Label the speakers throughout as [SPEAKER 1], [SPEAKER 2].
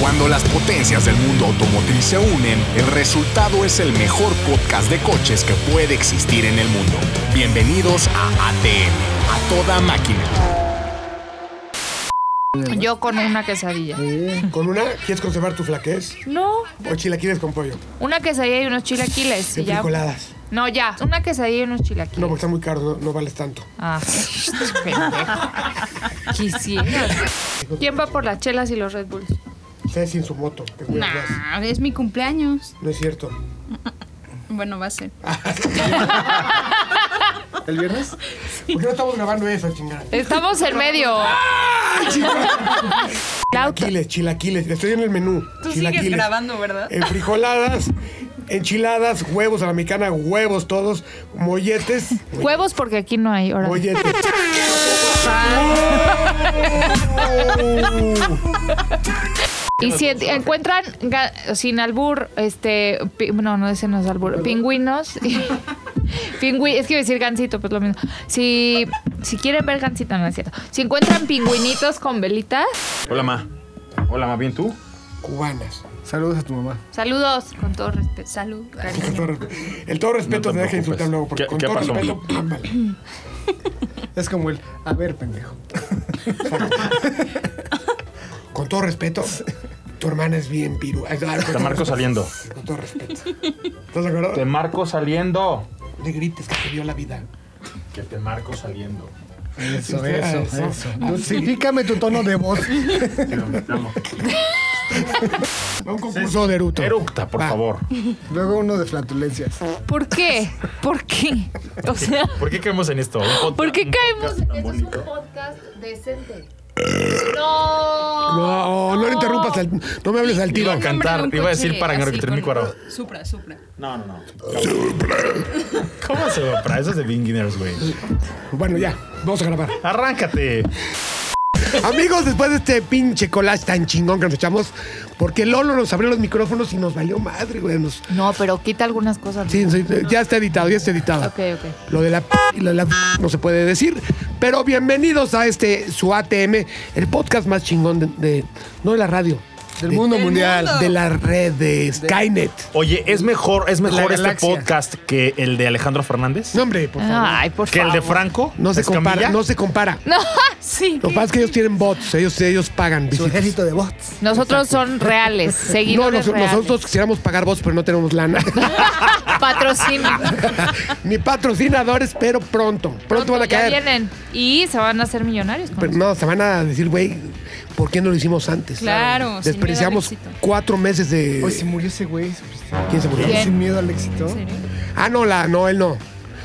[SPEAKER 1] Cuando las potencias del mundo automotriz se unen, el resultado es el mejor podcast de coches que puede existir en el mundo. Bienvenidos a ATM, a toda máquina.
[SPEAKER 2] Yo con una quesadilla.
[SPEAKER 3] Sí. ¿Con una quieres conservar tu flaquez?
[SPEAKER 2] No,
[SPEAKER 3] ¿O chilaquiles con pollo?
[SPEAKER 2] una quesadilla y unos chilaquiles.
[SPEAKER 3] De
[SPEAKER 2] y ya.
[SPEAKER 3] frijoladas.
[SPEAKER 2] No, ya. Una quesadilla y unos chilaquiles.
[SPEAKER 3] No, porque está muy caro, no, no vales tanto.
[SPEAKER 2] Ah, pendejo. Quisieras. ¿Quién va por las chelas y los Red Bulls?
[SPEAKER 3] Ustedes sin su moto, que es muy atrás.
[SPEAKER 4] Nah, Ah, es mi cumpleaños.
[SPEAKER 3] No es cierto.
[SPEAKER 4] Bueno, va a ser.
[SPEAKER 3] ¿El viernes? ¿Por qué no estamos grabando eso, chingada?
[SPEAKER 2] Estamos en medio. La auto-
[SPEAKER 3] Chilaquiles, chilaquiles. Estoy en el menú.
[SPEAKER 4] Tú
[SPEAKER 3] chilaquiles.
[SPEAKER 4] sigues grabando, ¿verdad?
[SPEAKER 3] En frijoladas, enchiladas, huevos a la mexicana, huevos todos, molletes.
[SPEAKER 2] Huevos porque aquí no hay. Ahora.
[SPEAKER 3] Molletes.
[SPEAKER 2] Y si en- encuentran ga- sin albur, este, pi- no, no ese no es albur, pingüinos. Pingüi, es que iba a decir gansito, pues lo mismo. Si, si quieren ver gansito, no es cierto. Si encuentran pingüinitos con velitas,
[SPEAKER 5] Hola, ma. Hola, ma. ¿Bien tú?
[SPEAKER 3] Cubanas.
[SPEAKER 6] Saludos a tu mamá.
[SPEAKER 2] saludos con todo respeto.
[SPEAKER 4] Salud.
[SPEAKER 3] Con todo respeto. El todo respeto
[SPEAKER 5] No te
[SPEAKER 3] se deja
[SPEAKER 5] preocupes.
[SPEAKER 3] insultar luego, porque
[SPEAKER 5] ¿Qué-
[SPEAKER 3] con
[SPEAKER 5] qué
[SPEAKER 3] todo
[SPEAKER 5] pasó?
[SPEAKER 3] respeto, ámbale.
[SPEAKER 6] Es como el, a ver, pendejo.
[SPEAKER 3] Con todo respeto, tu hermana es bien piru. Ay, claro, con
[SPEAKER 5] Te
[SPEAKER 3] todo
[SPEAKER 5] marco
[SPEAKER 3] respeto.
[SPEAKER 5] saliendo.
[SPEAKER 3] Con todo respeto. ¿Estás de acuerdo?
[SPEAKER 5] Te marco saliendo.
[SPEAKER 3] No le grites que te dio la vida.
[SPEAKER 5] Que te marco saliendo.
[SPEAKER 6] Eso,
[SPEAKER 3] Eso,
[SPEAKER 6] eso,
[SPEAKER 3] eso.
[SPEAKER 6] eso. Dulcifícame tu tono de voz.
[SPEAKER 3] Va un concurso de eruto.
[SPEAKER 5] Eructa, por
[SPEAKER 3] Va.
[SPEAKER 5] favor.
[SPEAKER 6] Luego uno de flatulencias.
[SPEAKER 2] ¿Por qué? ¿Por qué? O sea,
[SPEAKER 5] ¿Por qué caemos en esto? Un podcast-
[SPEAKER 2] ¿por qué
[SPEAKER 5] un
[SPEAKER 2] caemos?
[SPEAKER 5] podcast tan bonito.
[SPEAKER 2] podcast decente. No.
[SPEAKER 3] No, no le interrumpas. al- no me hables al tiro.
[SPEAKER 5] Iba a cantar, iba a decir para ganar
[SPEAKER 4] ganar
[SPEAKER 5] que termine cuadrado.
[SPEAKER 4] Supra, supra.
[SPEAKER 5] No, no, no. ¿Cómo se va para? Eso es de beginners, güey.
[SPEAKER 3] Bueno, ya. Vamos a grabar.
[SPEAKER 5] Arráncate.
[SPEAKER 3] Amigos, después de este pinche collage tan chingón que nos echamos, porque Lolo nos abrió los micrófonos y nos valió madre, güey. Nos-
[SPEAKER 2] No, pero quita algunas cosas.
[SPEAKER 3] sí, sí, ya está editado, ya está editado.
[SPEAKER 2] Ok, ok.
[SPEAKER 3] Lo de la p y lo de la p no se puede decir. Pero bienvenidos a este su ATM, el podcast más chingón de, de- no de la radio.
[SPEAKER 6] Del mundo
[SPEAKER 4] Del
[SPEAKER 6] mundial.
[SPEAKER 4] mundo.
[SPEAKER 3] De la red de Skynet.
[SPEAKER 5] Oye, es mejor, es mejor
[SPEAKER 6] La
[SPEAKER 5] este
[SPEAKER 6] galaxia.
[SPEAKER 5] podcast que el de Alejandro Fernández.
[SPEAKER 3] No, hombre,
[SPEAKER 2] Ah.
[SPEAKER 3] por favor.
[SPEAKER 2] Ay, por
[SPEAKER 5] que
[SPEAKER 2] favor.
[SPEAKER 5] el de Franco.
[SPEAKER 3] No se
[SPEAKER 5] Escamilla.
[SPEAKER 3] compara, no se compara.
[SPEAKER 2] No, sí.
[SPEAKER 3] Lo que pasa es que ellos tienen bots, ellos, ellos pagan
[SPEAKER 6] Su
[SPEAKER 3] visitas.
[SPEAKER 6] ejército de bots.
[SPEAKER 2] Nosotros son reales,
[SPEAKER 3] No,
[SPEAKER 2] seguidores
[SPEAKER 3] nos-
[SPEAKER 2] reales.
[SPEAKER 3] nosotros quisiéramos pagar bots, pero no tenemos lana.
[SPEAKER 2] patrocinio.
[SPEAKER 3] Ni patrocinadores, pero pronto. Pronto, van a
[SPEAKER 2] ya
[SPEAKER 3] caer.
[SPEAKER 2] vienen y se van a hacer millonarios. con
[SPEAKER 3] Pero
[SPEAKER 2] eso.
[SPEAKER 3] no, se van a decir, güey, ¿por qué no lo hicimos antes?
[SPEAKER 4] Claro, sin
[SPEAKER 3] Desperdiciamos
[SPEAKER 4] miedo al éxito.
[SPEAKER 3] cuatro meses de.
[SPEAKER 6] Hoy se murió ese güey. supiste.
[SPEAKER 3] ¿Quién se murió?
[SPEAKER 2] ¿Quién?
[SPEAKER 6] Sin miedo al éxito.
[SPEAKER 3] Ah, no, la, no, él no.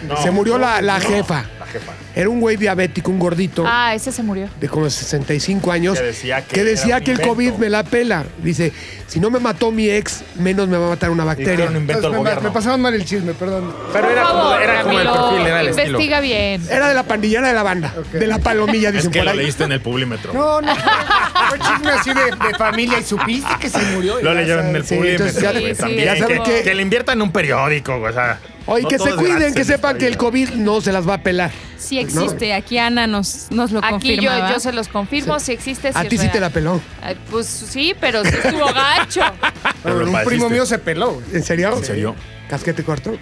[SPEAKER 5] No.
[SPEAKER 3] se murió la, la
[SPEAKER 5] No,
[SPEAKER 3] jefa.
[SPEAKER 5] la jefa.
[SPEAKER 3] Era un güey diabético, un gordito.
[SPEAKER 2] Ah, ese se murió.
[SPEAKER 3] De como 65 años,
[SPEAKER 5] Que decía que
[SPEAKER 3] decía
[SPEAKER 5] era un
[SPEAKER 3] que el
[SPEAKER 5] invento.
[SPEAKER 3] COVID me la pela. Dice: Si no me mató mi ex, menos me va a matar una
[SPEAKER 5] Y que era
[SPEAKER 3] bacteria.
[SPEAKER 5] un invento
[SPEAKER 6] Entonces,
[SPEAKER 5] del
[SPEAKER 6] me,
[SPEAKER 5] gobierno.
[SPEAKER 6] me pasaron mal el chisme, perdón.
[SPEAKER 5] Pero era
[SPEAKER 2] Por
[SPEAKER 5] como,
[SPEAKER 2] favor,
[SPEAKER 5] era como el
[SPEAKER 2] Camilo,
[SPEAKER 5] perfil, era el estilo.
[SPEAKER 2] Investiga bien.
[SPEAKER 3] Era de la pandillera de la banda,
[SPEAKER 6] Ok.
[SPEAKER 3] de la palomilla,
[SPEAKER 5] Es
[SPEAKER 3] dicen
[SPEAKER 5] que
[SPEAKER 3] por
[SPEAKER 5] lo
[SPEAKER 3] ahí.
[SPEAKER 5] leíste en el Publímetro.
[SPEAKER 6] No, no. Fue chisme así de, de familia y supiste que se murió. y
[SPEAKER 5] Lo
[SPEAKER 6] ya
[SPEAKER 5] leyeron en el
[SPEAKER 6] sabes.
[SPEAKER 3] sí, entonces ya-
[SPEAKER 5] Publímetro, güey,
[SPEAKER 2] sí,
[SPEAKER 5] también.
[SPEAKER 3] ya saben
[SPEAKER 5] que,
[SPEAKER 3] que-
[SPEAKER 5] que le inviertan en un periódico, güey, o sea.
[SPEAKER 3] Oye,
[SPEAKER 5] no
[SPEAKER 3] que se
[SPEAKER 5] todo es
[SPEAKER 3] cuiden,
[SPEAKER 5] gratis
[SPEAKER 3] que
[SPEAKER 5] en esta
[SPEAKER 3] sepan que el
[SPEAKER 5] vida.
[SPEAKER 3] COVID no se las va a pelar.
[SPEAKER 4] Sí existe. Aquí Ana nos, nos lo
[SPEAKER 2] Aquí yo,
[SPEAKER 4] confirma.
[SPEAKER 2] yo se los confirmo si existe. si
[SPEAKER 3] A
[SPEAKER 2] es
[SPEAKER 3] ti sí
[SPEAKER 2] real.
[SPEAKER 3] te la peló.
[SPEAKER 2] Ay, Pues sí, pero sí estuvo gacho.
[SPEAKER 5] Pero
[SPEAKER 6] Pero
[SPEAKER 5] lo
[SPEAKER 6] un primo
[SPEAKER 5] padeciste.
[SPEAKER 6] mío se peló. güey.
[SPEAKER 3] ¿En serio?
[SPEAKER 5] ¿En serio?
[SPEAKER 3] ¿Casquete corto?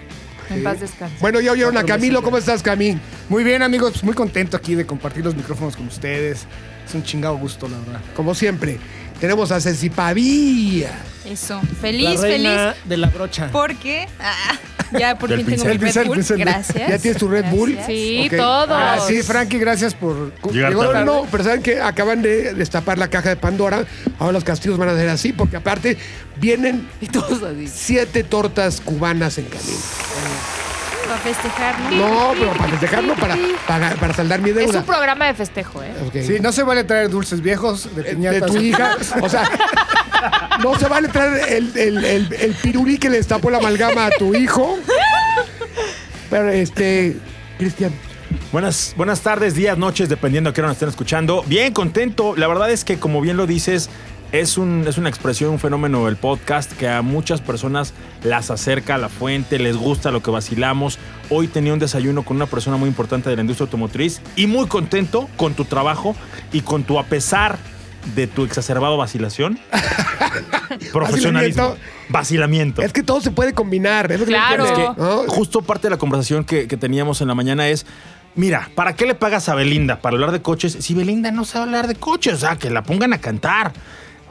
[SPEAKER 2] En paz descanse.
[SPEAKER 3] Bueno, ya oyeron a
[SPEAKER 6] Cuatro
[SPEAKER 3] Camilo.
[SPEAKER 6] meses ya.
[SPEAKER 3] ¿Cómo estás, Camil?
[SPEAKER 6] Muy bien, amigos. pues, Muy contento aquí de compartir los micrófonos con ustedes. Es un chingado gusto, la verdad.
[SPEAKER 3] Como siempre, tenemos a Ceci Pavía.
[SPEAKER 4] Eso. Feliz,
[SPEAKER 6] la
[SPEAKER 4] feliz.
[SPEAKER 6] reina de la brocha.
[SPEAKER 4] Porque ah, ya por
[SPEAKER 5] Del
[SPEAKER 4] fin tengo mi
[SPEAKER 5] pincel,
[SPEAKER 4] Red
[SPEAKER 6] pincel,
[SPEAKER 4] Bull.
[SPEAKER 6] pincel.
[SPEAKER 4] Gracias.
[SPEAKER 3] ¿Ya tienes tu Red Bull?
[SPEAKER 2] Sí,
[SPEAKER 3] Ok.
[SPEAKER 2] todos.
[SPEAKER 6] Ah, sí, Frankie, gracias por...
[SPEAKER 5] Llegar
[SPEAKER 6] Llegó
[SPEAKER 5] tarde.
[SPEAKER 3] No,
[SPEAKER 6] tarde.
[SPEAKER 3] no, pero saben que acaban de destapar la caja de Pandora. Ahora los castigos van a ser así, porque aparte vienen
[SPEAKER 2] Y todos así.
[SPEAKER 3] siete tortas cubanas en camino.
[SPEAKER 4] Para festejar.
[SPEAKER 3] No, pero para festejarlo, para, para, para saldar mi
[SPEAKER 2] Es
[SPEAKER 3] deuda.
[SPEAKER 2] un programa de festejo, ¿eh?
[SPEAKER 3] Ok. Eh,
[SPEAKER 6] Sí, no se vale traer dulces viejos de
[SPEAKER 3] de
[SPEAKER 6] piñatas.
[SPEAKER 3] tu hija. O sea, no se vale traer el, el, el, el pirulí que le destapó la amalgama a tu hijo. Pero este, Cristian,
[SPEAKER 5] Buenas, buenas tardes, días, noches, dependiendo a qué hora nos estén escuchando. Bien, contento. La verdad es que, como bien lo dices, es, un, es una expresión, un fenómeno del podcast que a muchas personas las acerca a la fuente, les gusta lo que vacilamos. Hoy tenía un desayuno con una persona muy importante de la industria automotriz y muy contento con tu trabajo y con tu a pesar de tu exacerbado vacilación. Profesionalismo. Vacilamiento.
[SPEAKER 3] Es que todo se puede combinar. Es lo que
[SPEAKER 2] Claro.
[SPEAKER 3] les digo.
[SPEAKER 2] Es que-
[SPEAKER 3] ¿No?
[SPEAKER 5] Justo parte de la conversación que, que teníamos en la mañana es. Mira, ¿para qué le pagas a Belinda? Para hablar de coches. Si Belinda no sabe hablar de coches, o sea, que la pongan a cantar.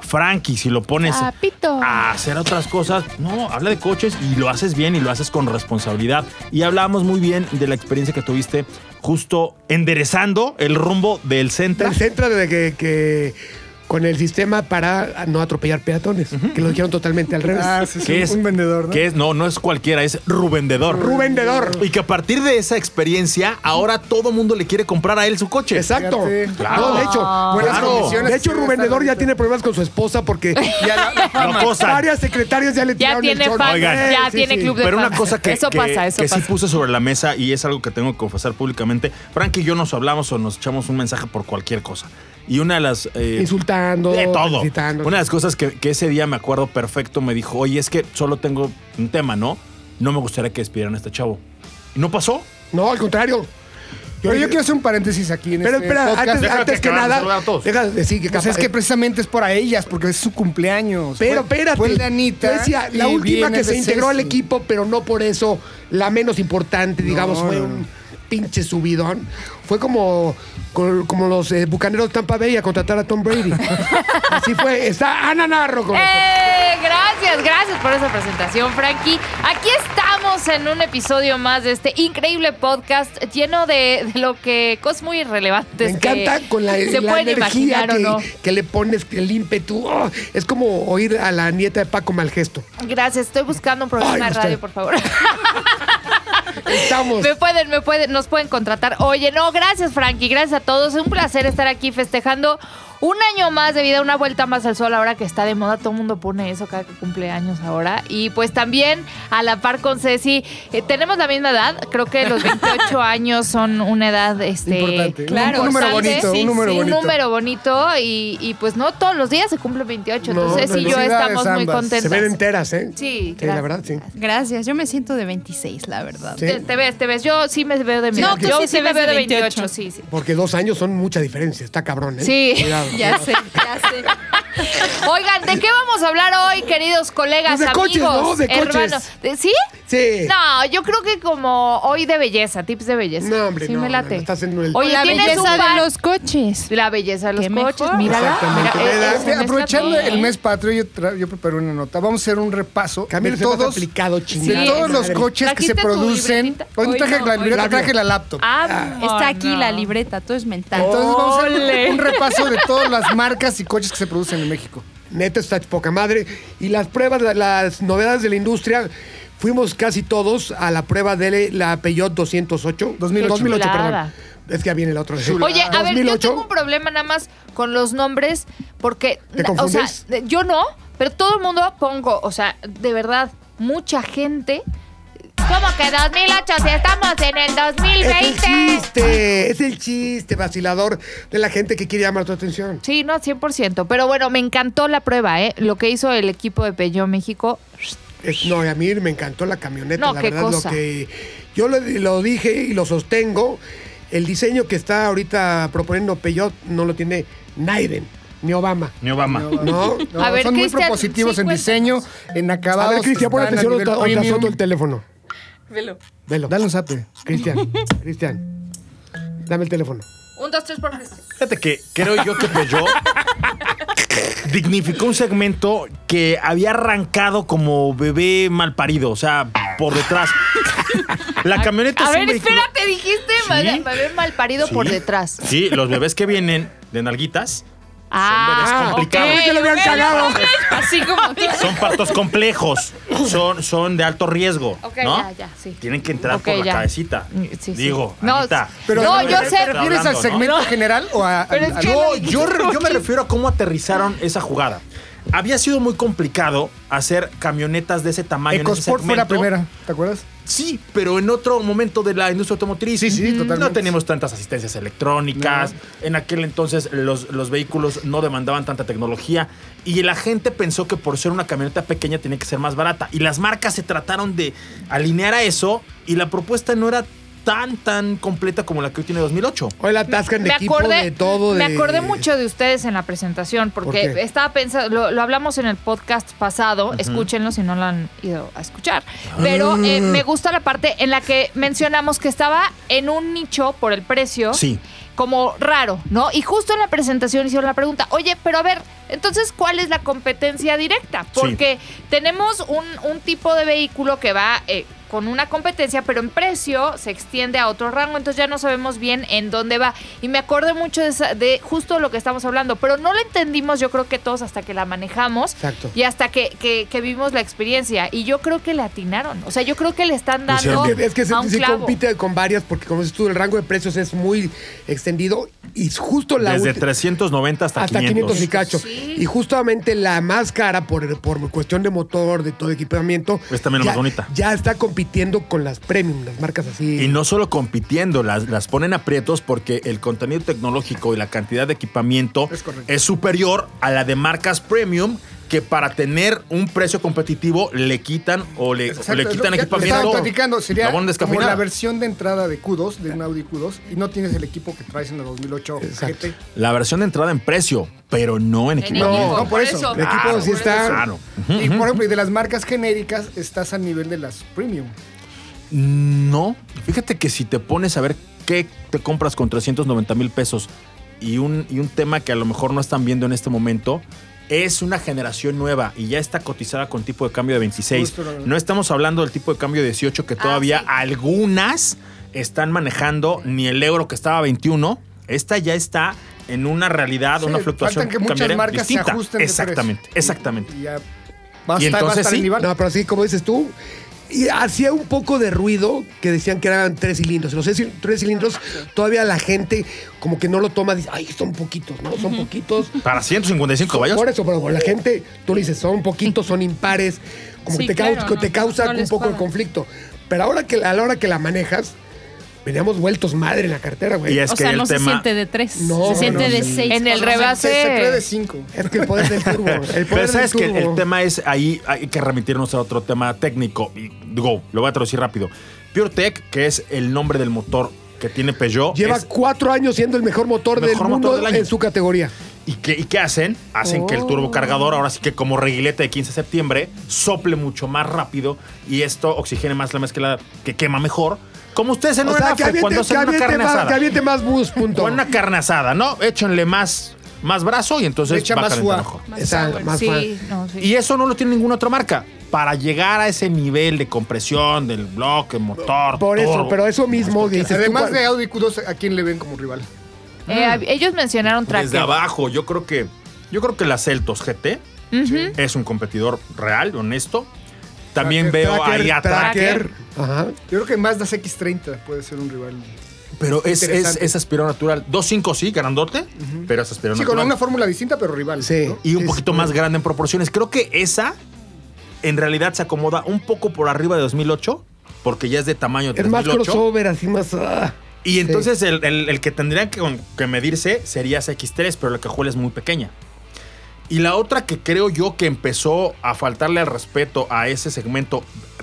[SPEAKER 5] Frankie, si lo pones
[SPEAKER 2] Ah, pito.
[SPEAKER 5] a hacer otras cosas, no, habla de coches y lo haces bien y lo haces con responsabilidad. Y hablamos muy bien de la experiencia que tuviste justo enderezando el rumbo del centro.
[SPEAKER 3] El centro de que, que- con el sistema para no atropellar peatones, que lo dijeron totalmente al revés.
[SPEAKER 6] Ah, sí, sí,
[SPEAKER 5] que es
[SPEAKER 6] un vendedor, ¿no?
[SPEAKER 5] Que es, no, no es cualquiera, es Rubendedor.
[SPEAKER 3] Rubendedor.
[SPEAKER 5] Y que a partir de esa experiencia, ahora todo mundo le quiere comprar a él su coche.
[SPEAKER 3] Exacto.
[SPEAKER 6] Fíjate.
[SPEAKER 5] Claro.
[SPEAKER 3] No, de hecho,
[SPEAKER 6] Buenas
[SPEAKER 5] Claro.
[SPEAKER 6] condiciones.
[SPEAKER 3] de hecho Rubendedor ya tiene problemas con su esposa porque
[SPEAKER 6] Ya la- la
[SPEAKER 5] Lo
[SPEAKER 6] fama.
[SPEAKER 5] acosan.
[SPEAKER 3] varias secretarias ya le
[SPEAKER 2] Ya
[SPEAKER 3] tiraron
[SPEAKER 2] tiene
[SPEAKER 3] el chorro.
[SPEAKER 2] fans,
[SPEAKER 5] Oigan.
[SPEAKER 2] ya
[SPEAKER 3] Sí,
[SPEAKER 2] tiene
[SPEAKER 3] sí.
[SPEAKER 2] club de
[SPEAKER 5] Pero una
[SPEAKER 2] fans.
[SPEAKER 5] cosa que,
[SPEAKER 2] Eso
[SPEAKER 5] que-
[SPEAKER 2] pasa, eso
[SPEAKER 5] que sí
[SPEAKER 2] pasa.
[SPEAKER 5] puse sobre la mesa y es algo que tengo que confesar públicamente. Frank y yo nos hablamos o nos echamos un mensaje por cualquier cosa. Y una de las... eh,
[SPEAKER 3] Insultando,
[SPEAKER 5] De todo.
[SPEAKER 3] felicitando.
[SPEAKER 5] Una de las cosas que, que ese día me acuerdo perfecto me dijo, oye, es que solo tengo un tema, ¿no? No me gustaría que despidieran a este chavo. Y no pasó.
[SPEAKER 3] No, al contrario.
[SPEAKER 6] Pero yo quiero hacer un paréntesis aquí en
[SPEAKER 3] Pero
[SPEAKER 6] este
[SPEAKER 3] espera,
[SPEAKER 6] podcast.
[SPEAKER 3] antes,
[SPEAKER 5] Déjame
[SPEAKER 3] antes que
[SPEAKER 5] acabar de
[SPEAKER 3] nada,
[SPEAKER 5] saludar a todos.
[SPEAKER 3] deja de decir que
[SPEAKER 6] Pues
[SPEAKER 3] capaz-
[SPEAKER 6] es que precisamente es para ellas, porque es su cumpleaños.
[SPEAKER 3] Pero
[SPEAKER 6] Fue-
[SPEAKER 3] espérate,
[SPEAKER 6] Fue el de Anita.
[SPEAKER 3] yo decía, la
[SPEAKER 6] y
[SPEAKER 3] última
[SPEAKER 6] viene
[SPEAKER 3] que se
[SPEAKER 6] de
[SPEAKER 3] integró al
[SPEAKER 6] Ceci.
[SPEAKER 3] equipo, pero no por eso la menos importante, digamos,
[SPEAKER 6] No,
[SPEAKER 3] fue
[SPEAKER 6] no,
[SPEAKER 3] un
[SPEAKER 6] no.
[SPEAKER 3] pinche subidón. Fue como, col- como los eh, bucaneros de Tampa Bay a contratar a Tom Brady. Así fue, está Ana Narro con nosotros.
[SPEAKER 2] ¡Eh! Gracias, gracias por esa presentación, Frankie. Aquí estamos en un episodio más de este increíble podcast lleno de, de lo que cosas muy
[SPEAKER 3] Me
[SPEAKER 2] irrelevantes.
[SPEAKER 3] encanta
[SPEAKER 2] que
[SPEAKER 3] con la,
[SPEAKER 2] se
[SPEAKER 3] la
[SPEAKER 2] pueden
[SPEAKER 3] energía
[SPEAKER 2] imaginar
[SPEAKER 3] que,
[SPEAKER 2] o no.
[SPEAKER 3] que le pones, el ímpetu. Oh, es como oír a la nieta de Paco Malgesto.
[SPEAKER 2] Gracias, estoy buscando un programa
[SPEAKER 3] Ay,
[SPEAKER 2] de
[SPEAKER 3] usted.
[SPEAKER 2] radio, por favor.
[SPEAKER 3] Estamos.
[SPEAKER 2] Me pueden, me pueden, nos pueden contratar. Oye, no, gracias, Frankie, gracias a todos. Un placer estar aquí festejando un año más de vida, una vuelta más al sol, ahora que está de moda. Todo el mundo pone eso cada que cumple años ahora. Y pues también, a la par con Ceci, eh, tenemos la misma edad. Creo que los 28 años son una edad este,
[SPEAKER 6] Importante.
[SPEAKER 4] Claro,
[SPEAKER 6] un, un número
[SPEAKER 2] importante.
[SPEAKER 6] bonito,
[SPEAKER 4] Sí,
[SPEAKER 6] un número
[SPEAKER 4] sí,
[SPEAKER 2] un
[SPEAKER 6] bonito.
[SPEAKER 2] número bonito y, y, pues no todos los días se cumple 28.
[SPEAKER 3] No,
[SPEAKER 2] Entonces,
[SPEAKER 3] no,
[SPEAKER 2] Ceci y
[SPEAKER 3] no.
[SPEAKER 2] yo
[SPEAKER 6] Felicidades
[SPEAKER 2] estamos muy
[SPEAKER 6] ambas.
[SPEAKER 2] contentas.
[SPEAKER 3] Se ven enteras, ¿eh?
[SPEAKER 2] Sí,
[SPEAKER 3] la
[SPEAKER 2] gracias.
[SPEAKER 3] verdad, sí.
[SPEAKER 4] Gracias, yo me siento de 26, la verdad.
[SPEAKER 3] Sí.
[SPEAKER 2] Te, te ves, te ves. Yo sí me veo de mi
[SPEAKER 4] No,
[SPEAKER 2] edad.
[SPEAKER 4] tú
[SPEAKER 2] Yo
[SPEAKER 4] sí te
[SPEAKER 2] sí me
[SPEAKER 4] ves
[SPEAKER 2] veo
[SPEAKER 4] de
[SPEAKER 2] de 28.
[SPEAKER 4] 28.
[SPEAKER 2] sí, sí.
[SPEAKER 3] Porque dos años son mucha diferencia, está cabrón, ¿eh?
[SPEAKER 2] Sí.
[SPEAKER 3] Cuidado.
[SPEAKER 4] Ya sé, ya sé.
[SPEAKER 2] Oigan, ¿de qué vamos a hablar hoy, queridos colegas,
[SPEAKER 3] Pues de
[SPEAKER 2] amigos,
[SPEAKER 3] coches, ¿no? De coches.
[SPEAKER 2] hermanos? ¿De- ¿Sí?
[SPEAKER 3] Sí.
[SPEAKER 2] No, yo creo que como hoy de belleza, tips de belleza.
[SPEAKER 3] No, hombre,
[SPEAKER 2] sí
[SPEAKER 3] no,
[SPEAKER 2] me
[SPEAKER 3] no,
[SPEAKER 2] late.
[SPEAKER 3] no, estás en el-
[SPEAKER 2] Oye,
[SPEAKER 4] la
[SPEAKER 2] ¿tienes
[SPEAKER 4] belleza
[SPEAKER 2] un pan?
[SPEAKER 4] de los coches.
[SPEAKER 2] La belleza de los
[SPEAKER 4] Qué
[SPEAKER 2] coches,
[SPEAKER 4] mejor.
[SPEAKER 2] mírala.
[SPEAKER 3] Exactamente.
[SPEAKER 2] mira,
[SPEAKER 3] Oye,
[SPEAKER 2] eh,
[SPEAKER 3] Dani,
[SPEAKER 2] es una
[SPEAKER 6] Aprovechando
[SPEAKER 2] estatua.
[SPEAKER 6] el mes patrio, yo, tra- yo preparé una nota. Vamos a hacer un repaso
[SPEAKER 3] Camilo
[SPEAKER 6] de
[SPEAKER 3] se todos,
[SPEAKER 6] todos,
[SPEAKER 3] aplicado, chingada.
[SPEAKER 6] de todos los
[SPEAKER 3] madre.
[SPEAKER 6] coches que
[SPEAKER 2] ¿Trajiste
[SPEAKER 6] se
[SPEAKER 2] tu
[SPEAKER 6] producen.
[SPEAKER 2] libretita?
[SPEAKER 6] Hoy no
[SPEAKER 2] Hoy
[SPEAKER 6] traje
[SPEAKER 2] no,
[SPEAKER 6] la
[SPEAKER 2] hoy
[SPEAKER 6] libreta,
[SPEAKER 3] no.
[SPEAKER 6] traje la laptop.
[SPEAKER 2] Ah,
[SPEAKER 4] Está aquí
[SPEAKER 2] no.
[SPEAKER 4] la libreta, todo es mental.
[SPEAKER 6] Entonces vamos a
[SPEAKER 2] Ole.
[SPEAKER 6] hacer un repaso de todas las marcas y coches que se producen en México.
[SPEAKER 3] Neta está poca madre. Y las pruebas, la- las novedades de la industria, fuimos casi todos a la prueba de la Peugeot 208.
[SPEAKER 6] 2008.
[SPEAKER 3] perdón.
[SPEAKER 2] Chulada.
[SPEAKER 3] Es que ya viene la otra.
[SPEAKER 2] Oye, a ver, yo
[SPEAKER 3] 2008.
[SPEAKER 2] tengo un problema nada más con los nombres porque,
[SPEAKER 3] ¿Te
[SPEAKER 2] o sea,
[SPEAKER 3] confundes?
[SPEAKER 2] de- yo no, pero todo el mundo pongo, o sea, de verdad, mucha gente. ¿Cómo que 2008 si estamos en el
[SPEAKER 3] Es
[SPEAKER 2] 2020?
[SPEAKER 3] el chiste, es el chiste vacilador de la gente que quiere llamar tu atención.
[SPEAKER 2] Sí, no, 100%. Pero bueno, me encantó la prueba, ¿eh? Lo que hizo el equipo de Peugeot México.
[SPEAKER 5] Este
[SPEAKER 3] Es- no, a mí me encantó la camioneta,
[SPEAKER 2] No,
[SPEAKER 3] la
[SPEAKER 2] qué
[SPEAKER 3] verdad,
[SPEAKER 2] cosa.
[SPEAKER 3] lo que yo lo, lo dije y lo sostengo. El diseño que está ahorita proponiendo Peugeot no lo tiene Naiden, ni Obama.
[SPEAKER 5] Ni Obama.
[SPEAKER 3] No.
[SPEAKER 6] No,
[SPEAKER 2] A ver,
[SPEAKER 6] son muy
[SPEAKER 2] Cristian,
[SPEAKER 6] propositivos
[SPEAKER 2] sí,
[SPEAKER 6] en
[SPEAKER 2] cuéntanos.
[SPEAKER 6] diseño, en
[SPEAKER 3] A
[SPEAKER 6] acabados.
[SPEAKER 3] ver, Cristian, pon
[SPEAKER 6] están a
[SPEAKER 3] atención
[SPEAKER 6] nivel
[SPEAKER 3] a
[SPEAKER 6] premium.
[SPEAKER 3] asunto el teléfono.
[SPEAKER 4] Velo.
[SPEAKER 3] Velo.
[SPEAKER 6] Dale un zape.
[SPEAKER 3] Cristian, Cristian. Dame el teléfono.
[SPEAKER 2] Un, dos, tres, por
[SPEAKER 5] Fíjate que creo yo que Peugeot dignificó un segmento que había arrancado como bebé mal parido, o sea, por detrás. La camioneta
[SPEAKER 2] A
[SPEAKER 5] es un
[SPEAKER 2] ver,
[SPEAKER 5] vehículo-
[SPEAKER 2] espérate, dijiste,
[SPEAKER 5] Sí.
[SPEAKER 2] mal, bebé mal parido
[SPEAKER 5] Sí.
[SPEAKER 2] por detrás.
[SPEAKER 5] Sí, los bebés que vienen de nalguitas
[SPEAKER 2] Ah,
[SPEAKER 5] bebés complicados.
[SPEAKER 2] ok,
[SPEAKER 3] Que lo habían
[SPEAKER 2] ok,
[SPEAKER 3] cagado.
[SPEAKER 2] ok.
[SPEAKER 4] Así como tú.
[SPEAKER 5] son partos complejos, son, son de alto riesgo.
[SPEAKER 2] Ok,
[SPEAKER 5] ¿no?
[SPEAKER 2] ya, ya, sí.
[SPEAKER 5] Tienen que entrar
[SPEAKER 2] Ok,
[SPEAKER 5] por la
[SPEAKER 2] ya.
[SPEAKER 5] cabeceta.
[SPEAKER 2] Mm, sí, sí.
[SPEAKER 5] Digo,
[SPEAKER 2] No,
[SPEAKER 5] Anita,
[SPEAKER 2] pero- No, yo sé.
[SPEAKER 6] ¿Te refieres al
[SPEAKER 5] Hablando, ¿no?
[SPEAKER 6] segmento general o a.?
[SPEAKER 2] Pero
[SPEAKER 6] al-
[SPEAKER 2] es
[SPEAKER 6] al-
[SPEAKER 2] que
[SPEAKER 5] Yo,
[SPEAKER 2] lo-
[SPEAKER 5] yo re- yo me refiero a cómo aterrizaron esa jugada. Había sido muy complicado hacer camionetas de ese tamaño. en ese
[SPEAKER 6] EcoSport fue la
[SPEAKER 5] segmento.
[SPEAKER 6] primera, ¿te acuerdas?
[SPEAKER 5] Sí, pero en otro momento de la industria automotriz.
[SPEAKER 6] Sí, sí,
[SPEAKER 5] Mm, No
[SPEAKER 6] totalmente.
[SPEAKER 5] teníamos tantas asistencias electrónicas. En aquel entonces los, los vehículos no demandaban tanta tecnología. Y la gente pensó que por ser una camioneta pequeña tenía que ser más barata. Y las marcas se trataron de alinear a eso. Y la propuesta no era tan, tan completa como la que hoy tiene 2008.
[SPEAKER 3] Hoy la atascan de
[SPEAKER 2] me
[SPEAKER 3] equipo,
[SPEAKER 2] acordé,
[SPEAKER 3] de todo.
[SPEAKER 2] me
[SPEAKER 3] de-
[SPEAKER 2] acordé mucho de ustedes en la presentación, porque
[SPEAKER 3] ¿Por qué?
[SPEAKER 2] estaba pensando, lo, lo hablamos en el podcast pasado, escúchenlo si no lo han ido a escuchar.
[SPEAKER 3] Ah.
[SPEAKER 2] Pero eh, me gusta la parte en la que mencionamos que estaba en un nicho por el precio.
[SPEAKER 5] Sí.
[SPEAKER 2] Como raro, ¿no? Y justo en la presentación hicieron la pregunta, oye, pero a ver, entonces, ¿cuál es la competencia directa? Porque tenemos un, un tipo de vehículo que va eh, con una competencia, pero en precio se extiende a otro rango, entonces ya no sabemos bien en dónde va. Y me acordé mucho de, esa- de justo lo que estamos hablando, pero no la entendimos yo creo que todos hasta que la manejamos
[SPEAKER 3] Exacto.
[SPEAKER 2] y hasta que, que, que vimos la experiencia. Y yo creo que le atinaron, o sea, yo creo que le están
[SPEAKER 5] Pues sí,
[SPEAKER 2] dando...
[SPEAKER 5] es
[SPEAKER 3] Que- Es que se,
[SPEAKER 2] a un
[SPEAKER 3] sí
[SPEAKER 2] clavo.
[SPEAKER 3] compite con varias, porque como dices tú, el rango de precios es muy extendido y justo la
[SPEAKER 5] Desde
[SPEAKER 3] ulti-
[SPEAKER 5] 390 hasta,
[SPEAKER 3] hasta 500 y cacho.
[SPEAKER 2] Sí.
[SPEAKER 3] Y justamente la más cara, por, por cuestión de motor, de todo equipamiento,
[SPEAKER 5] Es también la
[SPEAKER 3] ya,
[SPEAKER 5] más bonita.
[SPEAKER 3] ya está compitiendo con las premium, las marcas así.
[SPEAKER 5] Y no solo compitiendo, las, las ponen aprietos porque el contenido tecnológico y la cantidad de equipamiento
[SPEAKER 6] Es correcto.
[SPEAKER 5] es superior a la de marcas premium que para tener un precio competitivo le quitan o le,
[SPEAKER 6] Exacto,
[SPEAKER 5] o le
[SPEAKER 6] es lo
[SPEAKER 5] quitan
[SPEAKER 6] que
[SPEAKER 5] equipamiento.
[SPEAKER 6] estaban platicando, sería
[SPEAKER 5] La van a
[SPEAKER 6] como
[SPEAKER 5] descafeinar.
[SPEAKER 6] la versión de entrada de Q2, de un Audi Q2, y no tienes el equipo que traes en la 2008
[SPEAKER 3] Exacto.
[SPEAKER 6] GT.
[SPEAKER 5] La versión de entrada en precio, pero no en
[SPEAKER 2] En
[SPEAKER 5] equipamiento.
[SPEAKER 6] No,
[SPEAKER 2] equipo,
[SPEAKER 6] por eso.
[SPEAKER 3] El equipo sí
[SPEAKER 2] por
[SPEAKER 3] está-
[SPEAKER 5] Claro.
[SPEAKER 6] Y por ejemplo, y de las marcas genéricas estás al nivel de las premium.
[SPEAKER 5] No, fíjate que si te pones a ver qué te compras con 390 mil pesos y un, y un tema que a lo mejor no están viendo en este momento, es una generación nueva y ya está cotizada con tipo de cambio de 26.
[SPEAKER 6] Justo lo que-
[SPEAKER 5] No estamos hablando del tipo de cambio de 18
[SPEAKER 4] Ah,
[SPEAKER 5] que todavía
[SPEAKER 2] sí.
[SPEAKER 5] algunas están manejando, ni el euro que estaba a 21, esta ya está en una realidad,
[SPEAKER 6] Sí,
[SPEAKER 5] una fluctuación
[SPEAKER 6] faltan que muchas
[SPEAKER 5] cambiaria
[SPEAKER 6] marcas se
[SPEAKER 5] distinta.
[SPEAKER 6] ajusten. de precio.
[SPEAKER 5] Exactamente, exactamente.
[SPEAKER 6] Y, y ya va a
[SPEAKER 5] Y
[SPEAKER 6] estar, va a
[SPEAKER 5] entonces
[SPEAKER 6] estar
[SPEAKER 5] sí.
[SPEAKER 6] el nivel.
[SPEAKER 3] No, pero así como dices tú. Y hacía un poco de ruido que decían que eran tres cilindros. Y Los tres- tres
[SPEAKER 2] Ah,
[SPEAKER 3] cilindros todavía la gente como que no lo toma. Dice, ay, son poquitos, ¿no? Son poquitos.
[SPEAKER 5] Para 155 caballos.
[SPEAKER 3] Por eso, pero la gente, tú le dices, son poquitos, son impares, como
[SPEAKER 2] Sí,
[SPEAKER 3] que te, cau-
[SPEAKER 2] claro, no,
[SPEAKER 3] te causa
[SPEAKER 2] no
[SPEAKER 3] un
[SPEAKER 2] les
[SPEAKER 3] poco de
[SPEAKER 2] cuadra.
[SPEAKER 3] conflicto. Pero ahora que, a la hora que la manejas, veníamos vueltos madre en la cartera, güey.
[SPEAKER 5] Y
[SPEAKER 3] Es,
[SPEAKER 5] es
[SPEAKER 4] o
[SPEAKER 5] que
[SPEAKER 4] sea,
[SPEAKER 5] el
[SPEAKER 4] no se
[SPEAKER 5] tema...
[SPEAKER 4] siente de tres.
[SPEAKER 3] No,
[SPEAKER 4] se siente
[SPEAKER 3] no,
[SPEAKER 4] de
[SPEAKER 3] sí.
[SPEAKER 4] seis.
[SPEAKER 2] En el
[SPEAKER 4] por lo menos.
[SPEAKER 2] rebase.
[SPEAKER 6] Se, se cree de 5.
[SPEAKER 3] que el poder del turbo. El poder
[SPEAKER 5] Pero sabes
[SPEAKER 3] del
[SPEAKER 5] que
[SPEAKER 3] turbo.
[SPEAKER 5] el tema es ahí hay que remitirnos a otro tema técnico. Y digo, lo voy a traducir rápido. PureTech, que es el nombre del motor que tiene Peugeot,
[SPEAKER 3] Lleva
[SPEAKER 5] es-
[SPEAKER 3] cuatro años siendo el mejor motor del
[SPEAKER 5] Mejor motor
[SPEAKER 3] mundo
[SPEAKER 5] del año.
[SPEAKER 3] en su categoría.
[SPEAKER 5] ¿y, qué, y qué hacen? Hacen que
[SPEAKER 3] Oh.
[SPEAKER 5] el turbocargador, ahora sí que como reguilete de 15 de septiembre, sople mucho más rápido y esto oxigene más la mezcla que quema mejor. Como ustedes en
[SPEAKER 3] O
[SPEAKER 5] una
[SPEAKER 3] sea, que
[SPEAKER 5] nafre,
[SPEAKER 3] aviente, que
[SPEAKER 5] cuando hacen una
[SPEAKER 3] aviente
[SPEAKER 5] carne
[SPEAKER 3] más, que
[SPEAKER 5] asada.
[SPEAKER 3] aviente más bus, punto.
[SPEAKER 5] Con una carne asada, ¿no? Échenle más, más brazo y entonces
[SPEAKER 6] Le echa
[SPEAKER 5] va a
[SPEAKER 6] más
[SPEAKER 5] calentar
[SPEAKER 6] fua.
[SPEAKER 5] mejor.
[SPEAKER 3] Esa-
[SPEAKER 2] power.
[SPEAKER 3] más
[SPEAKER 2] sí,
[SPEAKER 3] fan.
[SPEAKER 2] no, sí.
[SPEAKER 5] Y eso no lo tiene ninguna otra marca. Para llegar a ese nivel de compresión del bloque, motor.
[SPEAKER 3] Por eso,
[SPEAKER 5] turbo.
[SPEAKER 3] pero eso mismo dices tú,
[SPEAKER 6] Además
[SPEAKER 3] ¿cuál-
[SPEAKER 6] de Audi Q2, ¿a quién le ven como rival?
[SPEAKER 2] Eh,
[SPEAKER 3] Mm.
[SPEAKER 2] hab- Ellos mencionaron tracker.
[SPEAKER 5] Desde abajo, yo creo que. Yo creo que la Celtos GT
[SPEAKER 2] Ujú.
[SPEAKER 5] es un competidor real, honesto. También
[SPEAKER 6] Tracker,
[SPEAKER 5] veo ahí a Tracker.
[SPEAKER 3] tracker. Ajá.
[SPEAKER 6] Yo creo que Mazda CX30 puede ser un rival.
[SPEAKER 5] Pero es, es,
[SPEAKER 6] Interesante.
[SPEAKER 5] es aspirado natural. 2.5, sí, grandote, pero es aspirado
[SPEAKER 6] Sí, con
[SPEAKER 5] natural.
[SPEAKER 6] una fórmula distinta, pero rival.
[SPEAKER 3] Sí.
[SPEAKER 6] ¿no?
[SPEAKER 5] y un
[SPEAKER 3] Es-
[SPEAKER 5] poquito más grande en proporciones. Creo que esa en realidad se acomoda un poco por arriba de 2008, porque ya es de tamaño
[SPEAKER 3] Es más
[SPEAKER 5] 3008.
[SPEAKER 3] crossover, así más. ah.
[SPEAKER 5] Y entonces el, el- el que tendría que, con- que medirse sería X3, pero la cajuela es muy pequeña. Y la otra que creo yo que empezó a faltarle al respeto a ese segmento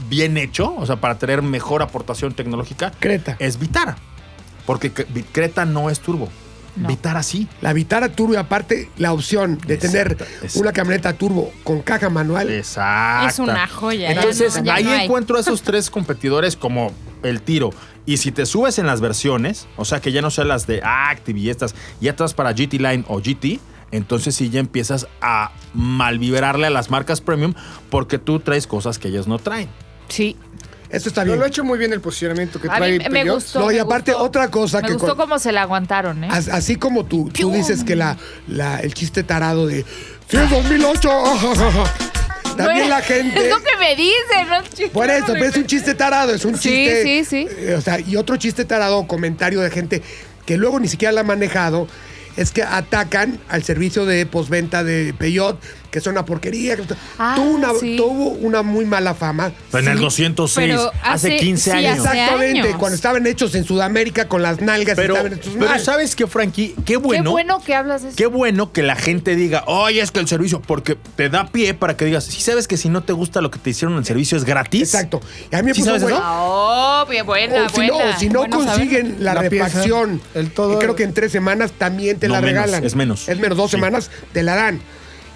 [SPEAKER 5] bien hecho, o sea, para tener mejor aportación tecnológica,
[SPEAKER 3] Creta.
[SPEAKER 5] es Vitara. Porque C- Vi- Creta no es turbo.
[SPEAKER 2] No.
[SPEAKER 5] Vitara sí.
[SPEAKER 3] La Vitara Turbo y aparte la opción de
[SPEAKER 5] Exacto,
[SPEAKER 3] tener
[SPEAKER 5] exacto.
[SPEAKER 3] una camioneta turbo con caja manual.
[SPEAKER 5] Exacto.
[SPEAKER 4] Es una joya. ya
[SPEAKER 5] Entonces,
[SPEAKER 4] no- ya
[SPEAKER 5] ahí
[SPEAKER 4] no hay.
[SPEAKER 5] encuentro a esos tres competidores como el tiro. Y si te subes en las versiones, o sea, que ya no sean las de Active y estas, ya te vas para GT Line o GT, entonces sí ya empiezas a malvibrarle a las marcas premium porque tú traes cosas que ellas no traen.
[SPEAKER 2] Sí.
[SPEAKER 3] Eso está
[SPEAKER 6] Pero
[SPEAKER 3] bien.
[SPEAKER 6] lo ha hecho muy bien el posicionamiento que
[SPEAKER 2] A mí
[SPEAKER 6] trae
[SPEAKER 2] me
[SPEAKER 6] Peugeot.
[SPEAKER 2] gustó.
[SPEAKER 3] No, y
[SPEAKER 2] me
[SPEAKER 3] aparte
[SPEAKER 2] gustó.
[SPEAKER 3] otra cosa
[SPEAKER 2] Me
[SPEAKER 3] que
[SPEAKER 2] gustó
[SPEAKER 3] con-
[SPEAKER 2] cómo se la aguantaron, ¿eh?
[SPEAKER 3] as- así como tú, tú
[SPEAKER 2] ¡Pium!
[SPEAKER 3] dices que la, la- el chiste tarado de ¡Sí, es 2008!
[SPEAKER 2] No,
[SPEAKER 3] También la gente...
[SPEAKER 2] Es lo que me dicen, ¿no? Chico,
[SPEAKER 3] Por eso,
[SPEAKER 2] no,
[SPEAKER 3] pero es un chiste tarado, es un
[SPEAKER 2] Sí,
[SPEAKER 3] chiste...
[SPEAKER 2] sí, sí.
[SPEAKER 3] eh, o sea, y otro chiste tarado o comentario de gente que luego ni siquiera la ha manejado es que atacan al servicio de posventa de Peyot que son una porquería. que-
[SPEAKER 4] Ah,
[SPEAKER 3] tuvo, una,
[SPEAKER 4] sí.
[SPEAKER 3] tuvo una muy mala fama.
[SPEAKER 5] En el 206,
[SPEAKER 4] pero
[SPEAKER 5] hace
[SPEAKER 4] hace-
[SPEAKER 5] 15
[SPEAKER 4] sí,
[SPEAKER 5] años.
[SPEAKER 4] hace-
[SPEAKER 3] Exactamente,
[SPEAKER 4] años.
[SPEAKER 3] cuando estaban hechos en Sudamérica con las nalgas
[SPEAKER 5] Pero,
[SPEAKER 3] estaban hechos
[SPEAKER 5] pero
[SPEAKER 3] mal.
[SPEAKER 5] ¿sabes qué, Frankie? Qué bueno.
[SPEAKER 2] Qué bueno que hablas de eso.
[SPEAKER 5] Qué bueno que la gente diga, oye, es que el servicio, porque te da pie para que digas, si sabes que si no te gusta lo que te hicieron en el servicio es gratis.
[SPEAKER 3] Exacto. Y a mí me
[SPEAKER 5] ¿Sí
[SPEAKER 3] puso
[SPEAKER 5] sabes
[SPEAKER 3] güey,
[SPEAKER 5] eso?
[SPEAKER 2] Oh, bien buena,
[SPEAKER 3] o si no,
[SPEAKER 2] buena.
[SPEAKER 3] o si no
[SPEAKER 2] Bueno saberlo.
[SPEAKER 3] consiguen la,
[SPEAKER 6] La pieza,
[SPEAKER 3] refacción,
[SPEAKER 6] el todo-
[SPEAKER 3] que creo que en tres semanas también te
[SPEAKER 5] No,
[SPEAKER 3] la
[SPEAKER 5] menos,
[SPEAKER 3] regalan.
[SPEAKER 5] es menos.
[SPEAKER 3] Es menos, dos
[SPEAKER 5] Sí.
[SPEAKER 3] semanas te la dan.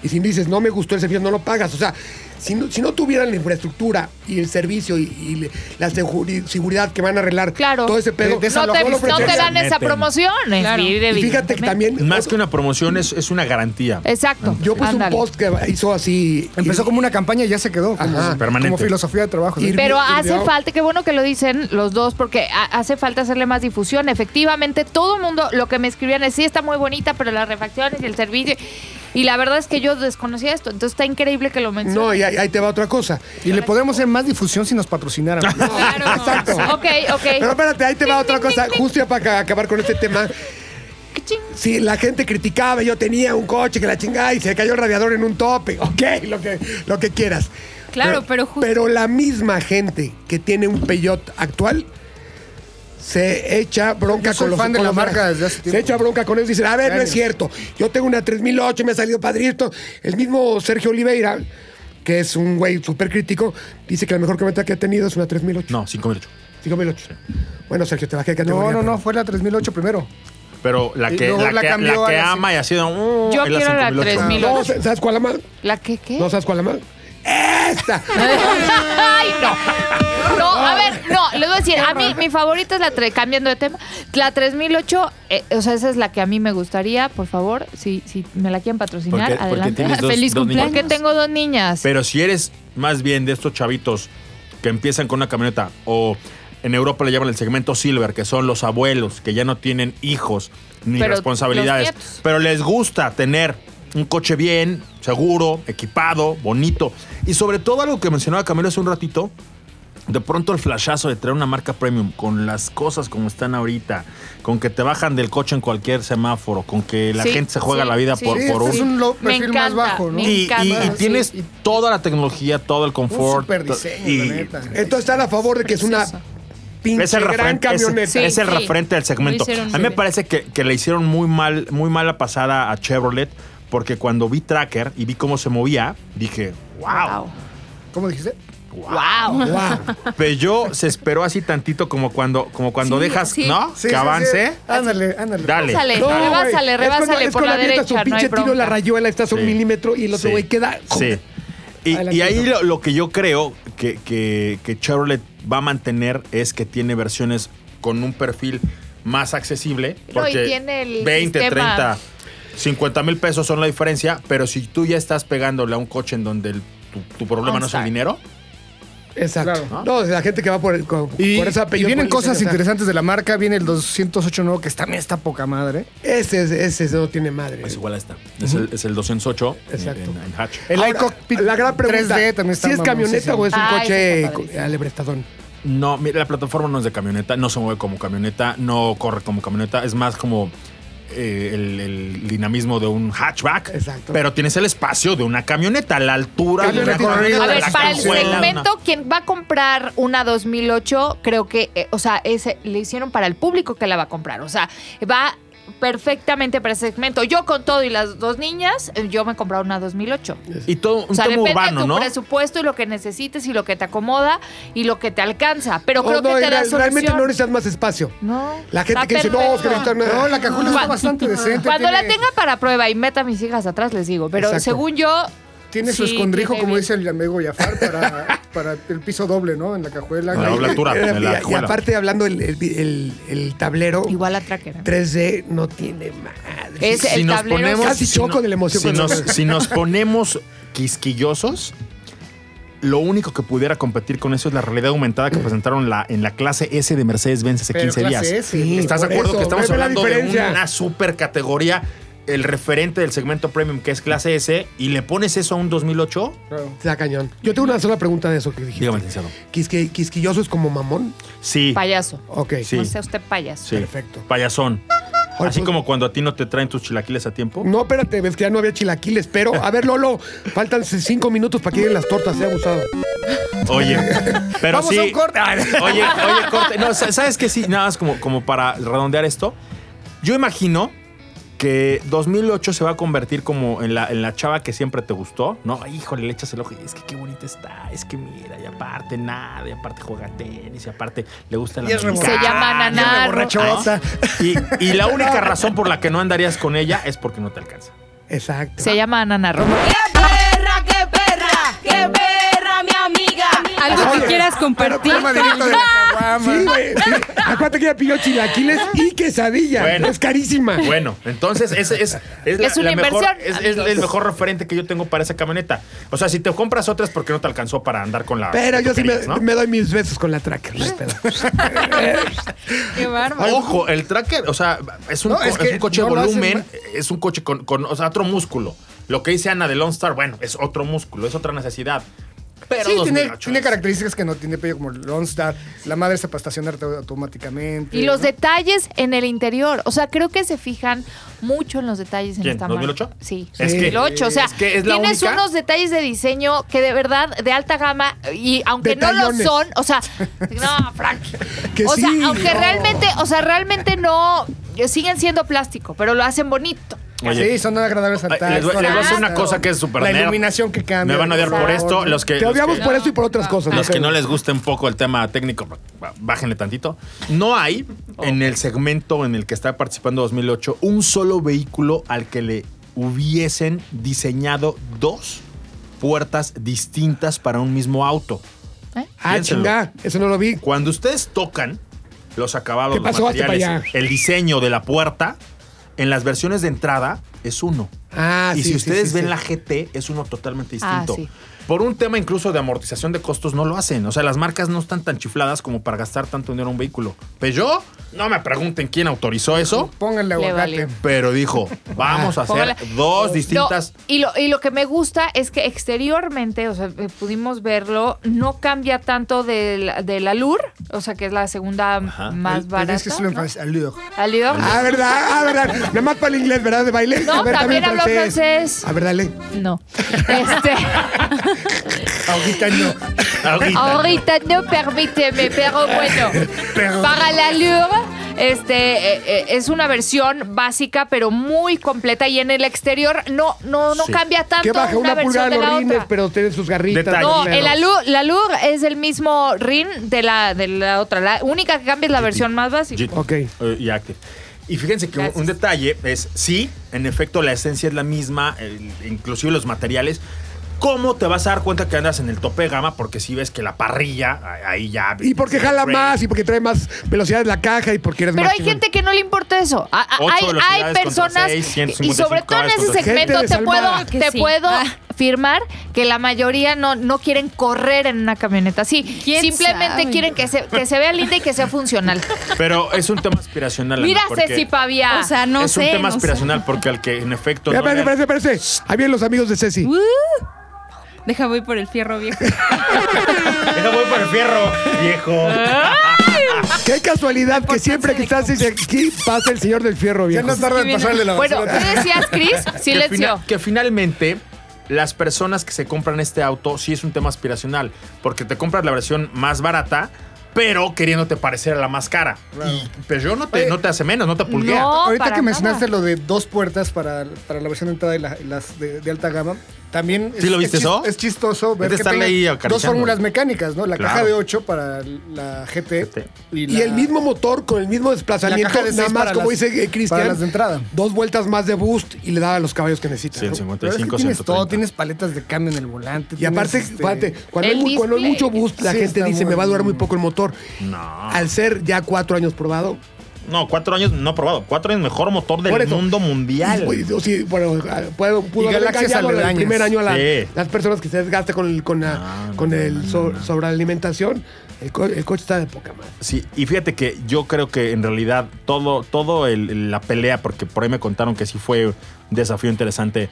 [SPEAKER 3] Y si dices, no me gustó el servicio, no lo pagas. O sea, si no, si no tuvieran la infraestructura y el servicio y, y le- la seguri- seguridad que van a arreglar
[SPEAKER 2] Claro.
[SPEAKER 3] todo ese pedo,
[SPEAKER 6] De- de esa
[SPEAKER 2] no,
[SPEAKER 6] lo-
[SPEAKER 2] te,
[SPEAKER 6] no lo
[SPEAKER 2] no te
[SPEAKER 6] pretenden.
[SPEAKER 2] dan esa
[SPEAKER 5] Meten.
[SPEAKER 2] promoción. es
[SPEAKER 4] Claro.
[SPEAKER 2] bien,
[SPEAKER 3] y fíjate que
[SPEAKER 2] evidentemente.
[SPEAKER 3] también...
[SPEAKER 5] Más
[SPEAKER 3] otro-
[SPEAKER 5] que una promoción es, es una garantía.
[SPEAKER 2] Exacto.
[SPEAKER 3] Yo puse
[SPEAKER 2] Ándale.
[SPEAKER 3] un post que hizo así...
[SPEAKER 6] Empezó como una campaña y ya se quedó. Como,
[SPEAKER 3] Ajá.
[SPEAKER 6] como
[SPEAKER 5] Permanente.
[SPEAKER 6] filosofía de trabajo. ¿sí?
[SPEAKER 3] Y-
[SPEAKER 2] Pero
[SPEAKER 3] Irving
[SPEAKER 2] hace
[SPEAKER 3] Leao.
[SPEAKER 2] falta, qué bueno que lo dicen los dos, porque ha- hace falta hacerle más difusión. Efectivamente, todo el mundo, lo que me escribían es, sí, está muy bonita, pero las refacciones y el servicio... Y la verdad es que yo desconocía esto, entonces está increíble que lo
[SPEAKER 3] No,
[SPEAKER 2] menciones.
[SPEAKER 3] y ahí, ahí te va otra cosa.
[SPEAKER 6] Y le podemos hacer más difusión si nos patrocinaran.
[SPEAKER 2] claro.
[SPEAKER 3] Exacto.
[SPEAKER 2] Ok, ok.
[SPEAKER 3] Pero espérate, ahí te va otra cosa, justo ya para ca- acabar con este tema.
[SPEAKER 2] Cachín.
[SPEAKER 3] Sí, la gente criticaba, yo tenía un coche que la chingada y se cayó el radiador en un tope. Ok, lo que, lo que quieras.
[SPEAKER 4] Claro, pero justo-
[SPEAKER 3] Pero la misma gente que tiene un Peugeot actual se echa bronca
[SPEAKER 6] Yo soy
[SPEAKER 3] con los
[SPEAKER 6] fan de
[SPEAKER 3] con
[SPEAKER 6] la
[SPEAKER 3] los-
[SPEAKER 6] marca desde hace
[SPEAKER 3] Se
[SPEAKER 6] tiempo.
[SPEAKER 3] echa bronca con ellos y dicen, a ver, no es
[SPEAKER 6] Años.
[SPEAKER 3] cierto. Yo tengo una 3008, me ha salido padrito. El mismo Sergio Oliveira, que es un güey súper crítico, dice que la mejor camioneta que ha tenido es una 3008.
[SPEAKER 5] No, 5008.
[SPEAKER 3] 5008. Bueno, Sergio, te bajé de categoría.
[SPEAKER 6] No, no,
[SPEAKER 3] pero-
[SPEAKER 6] no, fue la 3008 primero.
[SPEAKER 5] Pero la
[SPEAKER 6] Y
[SPEAKER 5] que,
[SPEAKER 6] luego
[SPEAKER 5] la
[SPEAKER 6] Eh, la
[SPEAKER 5] que, la
[SPEAKER 6] cambió a
[SPEAKER 5] que
[SPEAKER 6] la
[SPEAKER 5] ama y ha sido. uh,
[SPEAKER 2] Yo
[SPEAKER 5] es la
[SPEAKER 2] quiero la
[SPEAKER 5] 5008.
[SPEAKER 2] 3000.
[SPEAKER 3] No, ¿sabes cuál ama?
[SPEAKER 2] ¿La que qué?
[SPEAKER 3] ¿No sabes cuál ama? ¡Esta!
[SPEAKER 2] Ay, no. No, a ver, no, les voy a decir, a mí mi favorita es la tre- cambiando de tema, la 3008, eh, o sea, esa es la que a mí me gustaría, por favor, si, si me la quieren
[SPEAKER 5] Porque-
[SPEAKER 2] patrocinar,
[SPEAKER 5] porque
[SPEAKER 2] adelante.
[SPEAKER 5] tienes dos-
[SPEAKER 4] Feliz
[SPEAKER 5] dos niños.
[SPEAKER 4] cumpleaños.
[SPEAKER 2] Porque tengo dos niñas.
[SPEAKER 5] Pero si eres más bien de estos chavitos que empiezan con una camioneta o en Europa le llaman el segmento silver, que son los abuelos que ya no tienen hijos ni
[SPEAKER 2] Pero
[SPEAKER 5] responsabilidades,
[SPEAKER 2] los nietos.
[SPEAKER 5] pero les gusta tener un coche bien, seguro, equipado, bonito y sobre todo algo que mencionaba Camilo hace un ratito, de pronto el flashazo de traer una marca premium con las cosas como están ahorita, con que te bajan del coche en cualquier semáforo, con que la
[SPEAKER 2] Sí,
[SPEAKER 5] gente se juega
[SPEAKER 2] sí,
[SPEAKER 5] la vida
[SPEAKER 2] sí,
[SPEAKER 5] por,
[SPEAKER 6] Sí,
[SPEAKER 5] por
[SPEAKER 6] este es
[SPEAKER 5] un
[SPEAKER 6] un low
[SPEAKER 2] Me
[SPEAKER 6] perfil más
[SPEAKER 2] encanta,
[SPEAKER 6] bajo, ¿no?
[SPEAKER 2] me
[SPEAKER 5] y, y-
[SPEAKER 2] encanta,
[SPEAKER 5] y tienes
[SPEAKER 6] sí.
[SPEAKER 5] toda la tecnología, todo el
[SPEAKER 6] Un
[SPEAKER 5] confort.
[SPEAKER 6] super diseño,
[SPEAKER 5] y
[SPEAKER 6] la neta. Eh,
[SPEAKER 3] Entonces están a favor de que es una pinche
[SPEAKER 5] es el,
[SPEAKER 3] gran
[SPEAKER 5] referente, es-
[SPEAKER 3] camioneta.
[SPEAKER 5] es el
[SPEAKER 4] Sí, sí.
[SPEAKER 5] referente del segmento.
[SPEAKER 4] Lo hicieron
[SPEAKER 5] A
[SPEAKER 4] muy
[SPEAKER 5] mí me
[SPEAKER 4] bien.
[SPEAKER 5] parece que, que le hicieron muy mal, muy mala pasada a Chevrolet, porque cuando vi Tracker y vi cómo se movía, dije, wow.
[SPEAKER 6] ¿Cómo dijiste?
[SPEAKER 2] Wow.
[SPEAKER 5] Pero yo se esperó así tantito como cuando, como cuando
[SPEAKER 4] Sí,
[SPEAKER 5] dejas,
[SPEAKER 4] sí.
[SPEAKER 5] ¿no?
[SPEAKER 6] Sí, sí,
[SPEAKER 5] que avance.
[SPEAKER 6] sí. Ándale, ándale.
[SPEAKER 5] Dale.
[SPEAKER 2] Pásale.
[SPEAKER 5] dale.
[SPEAKER 2] Rebásale,
[SPEAKER 3] güey, es
[SPEAKER 2] rebásale
[SPEAKER 3] cuando- es
[SPEAKER 2] por
[SPEAKER 3] cuando
[SPEAKER 2] la
[SPEAKER 3] avientas
[SPEAKER 2] derecha,
[SPEAKER 3] un
[SPEAKER 2] no hay
[SPEAKER 3] pinche tiro
[SPEAKER 2] bronca.
[SPEAKER 3] la rayuela, estás
[SPEAKER 5] Sí.
[SPEAKER 3] un milímetro y el otro
[SPEAKER 5] Sí.
[SPEAKER 3] güey queda.
[SPEAKER 5] Sí. Y, y ahí lo, lo que yo creo que, que- que Chevrolet va a mantener es que tiene versiones con un perfil más accesible.
[SPEAKER 2] No, y
[SPEAKER 5] Porque
[SPEAKER 2] tiene el
[SPEAKER 5] 20,
[SPEAKER 2] sistema.
[SPEAKER 5] 30, 50 mil pesos son la diferencia. Pero si tú ya estás pegándole a un coche en donde el- tu, tu problema no es el
[SPEAKER 2] OnStar.
[SPEAKER 5] dinero,
[SPEAKER 3] Exacto.
[SPEAKER 6] Claro.
[SPEAKER 3] No, la gente que va por, el- con-
[SPEAKER 6] Y,
[SPEAKER 3] por ese
[SPEAKER 6] y
[SPEAKER 3] apellido.
[SPEAKER 6] vienen
[SPEAKER 3] por el-
[SPEAKER 6] cosas
[SPEAKER 3] o sea,
[SPEAKER 6] interesantes de la marca. Viene el 208 nuevo, que también está poca madre.
[SPEAKER 3] Ese, es- ese es- no tiene madre.
[SPEAKER 5] es igual a esta. Es, el, es el 208 en-
[SPEAKER 3] Exacto.
[SPEAKER 5] En, en hatch.
[SPEAKER 6] El
[SPEAKER 3] Ahora,
[SPEAKER 6] iCockpit
[SPEAKER 3] la gran pregunta,
[SPEAKER 6] 3D también está
[SPEAKER 3] ¿Si es camioneta
[SPEAKER 6] mamoncísimo.
[SPEAKER 3] o es un
[SPEAKER 2] Ay, sí, está
[SPEAKER 3] coche
[SPEAKER 2] padrísimo.
[SPEAKER 3] alebrestadón?
[SPEAKER 5] No, mira, la plataforma no es de camioneta, no se mueve como camioneta, no corre como camioneta, es más como eh, el, el dinamismo de un hatchback.
[SPEAKER 3] Exacto.
[SPEAKER 5] Pero tienes el espacio de una camioneta, la altura, el
[SPEAKER 6] Camioneta.
[SPEAKER 5] recorrido,
[SPEAKER 2] A
[SPEAKER 6] Para
[SPEAKER 2] ver,
[SPEAKER 5] la
[SPEAKER 2] para el
[SPEAKER 5] cajuela, una-
[SPEAKER 2] segmento, quien va a comprar una 2008, creo que, eh, o sea, ese, le hicieron para el público que la va a comprar. O sea, va perfectamente para ese segmento. Yo con todo y las dos niñas, eh, yo me he comprado una 2008.
[SPEAKER 5] Y todo un
[SPEAKER 2] O sea,
[SPEAKER 5] tema
[SPEAKER 2] depende
[SPEAKER 5] urbano,
[SPEAKER 2] de tu
[SPEAKER 5] ¿no?
[SPEAKER 2] presupuesto y lo que necesites y lo que te acomoda y lo que te alcanza. Pero
[SPEAKER 3] Oh,
[SPEAKER 2] creo
[SPEAKER 3] no,
[SPEAKER 2] que te da
[SPEAKER 3] real- realmente
[SPEAKER 2] solución.
[SPEAKER 3] no necesitas más espacio.
[SPEAKER 2] No,
[SPEAKER 3] La gente
[SPEAKER 2] está
[SPEAKER 3] que dice, no, es que
[SPEAKER 2] perfecto.
[SPEAKER 3] necesitan nada.
[SPEAKER 6] No, la cajuela está
[SPEAKER 2] Cuando-
[SPEAKER 6] bastante decente.
[SPEAKER 2] Cuando la
[SPEAKER 6] tiene-
[SPEAKER 2] tenga para prueba y meta a mis hijas atrás, les digo. Pero
[SPEAKER 3] Exacto.
[SPEAKER 2] según yo.
[SPEAKER 6] Tiene su
[SPEAKER 2] sí,
[SPEAKER 6] escondrijo,
[SPEAKER 2] tiene
[SPEAKER 6] como
[SPEAKER 2] bien.
[SPEAKER 6] dice el amigo Jafar, para, para el piso doble, ¿no? En la cajuela.
[SPEAKER 5] Para la doble altura,
[SPEAKER 3] Y-
[SPEAKER 5] en la
[SPEAKER 3] y,
[SPEAKER 5] cajuela.
[SPEAKER 3] aparte, hablando, el, el- el- el tablero
[SPEAKER 2] Igual Eh, a Tracker.
[SPEAKER 3] 3D no tiene madre.
[SPEAKER 2] Es el tablero.
[SPEAKER 3] Casi choco
[SPEAKER 5] no-
[SPEAKER 3] de la emoción
[SPEAKER 5] Si
[SPEAKER 3] cuando
[SPEAKER 5] nos,
[SPEAKER 3] lo veo.
[SPEAKER 5] si nos ponemos quisquillosos, lo único que pudiera competir con eso es la realidad aumentada que presentaron la, en la clase S de Mercedes-Benz hace
[SPEAKER 6] Pero
[SPEAKER 5] 15 días.
[SPEAKER 6] clase S,
[SPEAKER 3] Sí,
[SPEAKER 5] ¿Estás de
[SPEAKER 3] por
[SPEAKER 5] acuerdo
[SPEAKER 3] eso,
[SPEAKER 5] que estamos
[SPEAKER 3] ve- ve la
[SPEAKER 5] hablando de
[SPEAKER 3] diferencia.
[SPEAKER 5] una super categoría, el referente del segmento premium que es clase S, y le pones eso a un 2008?
[SPEAKER 6] claro.
[SPEAKER 3] Está cañón. Yo tengo una sola pregunta de eso que dijiste.
[SPEAKER 5] Dígame, licenciado.
[SPEAKER 3] Quisque- ¿Quisquilloso es como mamón?
[SPEAKER 5] Sí,
[SPEAKER 2] Payaso.
[SPEAKER 3] Ok.
[SPEAKER 5] Sí.
[SPEAKER 2] No sea usted payaso.
[SPEAKER 5] sí.
[SPEAKER 3] perfecto.
[SPEAKER 5] Payasón.
[SPEAKER 3] Oye,
[SPEAKER 5] Así
[SPEAKER 3] pues-
[SPEAKER 5] como cuando a ti no te traen tus chilaquiles a tiempo.
[SPEAKER 3] No, espérate, ves que ya no había chilaquiles, pero. A ver, Lolo, faltan cinco minutos para que lleguen las tortas, se ha abusado.
[SPEAKER 5] Oye, pero
[SPEAKER 6] Vamos
[SPEAKER 5] sí. Ah,
[SPEAKER 6] a un corte. Ay,
[SPEAKER 5] Oye, oye, corte. No, sa- ¿sabes qué? Sí, nada más como, como para redondear esto. Yo imagino que 2008 se va a convertir como en la, en la chava que siempre te gustó, ¿no? Ay, Híjole, le echas el ojo y es que qué bonita está, es que mira, y aparte nada, y aparte juega tenis, y aparte le gusta la
[SPEAKER 6] Y es
[SPEAKER 5] americana,
[SPEAKER 2] Se llama
[SPEAKER 5] y es
[SPEAKER 2] Naná.
[SPEAKER 5] re-
[SPEAKER 6] borrachota.
[SPEAKER 5] Y, y la única razón por la que no andarías con ella es porque no te alcanza.
[SPEAKER 3] Exacto.
[SPEAKER 2] Se llama Ana
[SPEAKER 7] perra, qué perra, qué perra, mi amiga.
[SPEAKER 4] Algo que
[SPEAKER 6] Oye,
[SPEAKER 4] quieras compartir.
[SPEAKER 6] Palma directa de la caguama.
[SPEAKER 3] Ah, Sí, güey. sí. Acuérdate que ella pidió chilaquiles y quesadilla.
[SPEAKER 5] Bueno.
[SPEAKER 3] Es carísima.
[SPEAKER 5] Bueno, entonces ese es, es, la-
[SPEAKER 2] Es una
[SPEAKER 5] la mejor-
[SPEAKER 2] inversión,
[SPEAKER 5] es- es el mejor referente que yo tengo para esa camioneta. O sea, si te compras otras porque no te alcanzó para andar con la.
[SPEAKER 3] Pero
[SPEAKER 5] que tú
[SPEAKER 3] yo sí me,
[SPEAKER 5] querías, ¿no?
[SPEAKER 3] me doy mis besos con la tracker. no hay pedo. Ah,
[SPEAKER 2] Qué bárbaro.
[SPEAKER 5] Ojo, el tracker, o sea, es un,
[SPEAKER 6] No,
[SPEAKER 5] co-
[SPEAKER 6] es
[SPEAKER 5] es
[SPEAKER 6] que
[SPEAKER 5] un coche
[SPEAKER 6] no
[SPEAKER 5] de
[SPEAKER 6] lo hacen
[SPEAKER 5] volumen,
[SPEAKER 6] mal.
[SPEAKER 5] es un coche con, con, o sea, otro músculo. Lo que dice Ana de Lone Star, bueno, es otro músculo, es otra necesidad. Pero
[SPEAKER 6] Sí, tiene,
[SPEAKER 5] 2008
[SPEAKER 6] tiene
[SPEAKER 5] es-
[SPEAKER 6] características que no tiene pello como el Lonstar. La madre está para estacionar automáticamente.
[SPEAKER 2] Y los
[SPEAKER 6] ¿no?
[SPEAKER 2] detalles en el interior. O sea, creo que se fijan mucho en los detalles en
[SPEAKER 5] ¿Quién?
[SPEAKER 2] esta marca.
[SPEAKER 5] ¿2008?
[SPEAKER 2] Sí.
[SPEAKER 5] Es que-
[SPEAKER 2] 2008. O sea,
[SPEAKER 5] es que es la
[SPEAKER 2] tienes
[SPEAKER 5] única.
[SPEAKER 2] unos detalles de diseño que de verdad, de alta gama, y aunque no lo
[SPEAKER 3] Detallones.
[SPEAKER 2] son, o sea, no, Frank.
[SPEAKER 3] Que
[SPEAKER 2] o sea,
[SPEAKER 3] sí,
[SPEAKER 2] aunque
[SPEAKER 3] no.
[SPEAKER 2] realmente, o sea, realmente no siguen siendo plástico, pero lo hacen bonito.
[SPEAKER 5] Oye.
[SPEAKER 6] sí, son agradables al
[SPEAKER 5] Ay,
[SPEAKER 6] tacto,
[SPEAKER 5] les voy- les voy a hacer una
[SPEAKER 6] al gusto.
[SPEAKER 5] cosa que es súper
[SPEAKER 6] La
[SPEAKER 5] nerd.
[SPEAKER 6] iluminación que cambia.
[SPEAKER 5] Me van a odiar por esto. Los que,
[SPEAKER 3] Te
[SPEAKER 5] los
[SPEAKER 3] odiamos
[SPEAKER 5] que-
[SPEAKER 3] por eso y por otras cosas.
[SPEAKER 5] Los que
[SPEAKER 3] pero-
[SPEAKER 5] no les guste un poco el tema técnico, b- bájenle tantito. No hay en el segmento en el que está participando 2008 un solo vehículo al que le hubiesen diseñado dos puertas distintas para un mismo auto.
[SPEAKER 3] Ah,
[SPEAKER 5] piénselo.
[SPEAKER 3] chingá, eso no lo vi.
[SPEAKER 5] Cuando ustedes tocan los acabados,
[SPEAKER 3] ¿Qué
[SPEAKER 5] los
[SPEAKER 3] pasó? Hazte para
[SPEAKER 5] materiales,
[SPEAKER 3] allá.
[SPEAKER 5] el diseño de la puerta, en las versiones de entrada es uno.
[SPEAKER 3] Ah,
[SPEAKER 5] y
[SPEAKER 3] sí,
[SPEAKER 5] si
[SPEAKER 3] sí,
[SPEAKER 5] ustedes
[SPEAKER 3] sí,
[SPEAKER 5] ven
[SPEAKER 3] sí.
[SPEAKER 5] la GT, es uno totalmente
[SPEAKER 2] Ah,
[SPEAKER 5] distinto.
[SPEAKER 2] sí.
[SPEAKER 5] Por un tema incluso de amortización de costos, no lo hacen. O sea, las marcas no están tan chifladas como para gastar tanto dinero en un vehículo. Peugeot, no me pregunten quién autorizó eso,
[SPEAKER 6] Pónganle
[SPEAKER 2] Le
[SPEAKER 6] aguacate.
[SPEAKER 2] valió.
[SPEAKER 5] pero dijo, vamos a hacer
[SPEAKER 2] Póngala.
[SPEAKER 5] dos distintas.
[SPEAKER 2] No, y, lo, y lo que me gusta es que exteriormente, o sea, eh, pudimos verlo, no cambia tanto del, del Alur, o sea, que es la segunda
[SPEAKER 5] Ajá.
[SPEAKER 2] más barata.
[SPEAKER 6] Es que es un
[SPEAKER 2] ¿no?
[SPEAKER 6] enfance- allure.
[SPEAKER 2] Allure.
[SPEAKER 3] Ah, ¿verdad? Ah, ¿verdad? Nada más para el inglés, ¿verdad? De baile.
[SPEAKER 2] No,
[SPEAKER 3] A ver,
[SPEAKER 2] también habló francés.
[SPEAKER 3] A ver, dale.
[SPEAKER 2] No. Este,
[SPEAKER 6] Ahorita no.
[SPEAKER 2] ahorita no permíteme, pero bueno.
[SPEAKER 6] Pero-
[SPEAKER 2] Para la Allure, este, eh, eh, es una versión básica, pero muy completa. Y en el exterior no, no, no
[SPEAKER 5] Sí.
[SPEAKER 2] cambia tanto
[SPEAKER 3] Que baja una, pulgada
[SPEAKER 2] versión
[SPEAKER 3] de
[SPEAKER 2] de la
[SPEAKER 3] los rines,
[SPEAKER 2] otra.
[SPEAKER 3] pero tiene sus garritas.
[SPEAKER 5] Detalle.
[SPEAKER 2] No,
[SPEAKER 3] pero-
[SPEAKER 2] el Alur, la Alur es el mismo RIN de la, de la otra. La única que cambia es la versión más básica.
[SPEAKER 5] Jeep.
[SPEAKER 3] Ok.
[SPEAKER 5] Eh, y Active. Y fíjense que un,
[SPEAKER 2] Gracias.
[SPEAKER 5] un detalle es, sí, en efecto la esencia es la misma, el- inclusive los materiales. ¿Cómo te vas a dar cuenta que andas en el tope de gama? Porque si ves que la parrilla, a- ahí ya...
[SPEAKER 3] Y porque jala más, y porque trae más velocidad en la caja, y porque eres
[SPEAKER 2] Pero
[SPEAKER 3] más
[SPEAKER 2] hay
[SPEAKER 3] chingón.
[SPEAKER 2] gente que no le importa eso. A- a-
[SPEAKER 5] Ocho
[SPEAKER 2] hay,
[SPEAKER 5] velocidades
[SPEAKER 2] hay
[SPEAKER 5] contra
[SPEAKER 2] personas
[SPEAKER 5] seis,
[SPEAKER 2] y
[SPEAKER 5] 155
[SPEAKER 2] sobre todo en
[SPEAKER 5] horas
[SPEAKER 2] ese
[SPEAKER 5] contra
[SPEAKER 2] segmento
[SPEAKER 3] Gente
[SPEAKER 2] te puedo,
[SPEAKER 3] desalmada.
[SPEAKER 2] te
[SPEAKER 4] Que sí.
[SPEAKER 2] puedo
[SPEAKER 4] Ah.
[SPEAKER 2] firmar que la mayoría no, no quieren correr en una camioneta. Sí,
[SPEAKER 4] ¿Quién
[SPEAKER 2] simplemente
[SPEAKER 4] sabe?
[SPEAKER 2] quieren que se, que se vea linda y que sea funcional.
[SPEAKER 5] Pero es un tema aspiracional. Ana,
[SPEAKER 2] Mira,
[SPEAKER 5] porque
[SPEAKER 2] Ceci Pavia.
[SPEAKER 4] O sea, no
[SPEAKER 5] es
[SPEAKER 4] sé.
[SPEAKER 5] un tema
[SPEAKER 4] no sé.
[SPEAKER 5] aspiracional porque al que en efecto...
[SPEAKER 3] Ya,
[SPEAKER 5] no le-
[SPEAKER 3] Espérate, espérate, espérate. Ahí vienen los amigos de Ceci.
[SPEAKER 4] Uh, deja voy por el fierro viejo.
[SPEAKER 5] Deja, voy por el fierro, viejo.
[SPEAKER 3] Qué casualidad que siempre que estás
[SPEAKER 4] importancia
[SPEAKER 3] aquí pasa el señor del fierro,
[SPEAKER 6] Ya
[SPEAKER 3] viejo.
[SPEAKER 6] no tarda en
[SPEAKER 4] viene-
[SPEAKER 6] pasarle la
[SPEAKER 2] bueno,
[SPEAKER 6] basura.
[SPEAKER 2] ¿qué decías, Cris?
[SPEAKER 5] que, fina-
[SPEAKER 2] Silencio.
[SPEAKER 5] que finalmente las personas que se compran este auto sí es un tema aspiracional, porque te compras la versión más barata, pero queriéndote parecer a la más cara. Y Peugeot no te,
[SPEAKER 6] Oye.
[SPEAKER 5] no te hace menos, no te pulguea.
[SPEAKER 2] No,
[SPEAKER 6] Ahorita
[SPEAKER 2] para
[SPEAKER 6] que mencionaste
[SPEAKER 2] nada.
[SPEAKER 6] lo de dos puertas para, para la versión de entrada y, la- y las de, de alta gama, también
[SPEAKER 5] ¿Sí lo viste
[SPEAKER 6] es,
[SPEAKER 5] eso?
[SPEAKER 6] es chistoso ver
[SPEAKER 5] Es de
[SPEAKER 6] que
[SPEAKER 5] estarle
[SPEAKER 6] tengan
[SPEAKER 5] ahí
[SPEAKER 6] dos
[SPEAKER 5] acariciando.
[SPEAKER 6] fórmulas mecánicas, ¿no? La caja
[SPEAKER 5] Claro.
[SPEAKER 6] de 8 para la GT,
[SPEAKER 5] GT.
[SPEAKER 3] Y el mismo motor con el mismo
[SPEAKER 6] La
[SPEAKER 3] desplazamiento,
[SPEAKER 6] caja de seis
[SPEAKER 3] nada más
[SPEAKER 6] para
[SPEAKER 3] como
[SPEAKER 6] las-
[SPEAKER 3] dice eh, Cristian.
[SPEAKER 6] para las de entrada.
[SPEAKER 3] Dos vueltas más de boost y le daba los caballos que necesita.
[SPEAKER 5] Sí, el
[SPEAKER 3] ¿no?
[SPEAKER 5] 50.
[SPEAKER 6] Pero es que
[SPEAKER 5] 35,
[SPEAKER 6] tienes todo,
[SPEAKER 5] 130.
[SPEAKER 6] tienes paletas de cambio en el volante.
[SPEAKER 3] Y aparte,
[SPEAKER 6] tienes, este,
[SPEAKER 3] fíjate, cuando, hay,
[SPEAKER 2] El
[SPEAKER 3] mu- cuando hay
[SPEAKER 2] display.
[SPEAKER 3] mucho boost, la
[SPEAKER 6] Sí,
[SPEAKER 3] gente
[SPEAKER 6] está
[SPEAKER 3] dice,
[SPEAKER 6] muy-
[SPEAKER 3] me va a durar muy poco el motor.
[SPEAKER 5] No.
[SPEAKER 3] Al ser ya cuatro años probado,
[SPEAKER 5] No, cuatro años, no probado. Cuatro años mejor motor
[SPEAKER 3] Por
[SPEAKER 5] del
[SPEAKER 3] eso.
[SPEAKER 5] mundo mundial.
[SPEAKER 3] Uy, o sí, bueno, ah, puedo- pudo
[SPEAKER 6] Y
[SPEAKER 3] haber
[SPEAKER 6] galaxias
[SPEAKER 3] engañado el
[SPEAKER 6] aledañas.
[SPEAKER 3] primer año a la-
[SPEAKER 5] Sí.
[SPEAKER 3] las personas que se desgastan con el, con la,
[SPEAKER 5] No, no,
[SPEAKER 3] con
[SPEAKER 5] no,
[SPEAKER 3] el
[SPEAKER 5] no,
[SPEAKER 3] so-
[SPEAKER 5] no.
[SPEAKER 3] sobrealimentación. El, co- el coche está de poca madre.
[SPEAKER 5] Sí, y fíjate que yo creo que en realidad todo, todo el- el- la pelea, porque por ahí me contaron que sí fue un desafío interesante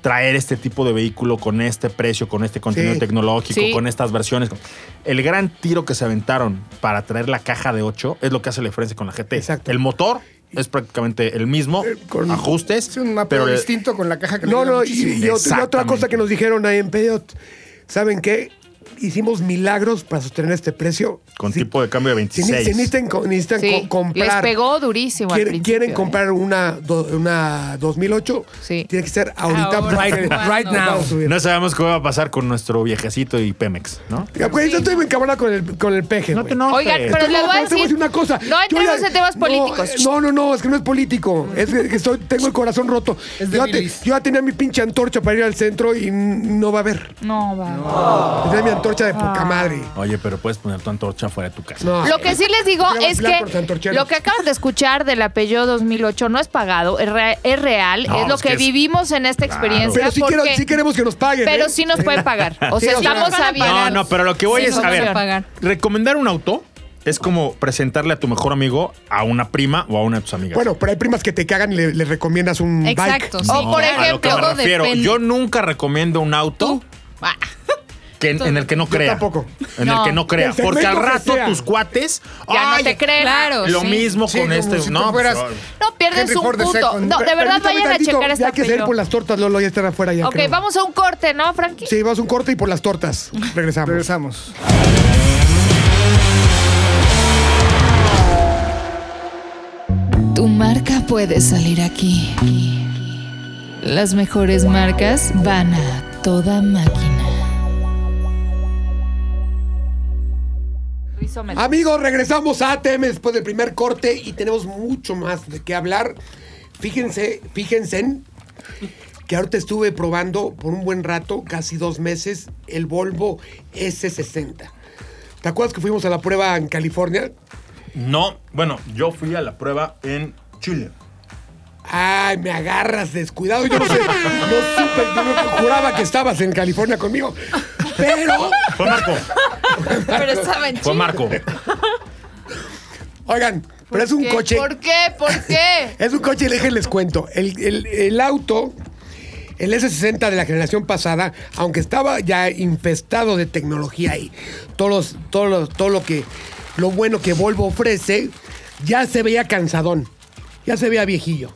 [SPEAKER 5] traer este tipo de vehículo con este precio, con este contenido
[SPEAKER 3] Sí.
[SPEAKER 5] tecnológico,
[SPEAKER 2] Sí.
[SPEAKER 5] con estas versiones. El gran tiro que se aventaron para traer la caja de 8 es lo que hace la diferencia con la GT.
[SPEAKER 3] Exacto. Eh,
[SPEAKER 5] El motor es prácticamente el mismo,
[SPEAKER 6] con-
[SPEAKER 5] ajustes,
[SPEAKER 6] Es un mapa
[SPEAKER 5] pero eh, le-
[SPEAKER 6] distinto con la caja que le
[SPEAKER 3] No,
[SPEAKER 6] dieron
[SPEAKER 3] no, y,
[SPEAKER 6] muchísimo.
[SPEAKER 3] y ot- y otra cosa
[SPEAKER 5] Exactamente.
[SPEAKER 3] que nos dijeron ahí en Peyot, ¿saben qué? Hicimos milagros para sostener este precio.
[SPEAKER 5] con
[SPEAKER 3] Si-
[SPEAKER 5] tipo de cambio de
[SPEAKER 3] si
[SPEAKER 5] 26.
[SPEAKER 3] ne- si necesitan, co- necesitan
[SPEAKER 2] Sí,
[SPEAKER 3] co- comprar.
[SPEAKER 2] les pegó durísimo al
[SPEAKER 3] Quieren,
[SPEAKER 2] principio,
[SPEAKER 3] quieren
[SPEAKER 2] ¿eh?
[SPEAKER 3] comprar una, do- una 2008,
[SPEAKER 2] Sí.
[SPEAKER 3] tiene que ser ahorita.
[SPEAKER 4] Ahora,
[SPEAKER 3] porque-
[SPEAKER 4] right- right
[SPEAKER 3] nos vamos a
[SPEAKER 6] now.
[SPEAKER 3] subir.
[SPEAKER 5] no sabemos qué va a pasar con nuestro viejecito y Pemex, ¿no?
[SPEAKER 3] Ya, güey, yo estoy bien cabrona con el, con el peje.
[SPEAKER 5] No
[SPEAKER 3] güey.
[SPEAKER 5] te enojes.
[SPEAKER 2] Oigan, pero
[SPEAKER 3] Estoy
[SPEAKER 2] les voy a
[SPEAKER 3] loco, te
[SPEAKER 2] decir.
[SPEAKER 3] una cosa.
[SPEAKER 2] No
[SPEAKER 3] Yo
[SPEAKER 2] entremos
[SPEAKER 3] ya-
[SPEAKER 2] en temas
[SPEAKER 3] no,
[SPEAKER 2] políticos.
[SPEAKER 3] eh, No, no, no, es que no es político. Es que que estoy, tengo el corazón roto.
[SPEAKER 6] Es de
[SPEAKER 3] yo, ya te-
[SPEAKER 6] bilis.
[SPEAKER 3] yo ya tenía mi pinche antorcha para ir al centro y n- no va a haber.
[SPEAKER 2] No, va.
[SPEAKER 3] Tenía mi antorcha de poca madre.
[SPEAKER 5] Oye, pero puedes poner tu antorcha fuera de tu casa.
[SPEAKER 3] No.
[SPEAKER 2] Ah. Lo que sí les digo
[SPEAKER 3] Quiero
[SPEAKER 2] es
[SPEAKER 3] bailar
[SPEAKER 2] que
[SPEAKER 3] con los antorcheros.
[SPEAKER 2] lo que acaban de escuchar del apellido 2008 no es pagado, es, re- es real,
[SPEAKER 5] No,
[SPEAKER 2] es lo
[SPEAKER 5] es
[SPEAKER 2] que
[SPEAKER 5] que es-
[SPEAKER 2] vivimos en esta experiencia.
[SPEAKER 3] Pero sí,
[SPEAKER 2] porque-
[SPEAKER 3] quiero- sí queremos que nos paguen.
[SPEAKER 2] pero
[SPEAKER 3] ¿eh?
[SPEAKER 2] sí nos pueden pagar. O
[SPEAKER 3] Sí,
[SPEAKER 2] sea,
[SPEAKER 3] o sea,
[SPEAKER 2] estamos
[SPEAKER 4] van a
[SPEAKER 2] abiertos.
[SPEAKER 4] pagar.
[SPEAKER 5] No, no, pero lo que voy
[SPEAKER 4] Sí,
[SPEAKER 5] es,
[SPEAKER 4] nos
[SPEAKER 5] a
[SPEAKER 4] van a
[SPEAKER 5] ver,
[SPEAKER 4] pagar.
[SPEAKER 5] recomendar un auto es como presentarle a tu mejor amigo a una prima o a una de tus amigas.
[SPEAKER 3] Bueno, pero hay primas que te cagan y le, le recomiendas un
[SPEAKER 4] Exacto.
[SPEAKER 3] bike.
[SPEAKER 4] sí.
[SPEAKER 2] O por
[SPEAKER 5] a lo que
[SPEAKER 2] ejemplo,
[SPEAKER 5] me
[SPEAKER 4] todo
[SPEAKER 5] refiero,
[SPEAKER 4] depende.
[SPEAKER 5] yo nunca recomiendo un auto
[SPEAKER 4] Tú. Ah,
[SPEAKER 5] que, en el que no crea.
[SPEAKER 3] tampoco.
[SPEAKER 5] En el
[SPEAKER 4] No.
[SPEAKER 5] que no crea.
[SPEAKER 3] Del segmento
[SPEAKER 5] Porque al
[SPEAKER 3] que
[SPEAKER 5] rato
[SPEAKER 3] sea.
[SPEAKER 5] tus cuates.
[SPEAKER 2] Ya
[SPEAKER 5] "Ay,
[SPEAKER 2] no te creen.
[SPEAKER 4] claro.
[SPEAKER 5] Lo
[SPEAKER 4] sí.
[SPEAKER 5] mismo
[SPEAKER 6] Sí,
[SPEAKER 5] con
[SPEAKER 6] como
[SPEAKER 5] este.
[SPEAKER 6] si
[SPEAKER 5] no,
[SPEAKER 6] tú fueras-
[SPEAKER 5] pues,
[SPEAKER 2] No pierden
[SPEAKER 6] Henry
[SPEAKER 2] su
[SPEAKER 6] Ford de
[SPEAKER 2] punto.
[SPEAKER 6] second.
[SPEAKER 2] No, de verdad
[SPEAKER 3] Permítame
[SPEAKER 2] vayan a
[SPEAKER 3] tantito,
[SPEAKER 2] checar este
[SPEAKER 3] Ya que se ir
[SPEAKER 2] apellido.
[SPEAKER 3] por las tortas, Lolo, ya están afuera ya.
[SPEAKER 2] Ok,
[SPEAKER 3] creo.
[SPEAKER 2] vamos a un corte, ¿no, Frankie?
[SPEAKER 3] Sí, vamos a un corte y por las tortas. Regresamos.
[SPEAKER 6] Regresamos.
[SPEAKER 8] Tu marca puede salir aquí. Las mejores marcas van a toda máquina.
[SPEAKER 2] Rizómetro.
[SPEAKER 3] Amigos, regresamos a ATM después del primer corte y tenemos mucho más de qué hablar. Fíjense, fíjense en que ahorita estuve probando por un buen rato, casi dos meses, el Volvo S60. ¿Te acuerdas que fuimos a la prueba en California?
[SPEAKER 5] pues, no, bueno, yo fui a la prueba en Chile.
[SPEAKER 3] Ay, me agarras descuidado. Yo no sé, no supe, yo no- juraba que estabas en California conmigo. Pero,
[SPEAKER 5] Fue Marco.
[SPEAKER 4] Pero estaba en
[SPEAKER 5] Fue
[SPEAKER 4] Chile.
[SPEAKER 5] Marco.
[SPEAKER 3] oigan, pero es un
[SPEAKER 2] ¿Qué?
[SPEAKER 3] coche.
[SPEAKER 2] ¿Por qué? ¿Por qué?
[SPEAKER 3] Es un coche, dejen les cuento. El, el- el auto, el S60 de la generación pasada, aunque estaba ya infestado de tecnología y todos los- todos los- todo lo que lo bueno que Volvo ofrece, ya se veía cansadón, ya se veía viejillo.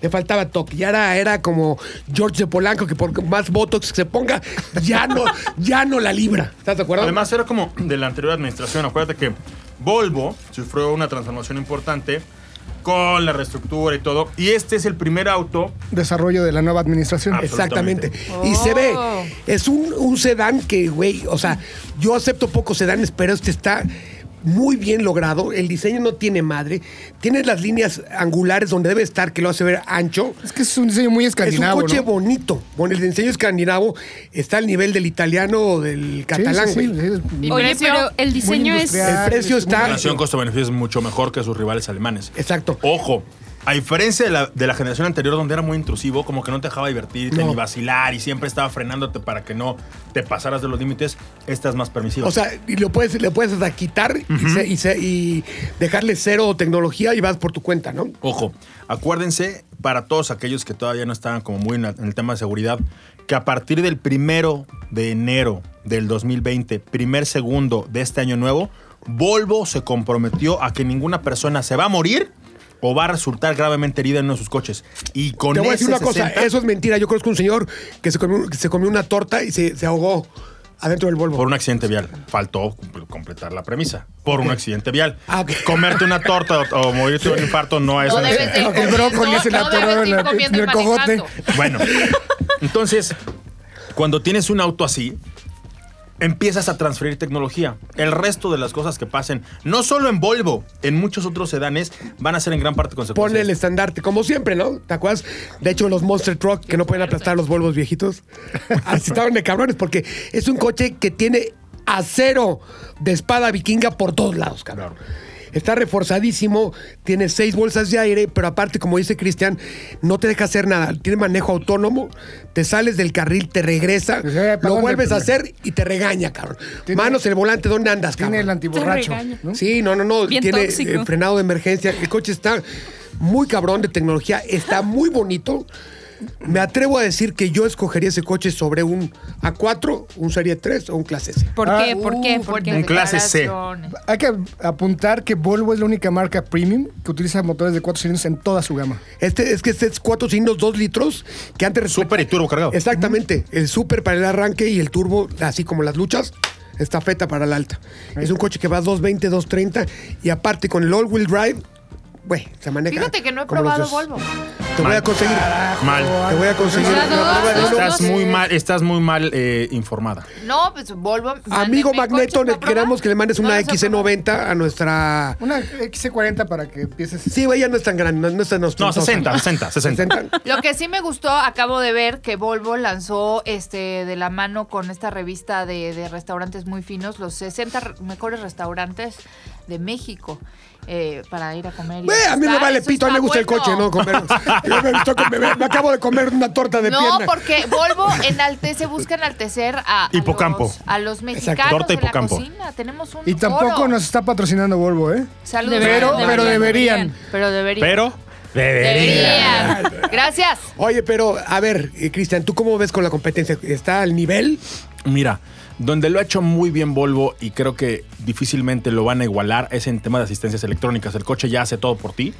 [SPEAKER 3] Le faltaba toque. Ya era, era como George de Polanco, que por más botox que se ponga, ya no, ya no la libra. ¿Estás de acuerdo?
[SPEAKER 5] Además, era como de la anterior administración. Acuérdate que Volvo sufrió una transformación importante con la reestructura y todo. Y este es el primer auto.
[SPEAKER 6] Desarrollo de la nueva administración.
[SPEAKER 5] Ah,
[SPEAKER 3] Exactamente. Y se ve,
[SPEAKER 6] Oh.
[SPEAKER 3] es un, un sedán que, güey, o sea, yo acepto pocos sedanes, pero este está muy bien logrado. El diseño no tiene madre. Tiene las líneas angulares donde debe estar, que lo hace ver ancho.
[SPEAKER 6] Es que es un diseño muy
[SPEAKER 3] Es un
[SPEAKER 6] escandinavo.
[SPEAKER 3] coche
[SPEAKER 6] ¿no?
[SPEAKER 3] bonito. Bueno, el diseño escandinavo está al nivel del italiano o del
[SPEAKER 6] Sí,
[SPEAKER 3] catalán,
[SPEAKER 6] sí,
[SPEAKER 3] güey.
[SPEAKER 6] sí, sí, es
[SPEAKER 4] Oye, pero el diseño es.
[SPEAKER 6] industrial.
[SPEAKER 3] El precio
[SPEAKER 6] Es muy
[SPEAKER 3] está.
[SPEAKER 5] La relación costo-beneficio es mucho mejor que sus rivales alemanes.
[SPEAKER 3] Exacto.
[SPEAKER 5] Ojo, a diferencia de la, de la generación anterior donde era muy intrusivo, como que no te dejaba divertirte
[SPEAKER 3] No.
[SPEAKER 5] ni vacilar y siempre estaba frenándote para que no te pasaras de los límites, esta es más permisiva.
[SPEAKER 3] O sea, y lo puedes, le puedes hasta quitar y se- y, se- y dejarle cero tecnología y vas por tu cuenta, ¿no?
[SPEAKER 5] Ojo, acuérdense para todos aquellos que todavía no estaban como muy en la- en el tema de seguridad, que a partir del primero de enero del 2020, primer segundo de este año nuevo, Volvo se comprometió a que ninguna persona se va a morir o va a resultar gravemente herida en uno de sus coches. Y con
[SPEAKER 3] Te voy a decir una cosa,
[SPEAKER 5] S60
[SPEAKER 3] eso es mentira. Yo conozco un señor que se comió, que se comió una torta y se, se ahogó adentro del Volvo.
[SPEAKER 5] Por un accidente vial. Faltó cumpl- completar la premisa. Por un accidente vial.
[SPEAKER 3] Ah, ok.
[SPEAKER 5] Comerte una torta o, o morirte de un infarto no es
[SPEAKER 2] No
[SPEAKER 5] un
[SPEAKER 2] debes de ir
[SPEAKER 5] accidente.
[SPEAKER 6] El
[SPEAKER 2] comiendo,
[SPEAKER 6] brócoli se le
[SPEAKER 2] no
[SPEAKER 6] atoró
[SPEAKER 2] debes de
[SPEAKER 6] en
[SPEAKER 2] ir
[SPEAKER 6] la-
[SPEAKER 2] comiendo y
[SPEAKER 6] en el cogote.
[SPEAKER 2] manejando.
[SPEAKER 5] Bueno, entonces, cuando tienes un auto así, empiezas a transferir tecnología. El resto de las cosas que pasen, no solo en Volvo, en muchos otros sedanes, van a ser en gran parte consecuencias.
[SPEAKER 3] Pone el estandarte, como siempre, ¿no? ¿Te acuerdas? De hecho, los Monster Truck que no pueden aplastar a los Volvos viejitos. Así estaban de cabrones, porque es un coche que tiene acero de espada vikinga por todos lados, cabrón. Está reforzadísimo, tiene seis bolsas de aire, pero aparte, como dice Cristian, no te deja hacer nada. Tiene manejo autónomo, te sales del carril, te regresa,
[SPEAKER 6] Pues, eh,
[SPEAKER 3] lo
[SPEAKER 6] ¿para dónde,
[SPEAKER 3] vuelves a
[SPEAKER 6] primer?
[SPEAKER 3] hacer y te regaña, cabrón.
[SPEAKER 6] Tiene-
[SPEAKER 3] Manos en el volante, ¿dónde andas, cabrón?
[SPEAKER 6] Tiene el antiborracho.
[SPEAKER 4] Te regaña.
[SPEAKER 6] ¿no?
[SPEAKER 3] Sí, no, no, no.
[SPEAKER 4] Bien
[SPEAKER 3] tiene
[SPEAKER 4] tóxico.
[SPEAKER 3] eh, frenado de emergencia. El coche está muy cabrón de tecnología. Está muy bonito. Me atrevo a decir que yo escogería ese coche sobre un A4, un Serie 3 o un Clase S.
[SPEAKER 2] ¿Por
[SPEAKER 6] Ah,
[SPEAKER 2] qué? ¿Por qué?
[SPEAKER 6] uh,
[SPEAKER 2] ¿Por qué?
[SPEAKER 5] un clase C.
[SPEAKER 2] Declaraciones.
[SPEAKER 6] Hay que apuntar que Volvo es la única marca premium que utiliza motores de cuatro cilindros en toda su gama.
[SPEAKER 3] Este es que este es cuatro cilindros, dos litros, que antes resulta-
[SPEAKER 5] Súper y turbo cargado.
[SPEAKER 3] Exactamente, el super para el arranque y el turbo, así como las luchas, estafeta para la alta. Es un coche que va a 220, 230 y aparte con el all-wheel drive, güey, se maneja.
[SPEAKER 2] Fíjate que no he
[SPEAKER 3] como los
[SPEAKER 2] probado
[SPEAKER 3] dioses.
[SPEAKER 2] Volvo.
[SPEAKER 3] Te voy a conseguir,
[SPEAKER 5] Mal.
[SPEAKER 3] te voy a conseguir.
[SPEAKER 2] O sea,
[SPEAKER 3] una
[SPEAKER 2] dos,
[SPEAKER 3] prueba de
[SPEAKER 2] dos,
[SPEAKER 3] uno.
[SPEAKER 5] Estás muy mal, estás muy mal eh, informada.
[SPEAKER 2] No, pues Volvo. mándenme
[SPEAKER 3] Amigo Magneto,
[SPEAKER 2] coches
[SPEAKER 3] le
[SPEAKER 2] para probar.
[SPEAKER 3] queramos que le mandes
[SPEAKER 2] No
[SPEAKER 3] una
[SPEAKER 2] los he probado.
[SPEAKER 3] XC90 a nuestra...
[SPEAKER 6] Una XC40 para que empieces.
[SPEAKER 3] Sí, güey, ya no es tan grande, no, no es tan
[SPEAKER 5] No,
[SPEAKER 3] ostentosa.
[SPEAKER 5] 60, 60, 60.
[SPEAKER 2] Lo que sí me gustó, acabo de ver que Volvo lanzó este de la mano con esta revista de, de restaurantes muy finos, los 60 re- mejores restaurantes de México eh, para ir a comer. y
[SPEAKER 3] Güey, a mí me
[SPEAKER 2] degustar.
[SPEAKER 3] vale
[SPEAKER 2] Eso
[SPEAKER 3] pito, a mí me gusta
[SPEAKER 2] está
[SPEAKER 3] el coche,
[SPEAKER 2] bueno.
[SPEAKER 3] no comer. Yo me, gustó comer- me- me acabo de comer una torta de
[SPEAKER 2] no,
[SPEAKER 3] pierna.
[SPEAKER 2] porque Volvo enaltece, busca enaltecer a, a
[SPEAKER 5] Hipocampo.
[SPEAKER 2] los, a los mexicanos
[SPEAKER 5] Torta
[SPEAKER 2] en la
[SPEAKER 5] hipocampo.
[SPEAKER 2] cocina. Tenemos un
[SPEAKER 6] Y tampoco
[SPEAKER 2] foro.
[SPEAKER 6] nos está patrocinando Volvo, ¿eh?
[SPEAKER 2] Saludos.
[SPEAKER 6] Pero- pero deberían.
[SPEAKER 2] Pero deberían.
[SPEAKER 5] Pero debería.
[SPEAKER 2] deberían. Gracias.
[SPEAKER 3] Oye, pero a ver, eh, Cristian, ¿tú cómo ves con la competencia? ¿Está al nivel?
[SPEAKER 5] Mira, donde lo ha hecho muy bien Volvo y creo que difícilmente lo van a igualar es en tema de asistencias electrónicas. El coche ya hace todo por ti.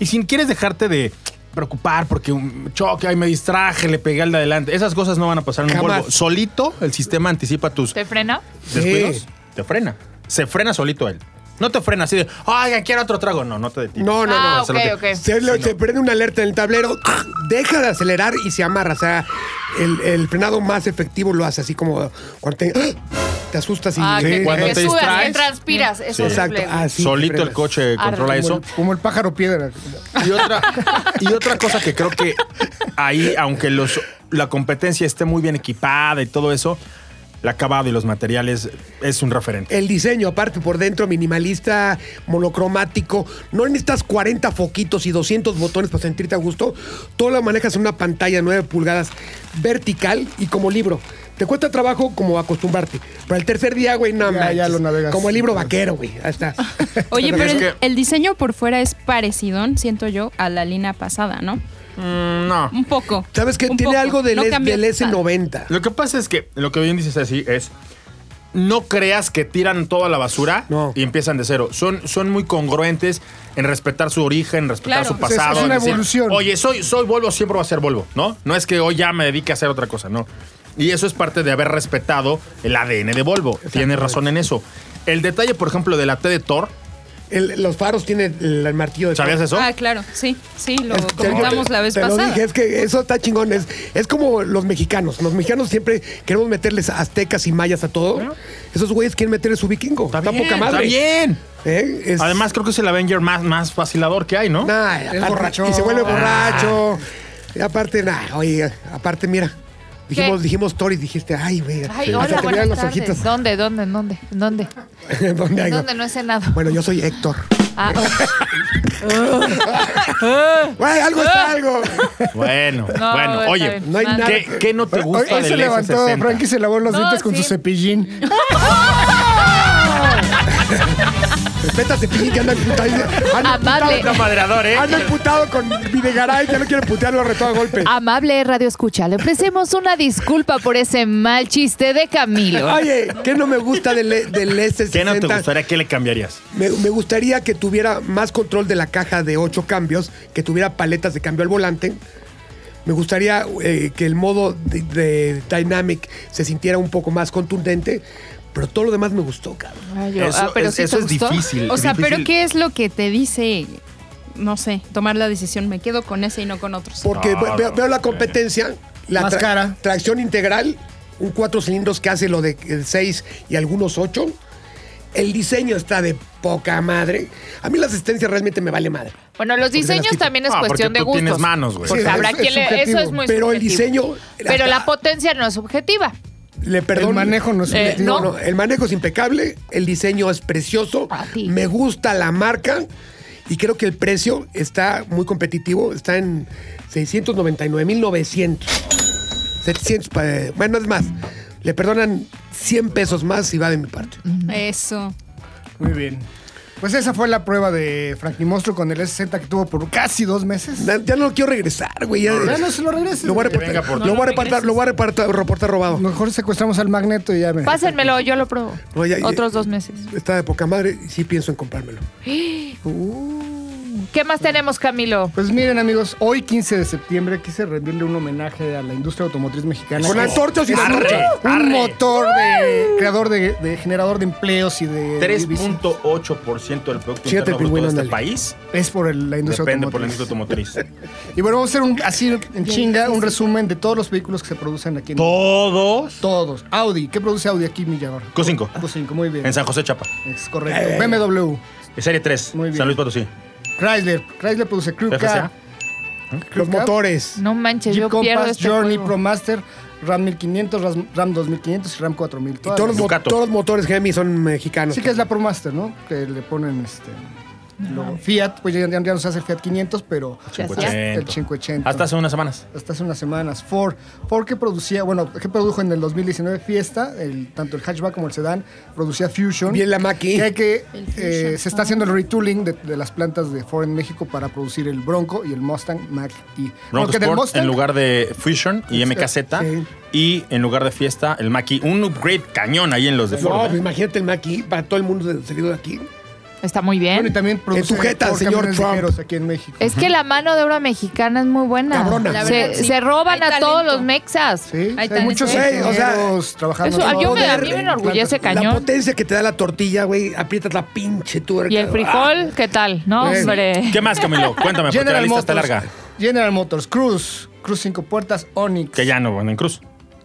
[SPEAKER 5] Y si quieres dejarte de preocupar porque un choque, ay, me distraje, le pegué al de adelante. Esas cosas no van a pasar en un
[SPEAKER 3] Jamás.
[SPEAKER 5] Volvo. Solito el sistema anticipa tus
[SPEAKER 2] ¿Te frena?
[SPEAKER 5] descuidos.
[SPEAKER 3] Sí.
[SPEAKER 5] Te frena. Se frena solito él. No te frena así de, ay, quiero otro trago. No, no te detiene.
[SPEAKER 3] No, no,
[SPEAKER 2] ah,
[SPEAKER 3] no.
[SPEAKER 2] ok, ok.
[SPEAKER 3] Se, le- se prende una alerta en el tablero, deja de acelerar y se amarra. O sea, el, el frenado más efectivo lo hace así como cuando te, te asustas y.
[SPEAKER 2] Ah, que,
[SPEAKER 5] Cuando
[SPEAKER 2] que
[SPEAKER 5] te
[SPEAKER 2] subes, que
[SPEAKER 5] distraes.
[SPEAKER 2] transpiras. Es
[SPEAKER 5] Sí. Ah,
[SPEAKER 2] horrible.
[SPEAKER 3] Exacto, así.
[SPEAKER 5] Solito el
[SPEAKER 3] frenas.
[SPEAKER 5] coche
[SPEAKER 2] Arre.
[SPEAKER 5] controla
[SPEAKER 2] Como
[SPEAKER 5] eso.
[SPEAKER 6] Como el pájaro piedra.
[SPEAKER 5] Y otra, y otra cosa que creo que ahí, aunque los, la competencia esté muy bien equipada y todo eso, el acabado y los materiales es un referente.
[SPEAKER 3] El diseño, aparte por dentro, minimalista, monocromático. No necesitas 40 foquitos y 200 botones para sentirte a gusto. Todo lo manejas en una pantalla de 9 pulgadas vertical y como libro. Te cuesta trabajo como acostumbrarte. Pero el tercer día, güey, nada
[SPEAKER 6] Ya,
[SPEAKER 3] más.
[SPEAKER 6] ya lo navegas.
[SPEAKER 3] Como el libro vaquero, güey. Ahí está.
[SPEAKER 4] Oye, pero
[SPEAKER 5] Es
[SPEAKER 4] el,
[SPEAKER 5] que-
[SPEAKER 4] el diseño por fuera es parecidón, siento yo, a la línea pasada, ¿no?
[SPEAKER 5] no.
[SPEAKER 4] Un poco.
[SPEAKER 3] ¿Sabes qué?
[SPEAKER 4] un
[SPEAKER 3] Tiene
[SPEAKER 4] poco.
[SPEAKER 3] algo del,
[SPEAKER 4] No Ah.
[SPEAKER 3] S-
[SPEAKER 4] cambió
[SPEAKER 3] del
[SPEAKER 4] tanto.
[SPEAKER 3] S90.
[SPEAKER 5] Lo que pasa es que lo que bien dices así es. No creas que tiran toda la basura
[SPEAKER 3] No.
[SPEAKER 5] y empiezan de cero. Son, son muy congruentes en respetar su origen, en respetar
[SPEAKER 4] Claro.
[SPEAKER 5] su
[SPEAKER 6] Es- es
[SPEAKER 5] pasado.
[SPEAKER 6] una
[SPEAKER 5] en decir,
[SPEAKER 6] evolución.
[SPEAKER 5] Oye, soy, soy Volvo, siempre va a ser Volvo, ¿no? No es que hoy ya me dedique a hacer otra cosa, no. Y eso es parte de haber respetado el ADN de Volvo. Tienes razón en eso. El detalle, por ejemplo, de la T de Thor,
[SPEAKER 3] El- los faros tienen el, el martillo de.
[SPEAKER 5] ¿sabías eso?
[SPEAKER 4] Ah, claro, sí, sí, lo
[SPEAKER 3] Es- te-
[SPEAKER 4] comentamos la vez
[SPEAKER 3] te
[SPEAKER 4] pasada.
[SPEAKER 3] Lo dije, es que eso está chingón. Es, es como los mexicanos. Los mexicanos siempre queremos meterles aztecas y mayas a todo. Esos güeyes quieren meterle su vikingo. Está,
[SPEAKER 5] bien,
[SPEAKER 3] poca madre.
[SPEAKER 5] Está bien.
[SPEAKER 3] ¿Eh? Es-
[SPEAKER 5] Además, creo que es el Avenger más, más vacilador que hay, ¿no?
[SPEAKER 3] nah,
[SPEAKER 6] es
[SPEAKER 3] aparte-
[SPEAKER 6] borracho.
[SPEAKER 3] Y se vuelve
[SPEAKER 5] Ah.
[SPEAKER 3] borracho. Y aparte, nah, oye, aparte, mira. Dijimos,
[SPEAKER 2] ¿Qué?
[SPEAKER 3] dijimos Tori, dijiste, ay, güey.
[SPEAKER 2] Ay,
[SPEAKER 3] hasta
[SPEAKER 2] hola,
[SPEAKER 3] te miran
[SPEAKER 2] buenas
[SPEAKER 3] los ojitos.
[SPEAKER 2] tardes. ¿Dónde, dónde, dónde, dónde?
[SPEAKER 3] ¿Dónde hay?
[SPEAKER 2] ¿Dónde no he cenado?
[SPEAKER 3] Bueno, yo soy Héctor.
[SPEAKER 2] Ah, oh.
[SPEAKER 3] Güey, algo es algo.
[SPEAKER 5] Bueno,
[SPEAKER 2] No,
[SPEAKER 5] bueno,
[SPEAKER 2] está
[SPEAKER 5] oye,
[SPEAKER 2] bien.
[SPEAKER 3] No hay
[SPEAKER 2] Mal.
[SPEAKER 3] nada.
[SPEAKER 5] ¿qué, qué no te
[SPEAKER 6] Hoy,
[SPEAKER 5] gusta
[SPEAKER 6] hoy se
[SPEAKER 5] del
[SPEAKER 6] levantó
[SPEAKER 5] S60?
[SPEAKER 6] Frankie se lavó los
[SPEAKER 2] No,
[SPEAKER 6] dientes con
[SPEAKER 2] sí.
[SPEAKER 6] su cepillín.
[SPEAKER 3] Respeta a Cepillín que anda emputado. Anda
[SPEAKER 2] Amable.
[SPEAKER 3] emputado.
[SPEAKER 5] Madreador, ¿eh?
[SPEAKER 3] Anda emputado con Videgaray, ya no quiere putearlo, retó a golpe.
[SPEAKER 2] Amable Radio Escucha, le ofrecemos una disculpa por ese mal chiste de Camilo.
[SPEAKER 3] Oye, ¿qué no me gusta del, E, del S60?
[SPEAKER 5] ¿Qué no te gustaría? ¿Qué le cambiarías?
[SPEAKER 3] Me, me gustaría que tuviera más control de la caja de ocho cambios, que tuviera paletas de cambio al volante. Me gustaría eh, que el modo de, de Dynamic se sintiera un poco más contundente, pero todo lo demás me gustó, cabrón.
[SPEAKER 2] Ay, yo-
[SPEAKER 5] Eso
[SPEAKER 2] ah, pero
[SPEAKER 5] es-
[SPEAKER 2] sí te
[SPEAKER 5] eso es
[SPEAKER 2] gustó.
[SPEAKER 5] difícil.
[SPEAKER 4] O sea, pero
[SPEAKER 5] difícil.
[SPEAKER 4] ¿qué es lo que te dice, no sé, tomar la decisión? Me quedo con ese y no con otros.
[SPEAKER 3] Porque pues,
[SPEAKER 5] Claro.
[SPEAKER 3] veo, veo la competencia, la
[SPEAKER 6] Más
[SPEAKER 3] tra-
[SPEAKER 6] cara.
[SPEAKER 3] tracción integral, un cuatro cilindros que hace lo de 6 y algunos 8. El diseño está de poca madre. A mí la asistencia realmente me vale madre.
[SPEAKER 2] Bueno, los diseños
[SPEAKER 3] quito.
[SPEAKER 2] también es
[SPEAKER 5] Ah,
[SPEAKER 2] cuestión
[SPEAKER 5] porque
[SPEAKER 2] de
[SPEAKER 5] tú
[SPEAKER 2] gustos.
[SPEAKER 5] tienes manos, güey.
[SPEAKER 2] Porque
[SPEAKER 6] Sí,
[SPEAKER 2] habrá
[SPEAKER 6] es- es
[SPEAKER 2] quien le- eso
[SPEAKER 6] subjetivo.
[SPEAKER 2] es muy
[SPEAKER 3] Pero el
[SPEAKER 2] subjetivo.
[SPEAKER 3] diseño-
[SPEAKER 2] Pero la potencia no es subjetiva.
[SPEAKER 3] Le perdono.
[SPEAKER 6] El manejo no es
[SPEAKER 2] Eh,
[SPEAKER 6] subjetivo.
[SPEAKER 3] No, no, el manejo es impecable, el diseño es precioso,
[SPEAKER 2] A ti.
[SPEAKER 3] me gusta la marca y creo que el precio está muy competitivo, está en 699.900. 700, pa- eh, bueno, es más,
[SPEAKER 2] Mm.
[SPEAKER 3] le perdonan 100 pesos más si va de mi parte.
[SPEAKER 4] Eso.
[SPEAKER 6] Muy bien. Pues esa fue la prueba de Frankie Monstruo con el S60 que tuvo por casi dos meses.
[SPEAKER 3] Na- Ya no lo quiero regresar, güey. Ya,
[SPEAKER 6] Ya no se lo regreses.
[SPEAKER 3] lo voy a
[SPEAKER 6] güey.
[SPEAKER 3] reportar.
[SPEAKER 5] venga por
[SPEAKER 3] lo,
[SPEAKER 5] ti.
[SPEAKER 3] voy a reportar lo voy a reportar, reportar robado.
[SPEAKER 6] Mejor secuestramos al magneto y ya me.
[SPEAKER 2] Pásenmelo, yo lo pruebo.
[SPEAKER 3] No, ya- ya-
[SPEAKER 2] Otros dos meses.
[SPEAKER 3] Está de poca madre y sí pienso en comprármelo.
[SPEAKER 2] ¿Qué más tenemos, Camilo?
[SPEAKER 6] Pues miren, amigos, hoy 15 de septiembre quise rendirle un homenaje a la industria automotriz mexicana.
[SPEAKER 3] Con
[SPEAKER 6] Que-
[SPEAKER 3] antorchas y la antorcha.
[SPEAKER 6] Un motor de creador de, de generador de empleos y de. de-
[SPEAKER 5] 3.8% del Producto
[SPEAKER 3] Fíjate el
[SPEAKER 5] Interno Bruto
[SPEAKER 3] pingüino,
[SPEAKER 5] de este
[SPEAKER 3] ándale.
[SPEAKER 5] país
[SPEAKER 6] Es por el- la industria
[SPEAKER 5] depende
[SPEAKER 6] automotriz.
[SPEAKER 5] por la industria automotriz.
[SPEAKER 6] Y bueno, vamos a hacer un, así en chinga un resumen de todos los vehículos que se producen aquí en
[SPEAKER 5] Todos.
[SPEAKER 6] Todos. Audi. ¿Qué produce Audi aquí, Millador?
[SPEAKER 5] Q5.
[SPEAKER 6] Q5, muy bien.
[SPEAKER 5] En San José, Chapa.
[SPEAKER 6] Es correcto. BMW.
[SPEAKER 5] Serie 3.
[SPEAKER 6] Muy bien.
[SPEAKER 5] San Luis Potosí.
[SPEAKER 6] Chrysler. Chrysler produce Crew
[SPEAKER 5] FCA.
[SPEAKER 6] Cab.
[SPEAKER 3] Los motores.
[SPEAKER 2] No manches,
[SPEAKER 6] Jeep
[SPEAKER 2] yo pierdo
[SPEAKER 6] Compass,
[SPEAKER 2] este
[SPEAKER 6] Journey,
[SPEAKER 2] juego.
[SPEAKER 6] ProMaster, RAM 1500, Ram- RAM 2500 y RAM 4000.
[SPEAKER 3] Y
[SPEAKER 6] Todas
[SPEAKER 3] todos los,
[SPEAKER 6] las-
[SPEAKER 3] mo-
[SPEAKER 5] Ducato.
[SPEAKER 3] todos los motores Gemi son mexicanos.
[SPEAKER 6] Sí que es la ProMaster, ¿no? Que le ponen este... logo. Fiat, pues ya, ya nos hace el Fiat 500, pero... El 580.
[SPEAKER 5] Hasta hace unas semanas.
[SPEAKER 6] Hasta hace unas semanas. Ford. Ford que producía, bueno, que produjo en el 2019 Fiesta, el, tanto el hatchback como el sedán, producía Fusion.
[SPEAKER 3] Bien la Maki.
[SPEAKER 6] Que hay que,
[SPEAKER 4] El
[SPEAKER 6] eh,
[SPEAKER 4] Fusion,
[SPEAKER 6] se está
[SPEAKER 4] ah.
[SPEAKER 6] haciendo el retooling de, de las plantas de Ford en México para producir el Bronco y el Mustang Mach E.
[SPEAKER 5] Bronco
[SPEAKER 6] Aunque del
[SPEAKER 5] Sport
[SPEAKER 6] Mustang-
[SPEAKER 5] en lugar de Fusion y MKZ
[SPEAKER 6] sí.
[SPEAKER 5] y en lugar de Fiesta el Maki. Un upgrade cañón ahí en los de
[SPEAKER 3] No,
[SPEAKER 5] Ford.
[SPEAKER 3] pues imagínate el Maki para todo el mundo de- salido de aquí.
[SPEAKER 2] Está muy
[SPEAKER 6] Bueno, y
[SPEAKER 2] bien.
[SPEAKER 6] también produce
[SPEAKER 3] sujeta,
[SPEAKER 6] Ford
[SPEAKER 3] señor
[SPEAKER 6] camiones
[SPEAKER 3] Trump.
[SPEAKER 6] ligeros aquí en México.
[SPEAKER 2] Es que la mano de obra mexicana es muy buena.
[SPEAKER 3] Cabrona. La
[SPEAKER 2] Se,
[SPEAKER 4] verdad, sí.
[SPEAKER 2] se roban
[SPEAKER 4] Hay
[SPEAKER 2] a todos
[SPEAKER 4] talento.
[SPEAKER 2] los mexas.
[SPEAKER 6] Sí,
[SPEAKER 4] Hay
[SPEAKER 6] hay, muchos
[SPEAKER 4] talento.
[SPEAKER 3] Sí, o sea,
[SPEAKER 6] ingenieros trabajando.
[SPEAKER 2] Eso,
[SPEAKER 6] en
[SPEAKER 2] yo me, a
[SPEAKER 6] poder,
[SPEAKER 2] mí me
[SPEAKER 6] en
[SPEAKER 2] enorgullece
[SPEAKER 3] La
[SPEAKER 6] plantas.
[SPEAKER 2] cañón.
[SPEAKER 3] potencia que te da la tortilla, güey, aprietas la pinche tuerca. Ah,
[SPEAKER 2] Y el frijol, ¿qué tal? No,
[SPEAKER 3] Bueno.
[SPEAKER 2] hombre.
[SPEAKER 5] ¿Qué más, Camilo? Cuéntame, porque pues, la
[SPEAKER 6] General
[SPEAKER 5] lista
[SPEAKER 6] Motors,
[SPEAKER 5] está larga.
[SPEAKER 6] General Motors, Cruz, Cruz 5 puertas, Onix.
[SPEAKER 5] Que ya no, bueno, en Cruz.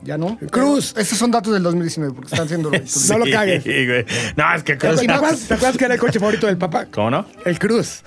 [SPEAKER 6] ¿Ya no?
[SPEAKER 3] Cruz.
[SPEAKER 6] Estos son datos del 2019 porque están siendo retooling.
[SPEAKER 3] No lo
[SPEAKER 5] Sí,
[SPEAKER 3] cagues.
[SPEAKER 5] güey. No, es que
[SPEAKER 3] ¿Te
[SPEAKER 5] Cruz.
[SPEAKER 3] acuerdas, te acuerdas que era el coche favorito del papá?
[SPEAKER 5] ¿Cómo no?
[SPEAKER 3] El Cruz.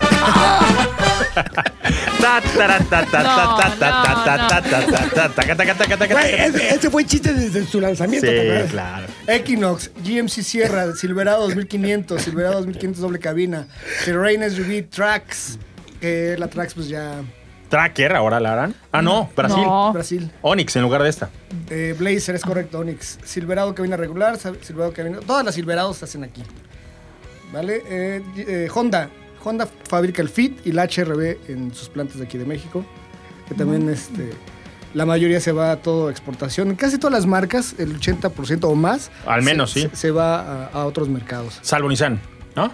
[SPEAKER 5] Ta, tara, ta, ta,
[SPEAKER 2] No,
[SPEAKER 5] ta, ta, ta,
[SPEAKER 2] no,
[SPEAKER 5] ta,
[SPEAKER 2] no.
[SPEAKER 5] ta, ta, ta, ta, taca, taca, taca, taca,
[SPEAKER 3] Güey,
[SPEAKER 5] taca.
[SPEAKER 3] ese, ese fue chiste desde su lanzamiento. ¿te
[SPEAKER 5] Sí,
[SPEAKER 3] acuerdas?
[SPEAKER 5] claro.
[SPEAKER 6] Equinox, GMC Sierra, Silverado 2500, Silverado 2500 doble cabina, Terrain SUV, Trax, que la Trax pues ya
[SPEAKER 5] Tracker, ahora la harán. Ah, no, Brasil.
[SPEAKER 2] No.
[SPEAKER 6] Brasil.
[SPEAKER 5] Onix en lugar de esta.
[SPEAKER 6] Eh, Blazer es correcto, Onix. Silverado cabina regular, sa- Silverado cabina... Todas las Silverados se hacen aquí. ¿Vale? Eh, eh, Honda. Honda fabrica el Fit y la HRB en sus plantas de aquí de México. Que también este... La mayoría se va a todo exportación. En casi todas las marcas, el 80% o más.
[SPEAKER 5] Al
[SPEAKER 6] se-
[SPEAKER 5] menos, sí.
[SPEAKER 6] Se, se va a, a otros mercados.
[SPEAKER 5] Salvo Nissan, ¿no?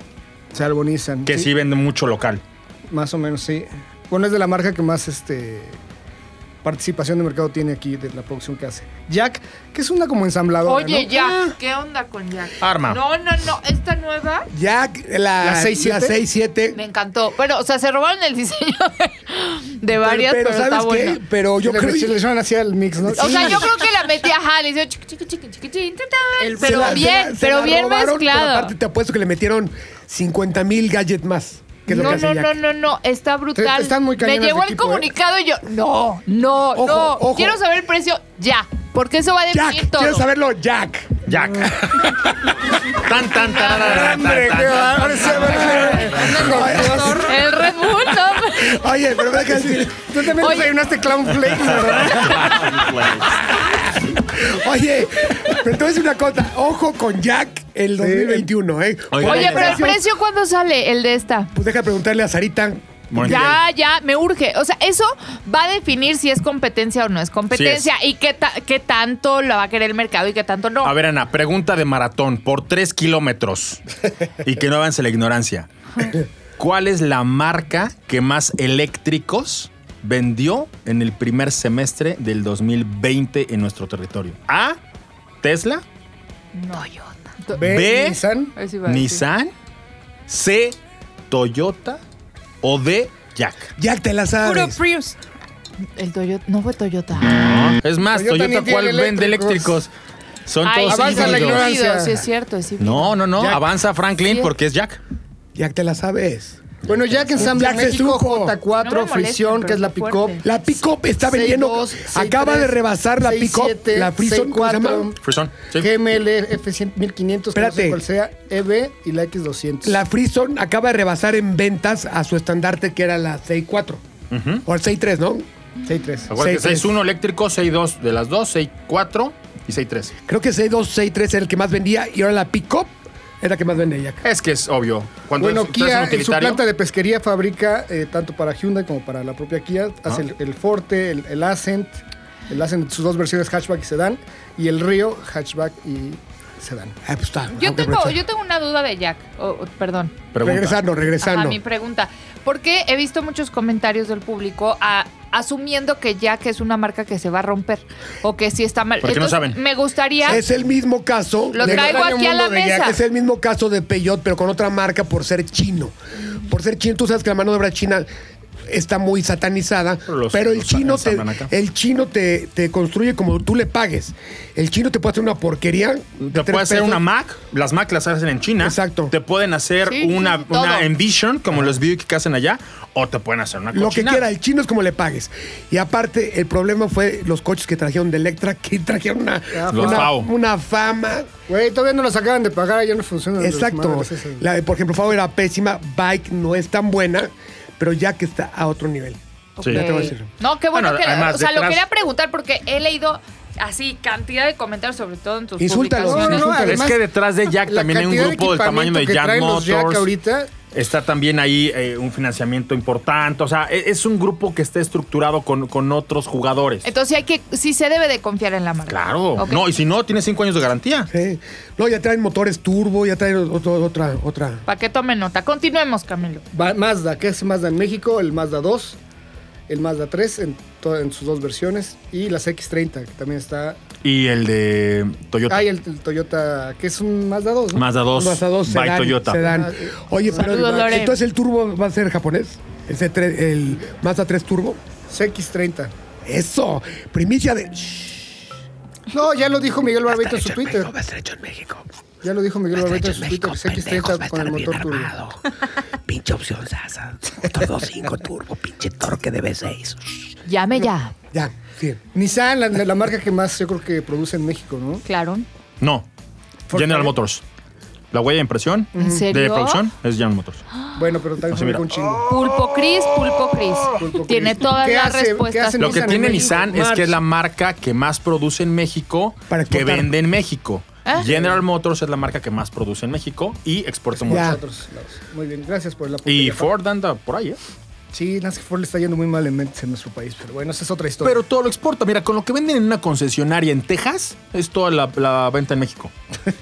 [SPEAKER 6] Se albonizan.
[SPEAKER 5] Que sí vende mucho local.
[SPEAKER 6] Más o menos, sí. Bueno, es de la marca que más este, participación de mercado tiene aquí, de la producción que hace. Jack, que es una como ensambladora.
[SPEAKER 2] Oye,
[SPEAKER 6] ¿no?
[SPEAKER 2] Jack, ¿qué onda con Jack?
[SPEAKER 5] Arma.
[SPEAKER 2] No, no, no, esta nueva
[SPEAKER 3] Jack, la,
[SPEAKER 6] ¿La 6-7?
[SPEAKER 3] 6-7.
[SPEAKER 2] me encantó. Pero, o sea, se robaron el diseño de, de varias, pero, está
[SPEAKER 3] ¿sabes qué?
[SPEAKER 2] bueno.
[SPEAKER 3] Pero yo
[SPEAKER 6] Yo le,
[SPEAKER 3] creo
[SPEAKER 6] se le suena así al mix, ¿no?
[SPEAKER 2] O sea,
[SPEAKER 6] Sí.
[SPEAKER 2] yo creo que la metí ajá, le hizo chiqui, chiqui, chiqui, chiqui, chiqui, ta, ta,
[SPEAKER 3] se
[SPEAKER 2] pero
[SPEAKER 3] la- se
[SPEAKER 2] bien,
[SPEAKER 3] la- se
[SPEAKER 2] pero
[SPEAKER 3] la
[SPEAKER 2] bien
[SPEAKER 3] robaron, pero
[SPEAKER 2] mezclado.
[SPEAKER 3] aparte te apuesto que le metieron 50 mil gadgets más. Que es lo
[SPEAKER 2] no,
[SPEAKER 3] que hace
[SPEAKER 2] no,
[SPEAKER 3] Jack.
[SPEAKER 2] no, no, no, está brutal.
[SPEAKER 6] Te- están muy
[SPEAKER 2] Me
[SPEAKER 6] cañones
[SPEAKER 2] llegó
[SPEAKER 6] de
[SPEAKER 2] el
[SPEAKER 6] equipo, ¿eh?
[SPEAKER 2] comunicado y yo, no, no,
[SPEAKER 3] Ojo,
[SPEAKER 2] no.
[SPEAKER 3] ojo.
[SPEAKER 2] Quiero saber el precio ya, porque eso va a definir
[SPEAKER 3] Jack,
[SPEAKER 2] todo.
[SPEAKER 3] ¿quieres saberlo? Jack.
[SPEAKER 5] Jack. tan, tan, tararara, tan,
[SPEAKER 6] Hombre,
[SPEAKER 5] tan,
[SPEAKER 6] qué
[SPEAKER 5] tan.
[SPEAKER 6] bárbaro, ese bárbaro.
[SPEAKER 3] ¿eh?
[SPEAKER 2] El Red Bull, no.
[SPEAKER 3] Oye, pero me deja decir.
[SPEAKER 6] Tú también
[SPEAKER 2] Oye.
[SPEAKER 6] desayunaste Clown Flakes, ¿verdad?
[SPEAKER 3] Oye, pero te voy a decir una cosa. Ojo con Jack el 2021, ¿eh?
[SPEAKER 5] Oiga,
[SPEAKER 2] Oye,
[SPEAKER 5] Oigan,
[SPEAKER 2] pero el precio, ¿cuándo sale el de esta?
[SPEAKER 3] Pues deja de preguntarle a Sarita.
[SPEAKER 5] Bueno,
[SPEAKER 2] Ya, ya, me urge. O sea, eso va a definir si es competencia o no es competencia y qué, ta- qué tanto la va a querer el mercado y qué tanto no.
[SPEAKER 5] A ver, Ana, pregunta de maratón por tres kilómetros y que no avance la ignorancia. ¿Cuál es la marca que más eléctricos vendió en el primer semestre del 2020 en nuestro territorio? A. Tesla.
[SPEAKER 6] Ve,
[SPEAKER 5] Ve.
[SPEAKER 6] Nissan.
[SPEAKER 2] Eso iba a decir.
[SPEAKER 5] Nissan. C. Toyota. O D. Jack.
[SPEAKER 3] Jack te la sabes.
[SPEAKER 4] Prius.
[SPEAKER 2] El Toyota, no fue Toyota.
[SPEAKER 5] Es más,
[SPEAKER 6] Toyota
[SPEAKER 5] Toyota,
[SPEAKER 6] ni tiene
[SPEAKER 5] ¿cuál vende
[SPEAKER 6] eléctricos.
[SPEAKER 5] eléctricos? Son
[SPEAKER 2] Ay,
[SPEAKER 5] todos
[SPEAKER 2] sí,
[SPEAKER 6] Avanza
[SPEAKER 2] sí,
[SPEAKER 6] la
[SPEAKER 2] sí,
[SPEAKER 5] híbridos.
[SPEAKER 6] ignorancia.
[SPEAKER 2] sí, es cierto, es híbrido.
[SPEAKER 5] No, no, no.
[SPEAKER 6] Jack.
[SPEAKER 5] Avanza Franklin
[SPEAKER 2] Sí.
[SPEAKER 5] porque es Jack.
[SPEAKER 3] Jack te la sabes.
[SPEAKER 6] Bueno, Jack Ensamble
[SPEAKER 3] Jack se
[SPEAKER 6] México,
[SPEAKER 3] supo.
[SPEAKER 6] J4,
[SPEAKER 2] No me molestan,
[SPEAKER 6] Frisión, que
[SPEAKER 2] pero
[SPEAKER 6] es la
[SPEAKER 2] qué
[SPEAKER 6] pick-up.
[SPEAKER 2] fuerte.
[SPEAKER 3] La pick-up está vendiendo.
[SPEAKER 6] 6-2, 6-3,
[SPEAKER 3] acaba de rebasar la
[SPEAKER 6] 6-7,
[SPEAKER 3] pick-up. La Frison, ¿cómo se
[SPEAKER 6] 6-4.
[SPEAKER 3] llama?
[SPEAKER 5] Frison. Sí.
[SPEAKER 6] GML F1500,
[SPEAKER 3] Espérate.
[SPEAKER 6] no sé cuál sea, EB y la X200.
[SPEAKER 3] La Frison acaba de rebasar en ventas a su estandarte que era la 6.4. O el 6.3, ¿no?
[SPEAKER 6] 63.
[SPEAKER 5] Acuérdate,
[SPEAKER 3] Seis,
[SPEAKER 5] 6-1 eléctrico, 6-2 de las dos, 6-4 y 6-3.
[SPEAKER 3] Creo que 6.2, 6.3 era el que más vendía y ahora la pick-up Es la que más vende Jack.
[SPEAKER 5] Es que es obvio. Cuando
[SPEAKER 6] Bueno,
[SPEAKER 5] es, tú eres
[SPEAKER 6] Kia
[SPEAKER 5] un
[SPEAKER 6] en su
[SPEAKER 5] utilitario,
[SPEAKER 6] planta de pesquería fabrica eh, tanto para Hyundai como para la propia Kia.
[SPEAKER 5] Ah.
[SPEAKER 6] Hace el, el Forte, el, el Ascent, el Ascent, sus dos versiones, hatchback y sedán, y el Río, hatchback y sedán.
[SPEAKER 3] Ah, pues está.
[SPEAKER 2] Yo
[SPEAKER 3] hay que
[SPEAKER 2] tengo,
[SPEAKER 3] aprovechar.
[SPEAKER 2] yo tengo una duda de Jack. Oh, oh, perdón.
[SPEAKER 5] pregunta.
[SPEAKER 3] Regresando,
[SPEAKER 2] Ajá,
[SPEAKER 3] regresando.
[SPEAKER 2] mi pregunta. Porque he visto muchos comentarios del público a- asumiendo que Jack es una marca que se va a romper o que sí está mal.
[SPEAKER 5] Porque no saben.
[SPEAKER 2] Me gustaría.
[SPEAKER 3] Es el mismo caso.
[SPEAKER 2] Lo
[SPEAKER 3] de-
[SPEAKER 2] traigo aquí a la
[SPEAKER 3] de Jack.
[SPEAKER 2] mesa.
[SPEAKER 3] Es el mismo caso de Peugeot, pero con otra marca por ser chino. Por ser chino, tú sabes que la mano de obra china está muy satanizada, pero,
[SPEAKER 5] Pero los-
[SPEAKER 3] el
[SPEAKER 5] los
[SPEAKER 3] chino te,
[SPEAKER 5] ensamblan acá.
[SPEAKER 3] el chino te, te construye como tú le pagues. El chino te puede hacer una porquería. de
[SPEAKER 5] Te
[SPEAKER 3] tres
[SPEAKER 5] puede hacer
[SPEAKER 3] pesos.
[SPEAKER 5] una Mac, las Mac las hacen en China.
[SPEAKER 3] Exacto.
[SPEAKER 5] Te pueden hacer
[SPEAKER 2] Sí,
[SPEAKER 5] una,
[SPEAKER 2] sí, todo.
[SPEAKER 5] una Envision, como los Buick que hacen allá, o te pueden hacer una
[SPEAKER 3] Lo que
[SPEAKER 5] cochinada.
[SPEAKER 3] quiera, el chino es como le pagues. Y aparte, el problema fue los coches que trajeron de Electra, que trajeron una,
[SPEAKER 5] Los
[SPEAKER 3] una-
[SPEAKER 5] FAO.
[SPEAKER 3] una fama.
[SPEAKER 6] Güey, todavía no los acaban de pagar, ya no funcionan. los
[SPEAKER 3] Exacto.
[SPEAKER 6] madres esas.
[SPEAKER 3] La de, por ejemplo, Favo era pésima, Bike no es tan buena, pero ya que está a otro nivel.
[SPEAKER 5] Sí.
[SPEAKER 3] Ya te voy a
[SPEAKER 2] Ok.
[SPEAKER 3] decir.
[SPEAKER 2] No, qué bueno,
[SPEAKER 5] Bueno,
[SPEAKER 2] que.
[SPEAKER 5] además,
[SPEAKER 2] o sea, lo
[SPEAKER 5] detrás-
[SPEAKER 2] quería preguntar porque he leído así cantidad de comentarios, sobre todo en tus
[SPEAKER 3] Insúltalos,
[SPEAKER 2] publicaciones.
[SPEAKER 3] no,
[SPEAKER 6] además,
[SPEAKER 5] es que detrás de Jack
[SPEAKER 6] la
[SPEAKER 5] también hay un
[SPEAKER 6] cantidad de
[SPEAKER 5] grupo del tamaño de
[SPEAKER 6] equipamiento que
[SPEAKER 5] Jack
[SPEAKER 6] traen los Jack
[SPEAKER 5] Motors.
[SPEAKER 6] ahorita.
[SPEAKER 5] Está también ahí eh, un financiamiento importante. O sea, e- es un grupo que está estructurado con, con otros jugadores.
[SPEAKER 6] Eh,
[SPEAKER 2] Entonces sí hay que, sí se debe de confiar en la marca.
[SPEAKER 5] claro.
[SPEAKER 2] Ok.
[SPEAKER 5] No, y si no, tiene cinco años de garantía.
[SPEAKER 3] Sí. ¿eh? No, ya traen motores turbo, ya traen otro- otra, otra.
[SPEAKER 2] Para que tomen nota. Continuemos, Camilo.
[SPEAKER 6] Va- Mazda, que es Mazda en México, el Mazda 2, el Mazda 3 en, to- en sus dos versiones, y las X30, que también está.
[SPEAKER 5] Y el de Toyota.
[SPEAKER 6] Ah, y el, el Toyota, que es un Mazda 2, ¿no?
[SPEAKER 5] Mazda 2.
[SPEAKER 3] Mazda dos
[SPEAKER 5] by
[SPEAKER 3] sedán,
[SPEAKER 5] Toyota.
[SPEAKER 6] Ah,
[SPEAKER 3] sedán. Oye, pero
[SPEAKER 2] Saludos, Lore.
[SPEAKER 3] entonces el turbo va a ser japonés, el, C3, el Mazda 3 turbo.
[SPEAKER 6] CX30.
[SPEAKER 3] Eso, primicia de.
[SPEAKER 6] No, ya lo dijo Miguel Barbeito en su Twitter. Ya lo dijo Miguel Barbeito en su Twitter, que CX30 con el motor turbo.
[SPEAKER 9] Pinche opción Sasa. Motor 2.5 turbo, pinche torque de V6.
[SPEAKER 2] Llame ya.
[SPEAKER 3] Ya, sí.
[SPEAKER 6] Nissan, la, la marca que más yo creo que produce en México, ¿no?
[SPEAKER 2] Claro.
[SPEAKER 5] No. General Motors. La huella de impresión
[SPEAKER 2] ¿En
[SPEAKER 5] de
[SPEAKER 2] serio?
[SPEAKER 5] producción es General Motors.
[SPEAKER 3] Ah,
[SPEAKER 6] Bueno, pero también
[SPEAKER 5] Ah, mira.
[SPEAKER 6] fabrica un chingo.
[SPEAKER 2] Pulpo Cris, Pulpo Cris.
[SPEAKER 6] Pulpo
[SPEAKER 2] Tiene
[SPEAKER 6] Cris.
[SPEAKER 2] todas
[SPEAKER 6] ¿Qué
[SPEAKER 2] las
[SPEAKER 6] hace- qué
[SPEAKER 2] respuestas.
[SPEAKER 6] hace
[SPEAKER 5] Lo que
[SPEAKER 6] Nissan en
[SPEAKER 5] tiene
[SPEAKER 6] México?
[SPEAKER 5] Nissan es
[SPEAKER 6] March.
[SPEAKER 5] que es la marca que más produce en México,
[SPEAKER 3] Para
[SPEAKER 5] que
[SPEAKER 3] exportar.
[SPEAKER 5] vende en México.
[SPEAKER 2] Ah.
[SPEAKER 5] General Motors es la marca que más produce en México y exporta mucho.
[SPEAKER 3] Ya.
[SPEAKER 6] Otros lados. Muy bien, gracias por la
[SPEAKER 5] Y Ford anda por ahí, ¿eh?
[SPEAKER 6] Sí, Nancy Ford le está yendo muy mal en mentes en nuestro país, pero bueno, esa es otra historia.
[SPEAKER 5] Pero todo lo exporta. Mira, con lo que venden en una concesionaria en Texas, es toda la, la venta en México.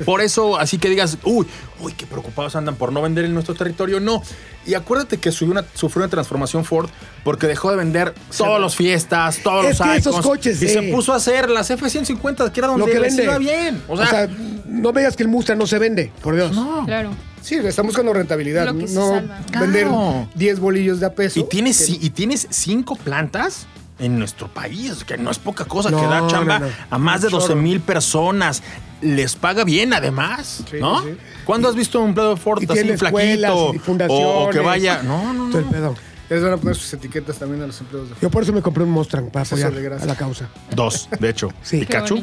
[SPEAKER 5] Por eso, así que digas, uy, uy, qué preocupados andan por no vender en nuestro territorio. No. Y acuérdate que sufrió una, sufrió una transformación Ford porque dejó de vender todos los fiestas, todos
[SPEAKER 3] Es
[SPEAKER 5] los
[SPEAKER 3] que esos
[SPEAKER 5] Icons,
[SPEAKER 3] coches,
[SPEAKER 5] Y
[SPEAKER 3] sí.
[SPEAKER 5] se puso a hacer las F-150, que era donde
[SPEAKER 3] Lo que
[SPEAKER 5] les
[SPEAKER 3] vende.
[SPEAKER 5] iba bien. O sea,
[SPEAKER 3] no me digas que el Mustang no se vende, por Dios.
[SPEAKER 5] no.
[SPEAKER 4] Claro.
[SPEAKER 6] Sí, estamos buscando rentabilidad,
[SPEAKER 4] Lo que se
[SPEAKER 6] no
[SPEAKER 4] salva.
[SPEAKER 6] vender
[SPEAKER 5] Claro.
[SPEAKER 6] 10 bolillos de a peso.
[SPEAKER 5] Y tienes, ci- y tienes cinco plantas en nuestro país, que no es poca cosa,
[SPEAKER 3] No,
[SPEAKER 5] que da
[SPEAKER 3] no,
[SPEAKER 5] chamba
[SPEAKER 3] no.
[SPEAKER 5] a más de 12 mil personas. Les paga bien, además,
[SPEAKER 6] Sí,
[SPEAKER 5] ¿no?
[SPEAKER 6] sí.
[SPEAKER 5] ¿Cuándo has visto un empleado de Ford
[SPEAKER 3] Y
[SPEAKER 5] así
[SPEAKER 3] tiene escuelas, y
[SPEAKER 5] flaquito? o, o que
[SPEAKER 3] fundaciones.
[SPEAKER 5] vaya... No, no,
[SPEAKER 3] Todo el
[SPEAKER 5] no.
[SPEAKER 3] pedo.
[SPEAKER 6] Les van a poner sus etiquetas también a los empleados de Ford.
[SPEAKER 3] Yo por eso me compré un Mustang para
[SPEAKER 6] Exceso
[SPEAKER 3] apoyar
[SPEAKER 6] de grasa.
[SPEAKER 3] a la causa.
[SPEAKER 5] Dos, de hecho.
[SPEAKER 3] Sí.
[SPEAKER 5] Pikachu.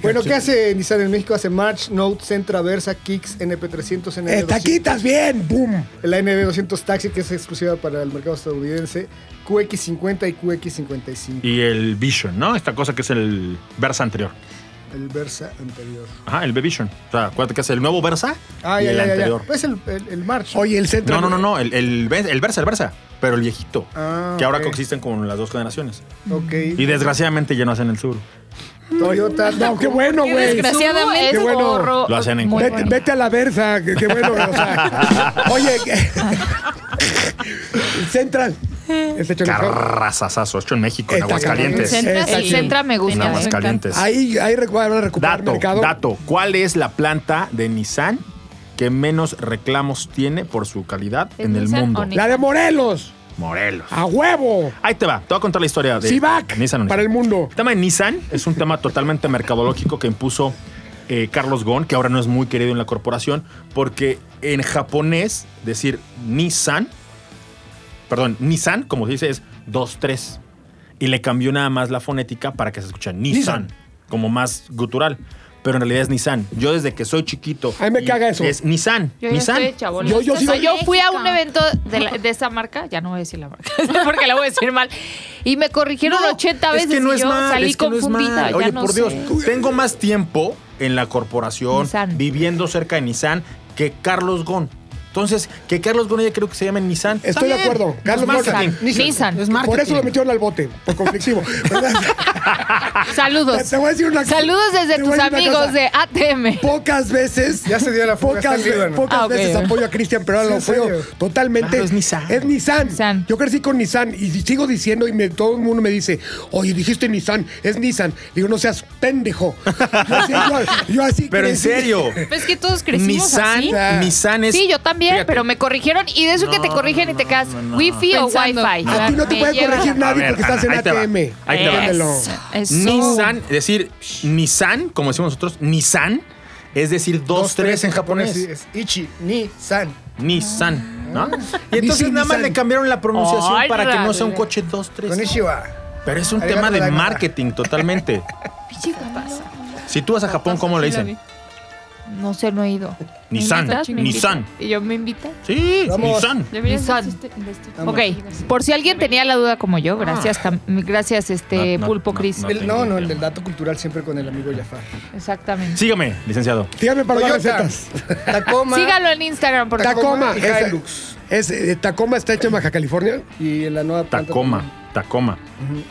[SPEAKER 6] Bueno, ¿qué hace Nissan en México? Hace March, Note, Sentra, Versa, Kicks, NP300, NB200.
[SPEAKER 3] Estaquitas Eh, bien, boom.
[SPEAKER 6] La NB200 Taxi, que es exclusiva para el mercado estadounidense. QX50 y QX55.
[SPEAKER 5] Y el Vision, ¿no? Esta cosa que es el Versa anterior.
[SPEAKER 6] El Versa anterior.
[SPEAKER 5] Ajá, el B-Vision. O sea, acuérdate que es el nuevo Versa
[SPEAKER 6] Ah,
[SPEAKER 5] y
[SPEAKER 6] ya,
[SPEAKER 5] el
[SPEAKER 6] ya, ya, ya.
[SPEAKER 5] anterior.
[SPEAKER 6] Es el, el, el March.
[SPEAKER 3] Oye, el centro.
[SPEAKER 5] No, no, no, no. El, el, Ve- el Versa, el Versa. Pero el viejito.
[SPEAKER 6] Ah,
[SPEAKER 5] que ahora
[SPEAKER 6] ok.
[SPEAKER 5] coexisten con las dos generaciones.
[SPEAKER 6] Ok.
[SPEAKER 5] Y desgraciadamente ya no hacen el sur.
[SPEAKER 6] Toyota.
[SPEAKER 3] No, qué bueno, güey.
[SPEAKER 4] desgracia. Desgraciadamente,
[SPEAKER 2] Qué
[SPEAKER 3] bueno.
[SPEAKER 2] gorro.
[SPEAKER 5] Lo hacen en
[SPEAKER 2] Muy
[SPEAKER 3] Vete,
[SPEAKER 5] Cuernavaca.
[SPEAKER 2] bueno.
[SPEAKER 3] vete a la versa, qué qué bueno. o sea. oye, que- el Central. Es hecho en el Ford.
[SPEAKER 5] Carrazazazo, hecho en México, en
[SPEAKER 3] Está
[SPEAKER 5] Aguascalientes.
[SPEAKER 3] cabrón.
[SPEAKER 4] Centra,
[SPEAKER 3] Está
[SPEAKER 2] El
[SPEAKER 4] sí.
[SPEAKER 3] chido.
[SPEAKER 2] Centra me
[SPEAKER 5] En
[SPEAKER 2] gusta.
[SPEAKER 4] Nada más.
[SPEAKER 2] ¿eh?
[SPEAKER 5] Aguascalientes.
[SPEAKER 3] Ahí, ahí recu- van a recuperar
[SPEAKER 5] Dato,
[SPEAKER 3] el mercado.
[SPEAKER 5] dato. ¿Cuál es la planta de Nissan que menos reclamos tiene por su calidad
[SPEAKER 2] ¿De
[SPEAKER 5] en el
[SPEAKER 2] Nissan o
[SPEAKER 5] mundo?
[SPEAKER 2] Nissan?
[SPEAKER 3] La de Morelos.
[SPEAKER 5] Morelos.
[SPEAKER 3] A huevo.
[SPEAKER 5] Ahí te va, te voy a contar la historia de
[SPEAKER 3] Cibac.
[SPEAKER 5] Nissan. o
[SPEAKER 3] Para el
[SPEAKER 5] Nissan.
[SPEAKER 3] mundo.
[SPEAKER 5] El tema de Nissan es un tema totalmente mercadológico que impuso eh, Carlos Ghosn, que ahora no es muy querido en la corporación, porque en japonés decir Nissan, perdón, Nissan, como se dice, es 2-3. Y le cambió nada más la fonética para que se escuche Nissan,
[SPEAKER 3] Nissan.
[SPEAKER 5] como más gutural. Pero en realidad es Nissan. Yo desde que soy chiquito.
[SPEAKER 3] A mí me
[SPEAKER 5] y
[SPEAKER 3] caga eso.
[SPEAKER 5] Es Nissan.
[SPEAKER 2] Yo ya
[SPEAKER 5] Nissan.
[SPEAKER 2] estoy chabola.
[SPEAKER 3] Yo- yo
[SPEAKER 2] O
[SPEAKER 3] sí-
[SPEAKER 2] sea, yo fui a un
[SPEAKER 4] México.
[SPEAKER 2] evento de, la- de esa marca, ya no voy a decir la marca, porque la voy a decir mal, y me corrigieron 80 veces
[SPEAKER 5] Es que no
[SPEAKER 2] y
[SPEAKER 5] es
[SPEAKER 2] yo
[SPEAKER 5] mal,
[SPEAKER 2] salí
[SPEAKER 5] es que no es
[SPEAKER 2] confundida.
[SPEAKER 5] mal.
[SPEAKER 2] ya
[SPEAKER 5] Oye,
[SPEAKER 2] no
[SPEAKER 5] por Dios,
[SPEAKER 2] sé.
[SPEAKER 5] tengo más tiempo en la corporación,
[SPEAKER 2] Nissan.
[SPEAKER 5] viviendo cerca de Nissan, que Carlos Gon. Entonces, que Carlos Gon ya creo que se llama Nissan.
[SPEAKER 3] Estoy de acuerdo. Carlos Gon.
[SPEAKER 2] Nissan. Nissan.
[SPEAKER 3] Por eso lo metieron al bote, por conflictivo. ¿Verdad?
[SPEAKER 2] Saludos.
[SPEAKER 3] Te voy a decir una cosa.
[SPEAKER 2] Saludos desde
[SPEAKER 3] Te voy
[SPEAKER 2] tus
[SPEAKER 3] a decir una
[SPEAKER 2] amigos
[SPEAKER 3] cosa.
[SPEAKER 2] de ATM.
[SPEAKER 3] Pocas veces.
[SPEAKER 6] Ya se dio la fuga,
[SPEAKER 3] Pocas,
[SPEAKER 6] está en Líbano.
[SPEAKER 3] pocas
[SPEAKER 2] Ah, ok.
[SPEAKER 3] veces apoyo a Cristian, pero ahora lo
[SPEAKER 6] Sí, en
[SPEAKER 3] apoyo
[SPEAKER 6] serio.
[SPEAKER 3] totalmente.
[SPEAKER 5] Claro, es Nissan.
[SPEAKER 3] Es Nissan.
[SPEAKER 2] Nissan.
[SPEAKER 3] Yo crecí con Nissan y sigo diciendo, y me- todo el mundo me dice, oye, dijiste Nissan, es Nissan. Digo, no seas pendejo. Yo así, yo- yo así
[SPEAKER 5] Pero en
[SPEAKER 3] crecí.
[SPEAKER 5] serio.
[SPEAKER 4] Es que todos crecimos
[SPEAKER 5] Nissan,
[SPEAKER 4] así.
[SPEAKER 5] Nissan es.
[SPEAKER 2] Sí, yo también,
[SPEAKER 5] Fíjate.
[SPEAKER 2] pero me corrigieron y de eso que te
[SPEAKER 5] No,
[SPEAKER 2] corrigen
[SPEAKER 5] no,
[SPEAKER 2] y te quedas
[SPEAKER 5] no, no,
[SPEAKER 2] wifi o
[SPEAKER 4] Pensando.
[SPEAKER 2] wifi.
[SPEAKER 3] A ti no te
[SPEAKER 2] Me
[SPEAKER 3] puede
[SPEAKER 2] lleva-
[SPEAKER 3] corregir
[SPEAKER 5] A
[SPEAKER 3] nadie
[SPEAKER 5] ver,
[SPEAKER 3] porque estás en
[SPEAKER 5] Ana, ahí te va.
[SPEAKER 3] ATM.
[SPEAKER 5] Ahí te va.
[SPEAKER 3] Entiéndelo.
[SPEAKER 2] Eso.
[SPEAKER 5] Nissan, es decir, Nissan, como decimos nosotros, Nissan, es decir, dos, tres, en japonés.
[SPEAKER 6] sí, es Ichi, Ni, San.
[SPEAKER 5] Nissan, ¿no? Y entonces
[SPEAKER 3] Nissan,
[SPEAKER 5] nada más
[SPEAKER 3] Nissan.
[SPEAKER 5] le cambiaron la pronunciación
[SPEAKER 2] Ay,
[SPEAKER 5] para que no sea un
[SPEAKER 2] rale.
[SPEAKER 5] coche dos, tres.
[SPEAKER 6] Konnichiwa.
[SPEAKER 5] Pero es un
[SPEAKER 6] Arigato
[SPEAKER 5] tema de
[SPEAKER 6] gozaimasu.
[SPEAKER 5] marketing totalmente. Si tú vas a Japón, ¿cómo le dicen?
[SPEAKER 2] No sé, no he ido. ¿Me
[SPEAKER 5] Nissan,
[SPEAKER 2] invitas? ¿Me invitas?
[SPEAKER 5] Nissan.
[SPEAKER 2] ¿Y yo me invita?
[SPEAKER 5] Sí,
[SPEAKER 6] Vamos.
[SPEAKER 5] Nissan.
[SPEAKER 2] Nissan. Ok, por si alguien tenía la duda como yo, gracias, tam- gracias este
[SPEAKER 5] No, no,
[SPEAKER 2] Pulpo
[SPEAKER 5] no,
[SPEAKER 2] Cris.
[SPEAKER 5] no.
[SPEAKER 6] El- no, no, el del dato cultural siempre con el amigo Jafar.
[SPEAKER 2] Exactamente.
[SPEAKER 5] Sígame, licenciado.
[SPEAKER 3] Dígame para las
[SPEAKER 6] Toyota,
[SPEAKER 3] recetas.
[SPEAKER 6] Tacoma.
[SPEAKER 2] Sígalo en Instagram, por favor.
[SPEAKER 3] Tacoma.
[SPEAKER 6] y
[SPEAKER 3] esa-
[SPEAKER 6] Hilux.
[SPEAKER 3] es, eh, Tacoma está hecho en Baja California.
[SPEAKER 6] Y la nueva planta.
[SPEAKER 5] Tacoma, Tacoma.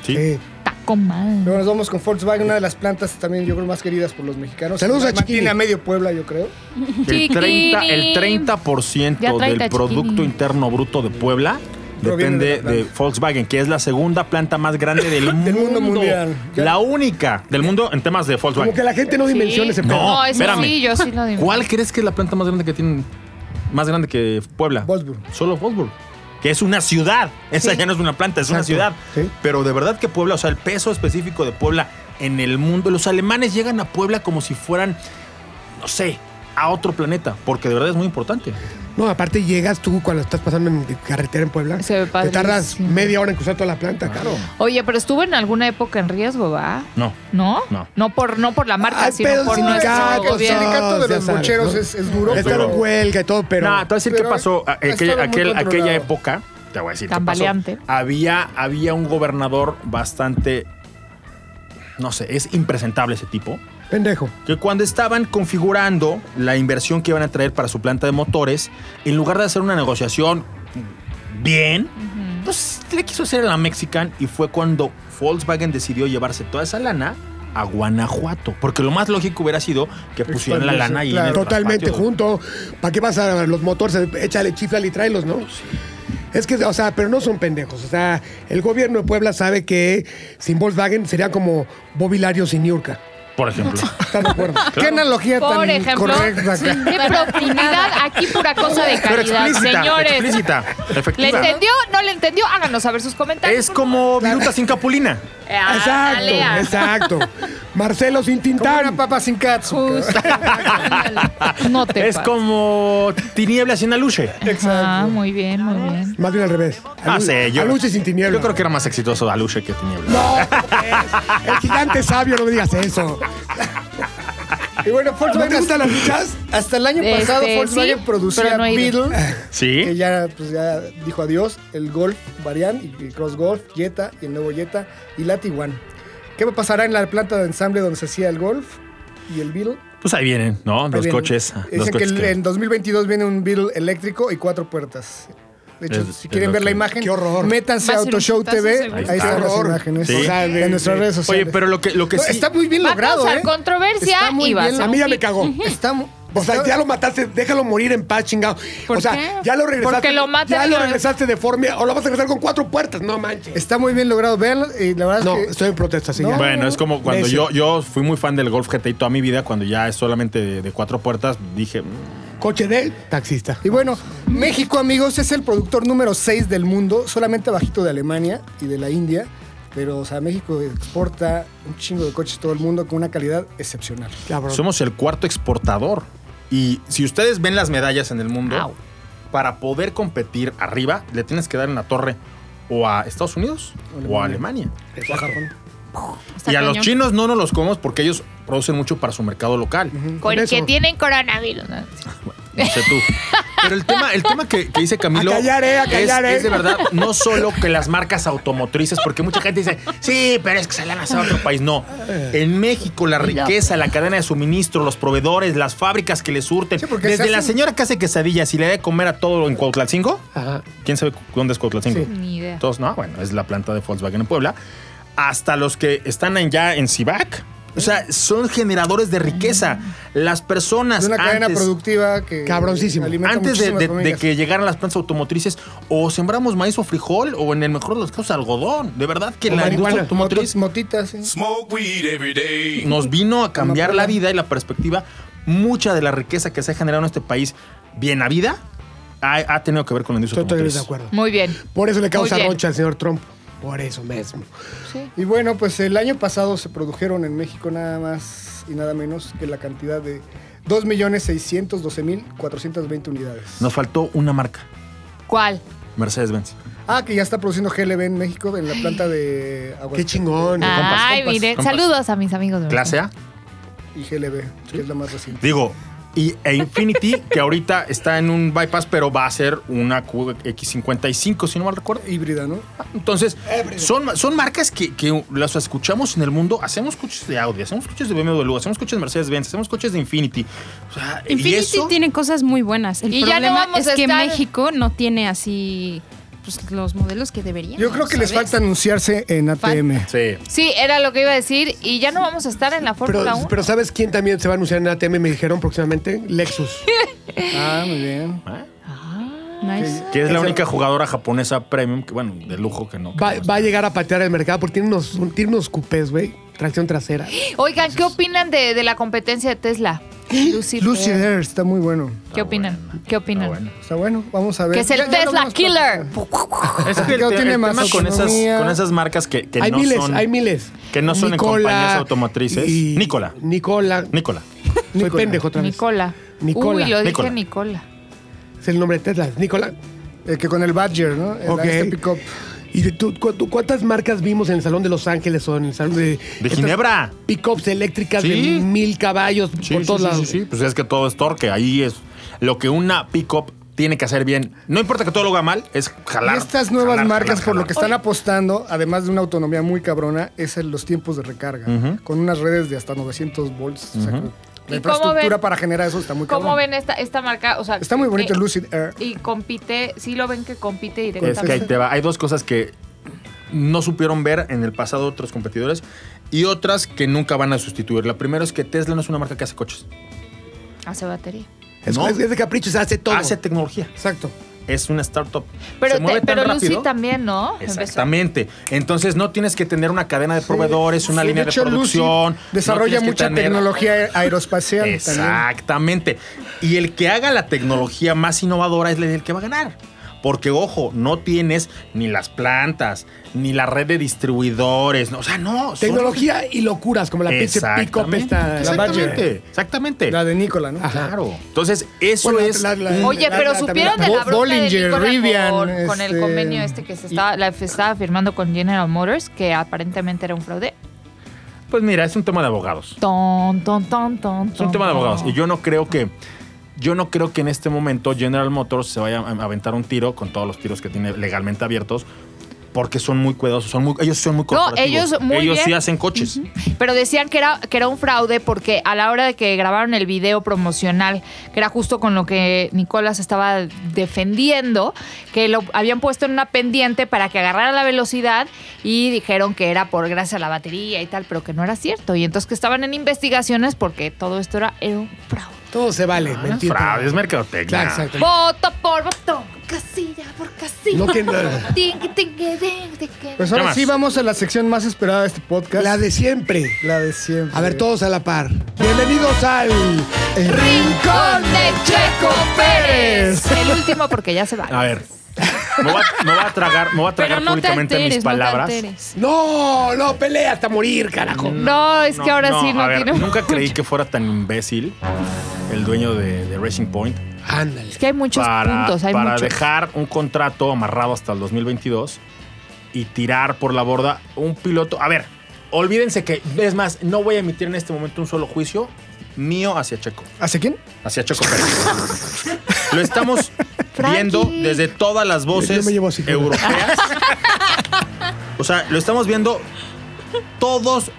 [SPEAKER 5] Sí.
[SPEAKER 3] Eh,
[SPEAKER 2] Tacoma.
[SPEAKER 6] Luego nos vamos con Volkswagen, una de las plantas también, yo creo, más queridas por los mexicanos.
[SPEAKER 3] Saludos a
[SPEAKER 6] Mantiene
[SPEAKER 3] Chiquini.
[SPEAKER 6] a medio Puebla, yo creo.
[SPEAKER 5] El 30%, el 30
[SPEAKER 2] Ya trae
[SPEAKER 5] del
[SPEAKER 2] tachiquini.
[SPEAKER 5] Producto Interno Bruto de Puebla
[SPEAKER 6] Proviene
[SPEAKER 5] depende
[SPEAKER 6] de la
[SPEAKER 5] de
[SPEAKER 6] planta.
[SPEAKER 5] Volkswagen, que es la segunda planta más grande del,
[SPEAKER 6] Del mundo mundial.
[SPEAKER 5] La única del mundo en temas de
[SPEAKER 3] como que
[SPEAKER 5] Volkswagen.
[SPEAKER 3] la gente no dimensiona ese pedo.
[SPEAKER 5] No,
[SPEAKER 2] No, eso
[SPEAKER 5] espérame.
[SPEAKER 2] sí, yo sí lo digo.
[SPEAKER 5] ¿Cuál crees que es la planta más grande que tienen? Más grande que Puebla.
[SPEAKER 6] Wolfsburg.
[SPEAKER 5] Solo Wolfsburg. Que es una ciudad. Esa ya no es una planta, es una ciudad.
[SPEAKER 3] Sí.
[SPEAKER 5] Pero de verdad que Puebla, o sea, el peso específico de Puebla en el mundo. Los alemanes llegan a Puebla como si fueran, no sé, a otro planeta. Porque de verdad es muy importante.
[SPEAKER 3] No, aparte llegas tú cuando estás pasando en carretera en Puebla.
[SPEAKER 2] Se ve
[SPEAKER 3] te tardas
[SPEAKER 2] padrísimo.
[SPEAKER 3] media hora en cruzar toda la planta, claro.
[SPEAKER 2] Oye, pero estuvo en alguna época en riesgo, ¿va?
[SPEAKER 5] No.
[SPEAKER 2] ¿no.
[SPEAKER 5] No.
[SPEAKER 2] por, no por la marca,
[SPEAKER 3] Hay
[SPEAKER 2] sino
[SPEAKER 3] pedos
[SPEAKER 2] por
[SPEAKER 3] sindicatos,
[SPEAKER 2] nuestro
[SPEAKER 6] El
[SPEAKER 2] gobierno.
[SPEAKER 6] sindicato de
[SPEAKER 3] ya
[SPEAKER 6] los
[SPEAKER 3] sabes,
[SPEAKER 6] bocheros
[SPEAKER 3] ¿no?
[SPEAKER 6] es, es duro.
[SPEAKER 3] Está eh,
[SPEAKER 5] pero-
[SPEAKER 3] en huelga y todo, pero.
[SPEAKER 5] Nah, te voy a decir
[SPEAKER 6] pero
[SPEAKER 5] qué pasó.
[SPEAKER 6] ha
[SPEAKER 5] A- Aquella,
[SPEAKER 6] estado muy
[SPEAKER 5] aquel- aquella
[SPEAKER 6] controlado.
[SPEAKER 5] época, te voy a decir qué pasó.
[SPEAKER 2] Tambaleante.
[SPEAKER 5] Había, había un gobernador bastante, no sé, es impresentable ese tipo.
[SPEAKER 3] Pendejo.
[SPEAKER 5] que cuando estaban configurando la inversión que iban a traer para su planta de motores, en lugar de hacer una negociación bien, pues le quiso hacer a la Mexican y fue cuando Volkswagen decidió llevarse toda esa lana a Guanajuato, porque lo más lógico hubiera sido que pusieran la lana ahí. en
[SPEAKER 6] Claro.
[SPEAKER 5] el
[SPEAKER 3] Totalmente
[SPEAKER 5] traspatio.
[SPEAKER 3] junto. ¿Para qué vas a los motores? Échale, chiflale y tráelos, ¿no? Es que, o sea, pero no son pendejos. O sea, el gobierno de Puebla sabe que sin Volkswagen sería como Bobilario sin Niurka.
[SPEAKER 5] Por ejemplo.
[SPEAKER 3] ¿Estás de acuerdo?
[SPEAKER 6] Qué analogía
[SPEAKER 2] Por
[SPEAKER 6] tan
[SPEAKER 2] ejemplo,
[SPEAKER 6] correcta.
[SPEAKER 2] qué profundidad, aquí pura cosa de
[SPEAKER 5] Pero
[SPEAKER 2] calidad.
[SPEAKER 5] explícita,
[SPEAKER 2] Señores,
[SPEAKER 5] explícita,
[SPEAKER 2] ¿le
[SPEAKER 5] efectiva.
[SPEAKER 2] entendió? ¿No le entendió? Háganos saber sus comentarios.
[SPEAKER 5] Es como viruta sin capulina.
[SPEAKER 2] Eh, ah,
[SPEAKER 3] exacto,
[SPEAKER 2] dale, ah.
[SPEAKER 3] exacto. Marcelo sin
[SPEAKER 6] Como
[SPEAKER 3] Tintán.
[SPEAKER 6] una papa sin katsu.
[SPEAKER 2] Justo. No te
[SPEAKER 5] Es
[SPEAKER 2] pases.
[SPEAKER 5] como tiniebla sin aluche.
[SPEAKER 2] Ah, muy bien, muy bien.
[SPEAKER 3] Más bien al revés.
[SPEAKER 5] No sé, yo.
[SPEAKER 3] Aluche sin tinieblas.
[SPEAKER 5] Yo creo que era más exitoso Aluche que Tiniebla.
[SPEAKER 3] No, pues, el gigante sabio, no me digas eso.
[SPEAKER 6] Y bueno,
[SPEAKER 3] ¿No te
[SPEAKER 6] Volkswagen
[SPEAKER 3] gustan las luchas?
[SPEAKER 6] Hasta el año
[SPEAKER 2] Este,
[SPEAKER 6] pasado Volkswagen
[SPEAKER 2] sí, pero
[SPEAKER 6] producía
[SPEAKER 2] no he ido.
[SPEAKER 6] Beetle,
[SPEAKER 5] Sí.
[SPEAKER 6] que ya, pues, ya dijo adiós, el Golf Variant, y el Cross Golf, Jetta y el nuevo Jetta y la Tiguan. ¿Qué pasará en la planta de ensamble donde se hacía el Golf y el Beetle?
[SPEAKER 5] Pues ahí vienen, ¿no?
[SPEAKER 6] Ahí
[SPEAKER 5] Los
[SPEAKER 6] viene.
[SPEAKER 5] coches. ah, Los
[SPEAKER 6] Dicen que,
[SPEAKER 5] coches
[SPEAKER 6] el-
[SPEAKER 5] que-
[SPEAKER 6] en 2022 viene un Beetle eléctrico y cuatro puertas. De hecho,
[SPEAKER 5] Es-
[SPEAKER 6] si
[SPEAKER 5] es
[SPEAKER 6] quieren
[SPEAKER 5] lo
[SPEAKER 6] ver la
[SPEAKER 5] que-
[SPEAKER 6] imagen,
[SPEAKER 3] Qué horror.
[SPEAKER 6] métanse
[SPEAKER 4] Va
[SPEAKER 6] a
[SPEAKER 4] a ser un
[SPEAKER 6] Autoshow
[SPEAKER 4] putazo
[SPEAKER 6] TV.
[SPEAKER 4] seguro.
[SPEAKER 5] Ahí
[SPEAKER 6] Ahí
[SPEAKER 5] está.
[SPEAKER 6] están las
[SPEAKER 3] Horror.
[SPEAKER 6] imágenes.
[SPEAKER 5] Sí.
[SPEAKER 6] O sea, de- en nuestras redes
[SPEAKER 5] Oye,
[SPEAKER 6] sociales.
[SPEAKER 5] pero lo que, lo que
[SPEAKER 6] No,
[SPEAKER 5] sí.
[SPEAKER 6] Pues, Está muy bien
[SPEAKER 2] Vamos
[SPEAKER 6] logrado,
[SPEAKER 2] a
[SPEAKER 6] ¿eh?
[SPEAKER 2] controversia
[SPEAKER 6] Está muy
[SPEAKER 2] y vas
[SPEAKER 6] bien
[SPEAKER 2] a-
[SPEAKER 3] A mí ya me cagó.
[SPEAKER 6] Está, mu-
[SPEAKER 3] O sea,
[SPEAKER 6] está-
[SPEAKER 3] ya lo mataste, déjalo morir en paz, chingado.
[SPEAKER 4] ¿Por
[SPEAKER 3] o sea,
[SPEAKER 4] qué?
[SPEAKER 3] ya lo regresaste.
[SPEAKER 2] Porque lo matan
[SPEAKER 3] Ya
[SPEAKER 2] y
[SPEAKER 3] lo
[SPEAKER 2] lo-
[SPEAKER 3] regresaste deforme o lo vas a regresar con cuatro puertas, no manches.
[SPEAKER 6] Está muy bien logrado, véanlo. Y la verdad
[SPEAKER 3] No,
[SPEAKER 6] es que
[SPEAKER 3] estoy en protesta, sí, ya.
[SPEAKER 5] Bueno, es como cuando
[SPEAKER 3] Necio.
[SPEAKER 5] yo, yo fui muy fan del Golf GTI toda mi vida, cuando ya es solamente de, de cuatro puertas, dije, mm,
[SPEAKER 3] Coche de taxista.
[SPEAKER 6] Y bueno, México, amigos, es el productor número 6 del mundo, solamente bajito de Alemania y de la India. Pero, o sea, México exporta un chingo de coches todo el mundo con una calidad excepcional.
[SPEAKER 3] Cabrón.
[SPEAKER 5] somos el cuarto exportador. Y si ustedes ven las medallas en el mundo,
[SPEAKER 2] Au.
[SPEAKER 5] para poder competir arriba, le tienes que dar en la torre o a Estados Unidos o a Alemania.
[SPEAKER 6] Exacto. Japón.
[SPEAKER 4] Está
[SPEAKER 5] y a los
[SPEAKER 4] cañón.
[SPEAKER 5] chinos no nos los comemos porque ellos producen mucho para su mercado local.
[SPEAKER 2] Con
[SPEAKER 3] Por
[SPEAKER 2] que
[SPEAKER 3] eso.
[SPEAKER 2] tienen coronavirus.
[SPEAKER 5] No sé tú. Pero el tema, el tema que, que dice Camilo
[SPEAKER 3] A callar, eh, a
[SPEAKER 5] es-
[SPEAKER 3] callar, eh.
[SPEAKER 5] es, de verdad no solo que las marcas automotrices, porque mucha gente dice, sí, pero es que se la a otro país. No. En México, la riqueza, la cadena de suministro, los proveedores, las fábricas que le surten.
[SPEAKER 6] Sí, porque se
[SPEAKER 5] Desde la
[SPEAKER 6] hacen-
[SPEAKER 5] señora que hace quesadillas y le da de comer a todo en Cuautlatcingo.
[SPEAKER 3] Ajá.
[SPEAKER 5] ¿Quién sabe cu- dónde es Cuautlatcingo?
[SPEAKER 6] Sí.
[SPEAKER 2] Ni idea.
[SPEAKER 5] Todos, no, bueno, es la planta de Volkswagen en Puebla. Hasta los que están en- ya en Cibac. O sea, son generadores de riqueza. Las personas
[SPEAKER 6] Es Mm. una cadena
[SPEAKER 5] antes-
[SPEAKER 6] productiva que.
[SPEAKER 3] Cabroncísimo.
[SPEAKER 6] alimenta
[SPEAKER 5] antes de,
[SPEAKER 6] muchísimas
[SPEAKER 5] de- de
[SPEAKER 6] familias.
[SPEAKER 5] que llegaran las plantas automotrices, o sembramos maíz o frijol, o en el mejor de los casos algodón. De verdad que
[SPEAKER 3] O
[SPEAKER 5] la industria
[SPEAKER 3] marihuana.
[SPEAKER 5] automotriz
[SPEAKER 6] Motos- motitas, sí.
[SPEAKER 5] nos vino a cambiar la
[SPEAKER 6] Amapola.
[SPEAKER 5] vida y la perspectiva. Mucha de la riqueza que se ha generado en este país, bien a vida, ha, ha tenido que ver con la industria
[SPEAKER 3] Estoy totalmente
[SPEAKER 5] automotriz.
[SPEAKER 3] de acuerdo.
[SPEAKER 2] Muy bien.
[SPEAKER 3] Por eso le causa
[SPEAKER 2] Muy bien.
[SPEAKER 3] roncha al señor Trump. Por eso mismo.
[SPEAKER 2] Sí.
[SPEAKER 6] Y bueno, pues el año pasado se produjeron en México nada más y nada menos que la cantidad de 2.612.420 unidades.
[SPEAKER 5] Nos faltó una marca,
[SPEAKER 2] ¿Cuál?
[SPEAKER 5] Mercedes-Benz.
[SPEAKER 6] Ah, que ya está produciendo GLB en México en la planta de
[SPEAKER 3] Qué
[SPEAKER 6] Aguascalientes.
[SPEAKER 3] chingón.
[SPEAKER 2] Ay,
[SPEAKER 5] compas,
[SPEAKER 2] mire.
[SPEAKER 5] compas.
[SPEAKER 2] Saludos a mis amigos de
[SPEAKER 5] Clase A.
[SPEAKER 6] Y GLB, que es la más reciente.
[SPEAKER 5] Digo, y, e Infinity, que ahorita está en un bypass, pero va a ser una QX55, si no mal recuerdo.
[SPEAKER 6] Híbrida, ¿no?
[SPEAKER 5] Entonces, son, son marcas que, que las escuchamos en el mundo. Hacemos coches de Audi, hacemos coches de BMW, hacemos coches de Mercedes-Benz, hacemos coches de Infinity. O sea, y
[SPEAKER 4] Infinity
[SPEAKER 5] eso,
[SPEAKER 4] tiene cosas muy buenas. El
[SPEAKER 2] Y ya no
[SPEAKER 4] problema
[SPEAKER 2] vamos
[SPEAKER 4] es
[SPEAKER 2] a
[SPEAKER 4] que
[SPEAKER 2] estar-
[SPEAKER 4] México no tiene así pues, los modelos que deberían.
[SPEAKER 6] Yo creo que les
[SPEAKER 4] ¿sabes?
[SPEAKER 6] falta anunciarse en ATM.
[SPEAKER 5] Sí.
[SPEAKER 2] Sí, era lo que iba a decir. Y ya no vamos a estar en la Fórmula
[SPEAKER 3] Pero,
[SPEAKER 2] 1.
[SPEAKER 3] pero ¿sabes quién también se va a anunciar en ATM? Me dijeron próximamente. Lexus.
[SPEAKER 6] Ah, muy bien.
[SPEAKER 4] Nice.
[SPEAKER 5] Que es la única jugadora japonesa premium, que bueno, de lujo que no. que
[SPEAKER 3] Va,
[SPEAKER 5] no
[SPEAKER 3] va a llegar a patear el mercado porque tiene unos, un- tiene unos cupés, güey. Tracción trasera.
[SPEAKER 2] Oigan, ¿qué opinan de, de la competencia de Tesla? Lucid.
[SPEAKER 6] Lucy Air, está muy bueno.
[SPEAKER 2] ¿Qué opinan? ¿Qué opinan?
[SPEAKER 5] bueno.
[SPEAKER 6] Está bueno, vamos a ver.
[SPEAKER 2] Que es el
[SPEAKER 6] Ya- ya lo
[SPEAKER 2] Tesla
[SPEAKER 6] vamos a-
[SPEAKER 2] Killer.
[SPEAKER 5] Es que el,
[SPEAKER 6] Creo
[SPEAKER 5] te-
[SPEAKER 6] tiene
[SPEAKER 5] el
[SPEAKER 6] más
[SPEAKER 5] tema con esas,
[SPEAKER 6] autonomía.
[SPEAKER 5] con esas marcas que, que
[SPEAKER 3] hay
[SPEAKER 5] no
[SPEAKER 3] miles,
[SPEAKER 5] son.
[SPEAKER 3] hay miles.
[SPEAKER 5] que no son en compañías automotrices.
[SPEAKER 3] y-
[SPEAKER 5] Nicola.
[SPEAKER 3] Nicola.
[SPEAKER 5] Nicola.
[SPEAKER 3] Soy
[SPEAKER 6] Nicola.
[SPEAKER 3] pendejo otra vez.
[SPEAKER 2] Nicola.
[SPEAKER 3] Nicola.
[SPEAKER 2] Uy, lo
[SPEAKER 5] Nicola.
[SPEAKER 2] dije Nicola.
[SPEAKER 3] Es el nombre de Tesla. es Nicola.
[SPEAKER 6] El Eh, que con el Badger, ¿no? El-
[SPEAKER 3] Ok.
[SPEAKER 6] Este pickup.
[SPEAKER 3] ¿Y de tú, cu- tú cuántas marcas vimos en el Salón de Los Ángeles o en el Salón de...
[SPEAKER 5] De
[SPEAKER 3] estas
[SPEAKER 5] Ginebra.
[SPEAKER 3] Pickups eléctricas
[SPEAKER 5] Sí.
[SPEAKER 3] de mil caballos
[SPEAKER 5] Sí,
[SPEAKER 3] por
[SPEAKER 5] sí,
[SPEAKER 3] todos
[SPEAKER 5] sí,
[SPEAKER 3] lados.
[SPEAKER 5] sí, sí. Pues es que todo es torque. Ahí es lo que una pickup tiene que hacer bien. No importa que todo lo haga mal, es jalar.
[SPEAKER 6] Y estas nuevas
[SPEAKER 5] jalar,
[SPEAKER 6] marcas,
[SPEAKER 5] jalar,
[SPEAKER 6] por lo
[SPEAKER 5] jalar.
[SPEAKER 6] que están apostando, además de una autonomía muy cabrona, es en los tiempos de recarga. Con unas redes de hasta 900 volts. o sea, la
[SPEAKER 2] ¿Y cómo
[SPEAKER 6] infraestructura
[SPEAKER 2] ven?
[SPEAKER 6] para generar eso está muy cabrona.
[SPEAKER 2] ¿Cómo ven esta, esta marca? O sea,
[SPEAKER 6] Está muy bonito
[SPEAKER 2] eh,
[SPEAKER 6] el Lucid Air.
[SPEAKER 2] Y compite, sí lo ven que compite
[SPEAKER 5] Es que ahí
[SPEAKER 2] directamente.
[SPEAKER 5] te va. Hay dos cosas que no supieron ver en el pasado otros competidores y otras que nunca van a sustituir. La primera es que Tesla no es una marca que hace coches.
[SPEAKER 2] Hace batería.
[SPEAKER 3] Es,
[SPEAKER 5] No.
[SPEAKER 3] es- es de capricho, se hace todo.
[SPEAKER 5] Hace tecnología.
[SPEAKER 3] Exacto.
[SPEAKER 5] Es una startup.
[SPEAKER 2] Pero,
[SPEAKER 5] Se mueve
[SPEAKER 2] te-
[SPEAKER 5] tan
[SPEAKER 2] pero
[SPEAKER 5] rápido.
[SPEAKER 2] Lucy también, ¿no? Empezó-
[SPEAKER 5] Exactamente. Entonces no tienes que tener una cadena de proveedores, una
[SPEAKER 6] Sí,
[SPEAKER 5] línea de,
[SPEAKER 6] hecho,
[SPEAKER 5] producción.
[SPEAKER 6] Lucid
[SPEAKER 5] no tienes
[SPEAKER 6] desarrolla
[SPEAKER 5] que
[SPEAKER 6] mucha
[SPEAKER 5] tener-
[SPEAKER 6] tecnología aeroespacial también.
[SPEAKER 5] Exactamente. Y el que haga la tecnología más innovadora es el que va a ganar. Porque, ojo, no tienes ni las plantas, ni la red de distribuidores. no, o sea, no. son-
[SPEAKER 3] Tecnología y locuras, como la pinche pick-up
[SPEAKER 5] Exactamente.
[SPEAKER 3] esta...
[SPEAKER 6] La Badger.
[SPEAKER 5] Exactamente. Exactamente.
[SPEAKER 6] La de Nicola, ¿no?
[SPEAKER 5] Claro. Entonces, eso
[SPEAKER 3] Bueno,
[SPEAKER 5] es.
[SPEAKER 3] la- la-
[SPEAKER 5] un-
[SPEAKER 2] Oye,
[SPEAKER 6] La-
[SPEAKER 2] pero
[SPEAKER 6] la-
[SPEAKER 2] supieron de
[SPEAKER 6] también-
[SPEAKER 2] la bronca de
[SPEAKER 6] Bollinger,
[SPEAKER 2] Nicola
[SPEAKER 6] Rivian,
[SPEAKER 2] con, con el
[SPEAKER 6] este,
[SPEAKER 2] convenio este que se estaba, la, se estaba firmando con General Motors, que aparentemente era un fraude.
[SPEAKER 5] Pues mira, es un tema de abogados.
[SPEAKER 2] Ton, ton, ton, ton,
[SPEAKER 5] Es un
[SPEAKER 2] ton,
[SPEAKER 5] tema de
[SPEAKER 2] ton.
[SPEAKER 5] abogados. Y yo no creo que. Yo no creo que en este momento General Motors se vaya a aventar un tiro con todos los tiros que tiene legalmente abiertos, porque son muy cuidadosos, son muy, ellos son muy corporativos.
[SPEAKER 2] ellos muy bien.
[SPEAKER 5] sí hacen coches.
[SPEAKER 2] Pero decían que era, que era un fraude porque a la hora de que grabaron el video promocional, que era justo con lo que Nicolás estaba defendiendo, que lo habían puesto en una pendiente para que agarrara la velocidad y dijeron que era por gracias a la batería y tal, pero que no era cierto. Y entonces que estaban en investigaciones porque todo esto era, era un fraude.
[SPEAKER 3] Todo se vale,
[SPEAKER 5] No es
[SPEAKER 3] mentira.
[SPEAKER 5] Ah, fraude, es mercadotecnia.
[SPEAKER 3] Claro, exacto.
[SPEAKER 2] Voto por voto, casilla por casilla.
[SPEAKER 3] No que nada.
[SPEAKER 2] Tingui, tingui, ding, tingui.
[SPEAKER 6] Pues
[SPEAKER 5] ¿Qué
[SPEAKER 6] ahora
[SPEAKER 5] más?
[SPEAKER 6] sí vamos a la sección más esperada de este podcast.
[SPEAKER 3] La de siempre.
[SPEAKER 6] La de siempre.
[SPEAKER 3] A ver, todos a la par. Bienvenidos al... eh,
[SPEAKER 2] Rincón de Checo Pérez. El último porque ya se va.
[SPEAKER 5] A ver, me voy a, me voy a tragar, me voy a tragar
[SPEAKER 4] Pero no te
[SPEAKER 5] públicamente
[SPEAKER 4] alteres,
[SPEAKER 5] mis
[SPEAKER 4] no te
[SPEAKER 5] palabras. Mm,
[SPEAKER 4] alteres.
[SPEAKER 3] No, no, pelea hasta morir, carajo.
[SPEAKER 2] No, es que ahora sí
[SPEAKER 5] a
[SPEAKER 2] no
[SPEAKER 5] ver,
[SPEAKER 2] tiene.
[SPEAKER 5] Nunca creí que fuera tan imbécil el dueño de, de Racing Point
[SPEAKER 3] Ándale.
[SPEAKER 2] Es que hay muchos
[SPEAKER 5] para,
[SPEAKER 2] puntos, hay
[SPEAKER 5] para
[SPEAKER 2] muchos.
[SPEAKER 5] dejar un contrato amarrado hasta el 2022 y tirar por la borda un piloto. A ver, olvídense que, es más, no voy a emitir en este momento un solo juicio mío hacia Checo,
[SPEAKER 6] ¿Hacia quién?
[SPEAKER 5] hacia Checo Pérez. Lo estamos
[SPEAKER 2] Frankie.
[SPEAKER 5] viendo desde todas las
[SPEAKER 3] Yo
[SPEAKER 5] voces
[SPEAKER 3] me llevo así, joder.
[SPEAKER 5] europeas. o sea, lo estamos viendo todos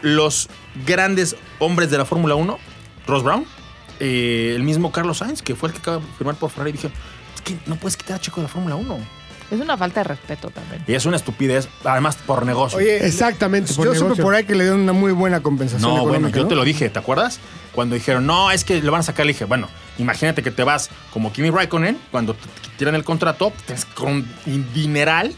[SPEAKER 5] los grandes hombres de la Fórmula 1, Ross Brown, eh, el mismo Carlos Sainz, que fue el que acaba de firmar por Ferrari, dijo, es que no puedes quitar a Checo de la Fórmula 1.
[SPEAKER 2] Es una falta de respeto también.
[SPEAKER 5] Y es una estupidez, además por negocio.
[SPEAKER 6] Oye,
[SPEAKER 3] Exactamente, por
[SPEAKER 6] yo supe
[SPEAKER 3] negocio.
[SPEAKER 6] por ahí que le dieron una muy buena compensación.
[SPEAKER 5] No, bueno,
[SPEAKER 6] económica,
[SPEAKER 5] yo
[SPEAKER 6] ¿no?
[SPEAKER 5] te lo dije, ¿te acuerdas? Cuando dijeron, no, es que lo van a sacar, le dije, bueno, imagínate que te vas como Kimi Raikkonen, cuando te tiran el contrato, te tienes con dineral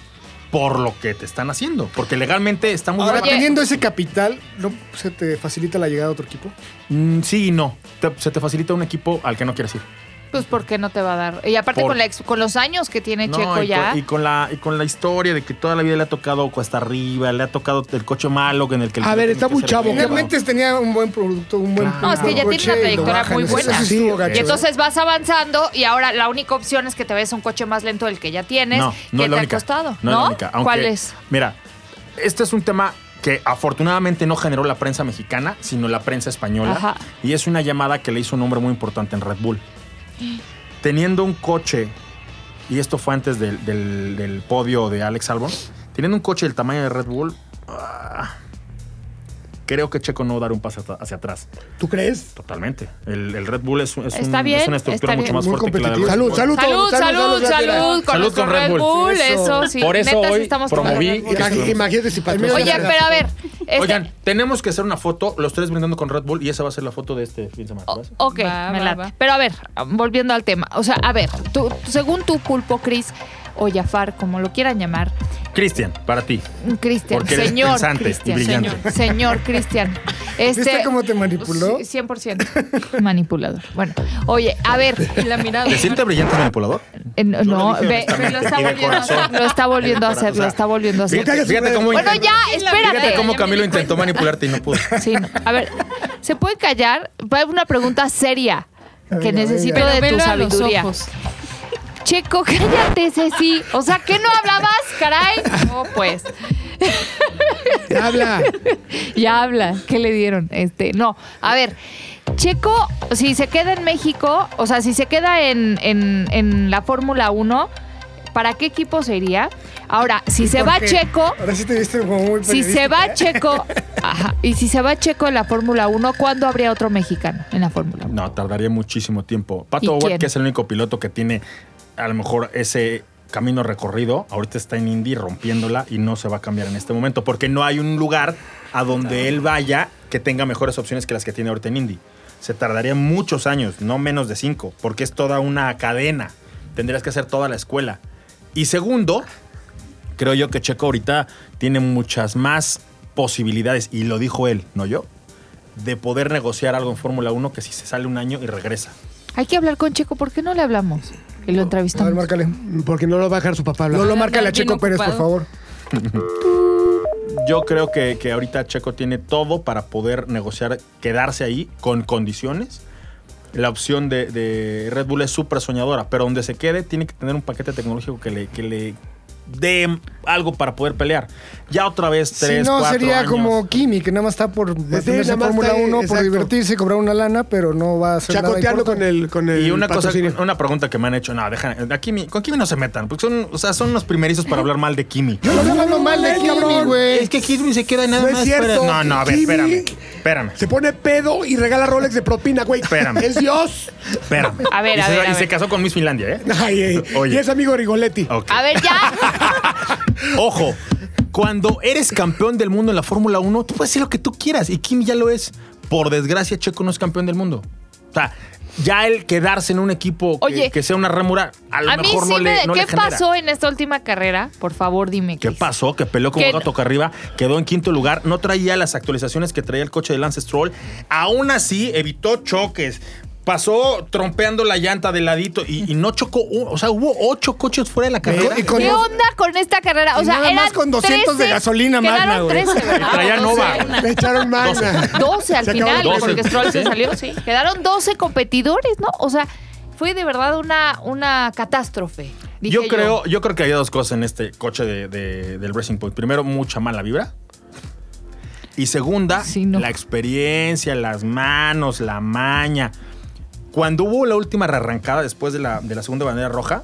[SPEAKER 5] por lo que te están haciendo, porque legalmente está muy
[SPEAKER 6] Ahora,
[SPEAKER 5] barato.
[SPEAKER 6] teniendo ese capital, ¿no se te facilita la llegada a otro equipo?
[SPEAKER 5] Mm, sí y no, Te- se te facilita un equipo al que no quieres ir.
[SPEAKER 2] Pues porque no te va a dar. Y aparte
[SPEAKER 5] Por-
[SPEAKER 2] con, la ex- con los años que tiene
[SPEAKER 5] No,
[SPEAKER 2] Checo
[SPEAKER 5] y,
[SPEAKER 2] ya.
[SPEAKER 5] Con, y con la, y con la historia de que toda la vida le ha tocado cuesta arriba, le ha tocado el coche malo en el que...
[SPEAKER 3] A ver, está muy chavo, ¿qué
[SPEAKER 5] Realmente
[SPEAKER 6] Finalmente tenía un buen producto, un buen
[SPEAKER 5] Claro.
[SPEAKER 2] No, es que ya
[SPEAKER 6] buen
[SPEAKER 2] tiene una
[SPEAKER 6] coche y lo
[SPEAKER 2] trayectoria
[SPEAKER 6] bajan,
[SPEAKER 2] muy
[SPEAKER 6] eso-
[SPEAKER 2] buena.
[SPEAKER 6] eso estuvo
[SPEAKER 3] Sí,
[SPEAKER 6] gacho,
[SPEAKER 2] Y
[SPEAKER 6] ¿eh?
[SPEAKER 2] entonces vas avanzando y ahora la única opción es que te ves un coche más lento del que ya tienes,
[SPEAKER 5] No, no
[SPEAKER 2] que
[SPEAKER 5] es la
[SPEAKER 2] te
[SPEAKER 5] única.
[SPEAKER 2] ha costado.
[SPEAKER 5] No, es la única. Aunque,
[SPEAKER 2] ¿Cuál es?
[SPEAKER 5] Mira, este es un tema que afortunadamente no generó la prensa mexicana, sino la prensa española.
[SPEAKER 2] Ajá.
[SPEAKER 5] Y es una llamada que le hizo un hombre muy importante en Red Bull. Teniendo un coche, y esto fue antes del, del- del podio de Alex Albon, teniendo un coche del tamaño de Red Bull, ah, creo que Checo no va a dar un paso hacia atrás.
[SPEAKER 3] ¿Tú crees?
[SPEAKER 5] Totalmente. El, el Red Bull es, un- es
[SPEAKER 2] Está
[SPEAKER 5] un-
[SPEAKER 2] bien,
[SPEAKER 5] es una estructura
[SPEAKER 2] está
[SPEAKER 5] mucho
[SPEAKER 2] bien.
[SPEAKER 5] más
[SPEAKER 6] Muy
[SPEAKER 5] fuerte que la de Red
[SPEAKER 6] competitiva.
[SPEAKER 3] Salud,
[SPEAKER 5] Bull.
[SPEAKER 3] salud,
[SPEAKER 2] Salud,
[SPEAKER 3] todos,
[SPEAKER 2] salud, salud, con
[SPEAKER 5] Salud
[SPEAKER 2] nuestro
[SPEAKER 5] con Red
[SPEAKER 2] Red
[SPEAKER 5] Bull.
[SPEAKER 2] Bull,
[SPEAKER 6] Eso.
[SPEAKER 2] eso sí.
[SPEAKER 5] Por eso
[SPEAKER 2] Neta, sí
[SPEAKER 5] hoy
[SPEAKER 2] estamos tomando
[SPEAKER 5] promoví
[SPEAKER 2] Red Bull.
[SPEAKER 5] que
[SPEAKER 3] Imag- Imagínate si patrocinan.
[SPEAKER 2] Oye, pero a ver, este-
[SPEAKER 5] Oigan, tenemos que hacer una foto, los tres brindando con Red Bull, y esa va a ser la foto de este fin de semana. ¿vas?
[SPEAKER 2] Ok,
[SPEAKER 4] Va,
[SPEAKER 2] me
[SPEAKER 4] va,
[SPEAKER 2] late.
[SPEAKER 4] va.
[SPEAKER 2] Pero a ver, volviendo al tema. O sea, a ver, tú, según tu pulpo, Chris, o Jafar, como lo quieran llamar,
[SPEAKER 5] Cristian, para ti.
[SPEAKER 2] Cristian,
[SPEAKER 5] Porque eres
[SPEAKER 2] señor
[SPEAKER 5] pensante y
[SPEAKER 2] Cristian,
[SPEAKER 5] brillante.
[SPEAKER 2] señor, señor Cristian. Este,
[SPEAKER 6] ¿Viste cómo te manipuló?
[SPEAKER 2] Sí, 100% manipulador. Bueno, oye, a ver,
[SPEAKER 4] La mirada.
[SPEAKER 5] ¿Te sientes brillante manipulador?
[SPEAKER 2] eh, no,
[SPEAKER 5] lo dije
[SPEAKER 2] ve,
[SPEAKER 5] honestamente,
[SPEAKER 4] lo está
[SPEAKER 5] y de
[SPEAKER 4] volviendo a hacer.
[SPEAKER 5] corazón.
[SPEAKER 2] lo está volviendo a
[SPEAKER 5] De corazón,
[SPEAKER 2] hacer,
[SPEAKER 5] o sea,
[SPEAKER 2] lo está volviendo a hacer.
[SPEAKER 5] ah. Fíjate, fíjate cómo,
[SPEAKER 2] Bueno,
[SPEAKER 5] intentó-
[SPEAKER 2] ya,
[SPEAKER 5] fíjate
[SPEAKER 2] espérate.
[SPEAKER 5] cómo Camilo intentó manipularte y no pudo.
[SPEAKER 2] Sí, no. a ver, ¿se puede callar? Va una pregunta seria que necesito
[SPEAKER 4] Pero
[SPEAKER 2] de tu
[SPEAKER 4] velo a los
[SPEAKER 2] sabiduría.
[SPEAKER 4] ojos.
[SPEAKER 2] Checo, cállate, Ceci. O sea, ¿qué no hablabas, caray? No, pues.
[SPEAKER 3] Habla.
[SPEAKER 2] Ya habla. ¿Qué le dieron? Este, no. A ver, Checo, si se queda en México, o sea, si se queda en, en- en la Fórmula 1, ¿para qué equipo se iría? Ahora, si se va
[SPEAKER 6] Porque
[SPEAKER 2] Checo,
[SPEAKER 6] Ahora sí te viste como muy
[SPEAKER 2] si se va
[SPEAKER 6] periodística, ¿eh?
[SPEAKER 2] Checo, ajá, y si se va Checo en la Fórmula 1, ¿cuándo habría otro mexicano en la Fórmula 1?
[SPEAKER 5] No, tardaría muchísimo tiempo.
[SPEAKER 2] ¿Y
[SPEAKER 5] Pato Howard,
[SPEAKER 2] quién?
[SPEAKER 5] que es el único piloto que tiene a lo mejor ese camino recorrido, ahorita está en Indy rompiéndola y no se va a cambiar en este momento porque no hay un lugar a donde él vaya que tenga mejores opciones que las que tiene ahorita en Indy. Se tardaría muchos años, no menos de cinco, porque es toda una cadena. Tendrías que hacer toda la escuela. Y segundo, creo yo que Checo ahorita tiene muchas más posibilidades, y lo dijo él, no yo, de poder negociar algo en Fórmula 1 que si se sale un año y regresa.
[SPEAKER 2] Hay que hablar con Checo, ¿por qué no le hablamos? Y lo
[SPEAKER 6] A ver,
[SPEAKER 2] entrevistamos.
[SPEAKER 6] márcale.
[SPEAKER 3] Porque no lo va a dejar su papá hablar.
[SPEAKER 6] Lolo,
[SPEAKER 4] Anda
[SPEAKER 6] márcale a
[SPEAKER 4] bien
[SPEAKER 6] Checo Pérez, por
[SPEAKER 4] ocupado.
[SPEAKER 6] favor.
[SPEAKER 5] Yo creo que, que ahorita Checo tiene todo para poder negociar, quedarse ahí con condiciones. La opción de, de Red Bull es súper soñadora, pero donde se quede tiene que tener un paquete tecnológico que le, que le dé algo para poder pelear. Ya otra vez,
[SPEAKER 6] Si
[SPEAKER 5] tres,
[SPEAKER 6] no,
[SPEAKER 5] cuatro
[SPEAKER 6] sería
[SPEAKER 5] años.
[SPEAKER 6] como Kimi, que nada más está por meterse
[SPEAKER 3] nada
[SPEAKER 6] en
[SPEAKER 3] más
[SPEAKER 6] Fórmula
[SPEAKER 3] está ahí,
[SPEAKER 6] 1, por
[SPEAKER 3] exacto.
[SPEAKER 6] divertirse, cobrar una lana, pero no va a hacer nada.
[SPEAKER 3] Chacoteando con
[SPEAKER 6] importante.
[SPEAKER 3] el, con el
[SPEAKER 5] Y una cosa,
[SPEAKER 3] patrocinio.
[SPEAKER 5] una pregunta que me han hecho, no, dejan, a Kimi, con Kimi no se metan, porque son, o sea, son los primerizos para hablar mal de Kimi.
[SPEAKER 6] Yo no estoy hablando mal de
[SPEAKER 3] eh.
[SPEAKER 6] Kimi, güey.
[SPEAKER 5] Es que Kimi se queda nada
[SPEAKER 3] No es
[SPEAKER 5] más
[SPEAKER 3] cierto.
[SPEAKER 5] para- No, no, a ver,
[SPEAKER 3] Kimi-
[SPEAKER 5] espérame, espérame.
[SPEAKER 3] Se pone pedo y regala Rolex de propina, güey.
[SPEAKER 5] Espérame.
[SPEAKER 3] Es Dios.
[SPEAKER 5] Espérame.
[SPEAKER 2] A ver,
[SPEAKER 5] y
[SPEAKER 2] a
[SPEAKER 5] se,
[SPEAKER 2] ver,
[SPEAKER 5] y
[SPEAKER 2] a
[SPEAKER 5] se
[SPEAKER 2] ver.
[SPEAKER 5] casó con Miss Finlandia, ¿eh?
[SPEAKER 3] Ay, ay.
[SPEAKER 5] Oye. Oh.
[SPEAKER 3] Y es amigo de Rigoletti.
[SPEAKER 5] Ok.
[SPEAKER 2] A ver, ya.
[SPEAKER 5] Ojo, cuando eres campeón del mundo en la Fórmula 1, tú puedes hacer lo que tú quieras. Y Kimi ya lo es. Por desgracia, Checo no es campeón del mundo. O sea, ya el quedarse en un equipo que,
[SPEAKER 2] Oye.
[SPEAKER 5] que sea una rémora, a lo
[SPEAKER 2] A mí
[SPEAKER 5] mejor
[SPEAKER 2] sí
[SPEAKER 5] no,
[SPEAKER 2] me.
[SPEAKER 5] le, no le
[SPEAKER 2] ¿Qué
[SPEAKER 5] genera.
[SPEAKER 2] pasó en esta última carrera? Por favor, dime.
[SPEAKER 5] ¿Qué
[SPEAKER 2] Cris.
[SPEAKER 5] pasó? Que peleó como
[SPEAKER 2] Que-
[SPEAKER 5] gato que arriba, quedó en quinto lugar, no traía las actualizaciones que traía el coche de Lance Stroll. Aún así, evitó choques. Pasó trompeando la llanta de ladito y, y no chocó. un- O sea, hubo ocho coches fuera de la carrera.
[SPEAKER 6] y con-
[SPEAKER 2] ¿Qué
[SPEAKER 6] dos-
[SPEAKER 2] onda con esta carrera? O
[SPEAKER 6] y
[SPEAKER 2] sea,
[SPEAKER 6] nada más
[SPEAKER 2] eran
[SPEAKER 6] con 200 de
[SPEAKER 2] 13,
[SPEAKER 6] gasolina
[SPEAKER 2] quedaron
[SPEAKER 6] magna, güey.
[SPEAKER 2] 13, ¿verdad?
[SPEAKER 5] Traía
[SPEAKER 2] O
[SPEAKER 5] Nova.
[SPEAKER 2] sea,
[SPEAKER 3] Le echaron magna.
[SPEAKER 2] 12 al
[SPEAKER 3] Se acabaron
[SPEAKER 2] final,
[SPEAKER 5] 12.
[SPEAKER 2] porque Stroll se
[SPEAKER 5] Sí.
[SPEAKER 2] salió, sí. Quedaron 12 competidores, ¿no? O sea, fue de verdad una, una catástrofe. dije
[SPEAKER 5] yo creo, yo. creo que había dos cosas en este coche de- de- del Racing Point. Primero, mucha mala vibra. Y segunda,
[SPEAKER 2] Sí, no.
[SPEAKER 5] la experiencia, las manos, la maña. Cuando hubo la última arrancada después de la, de la segunda bandera roja,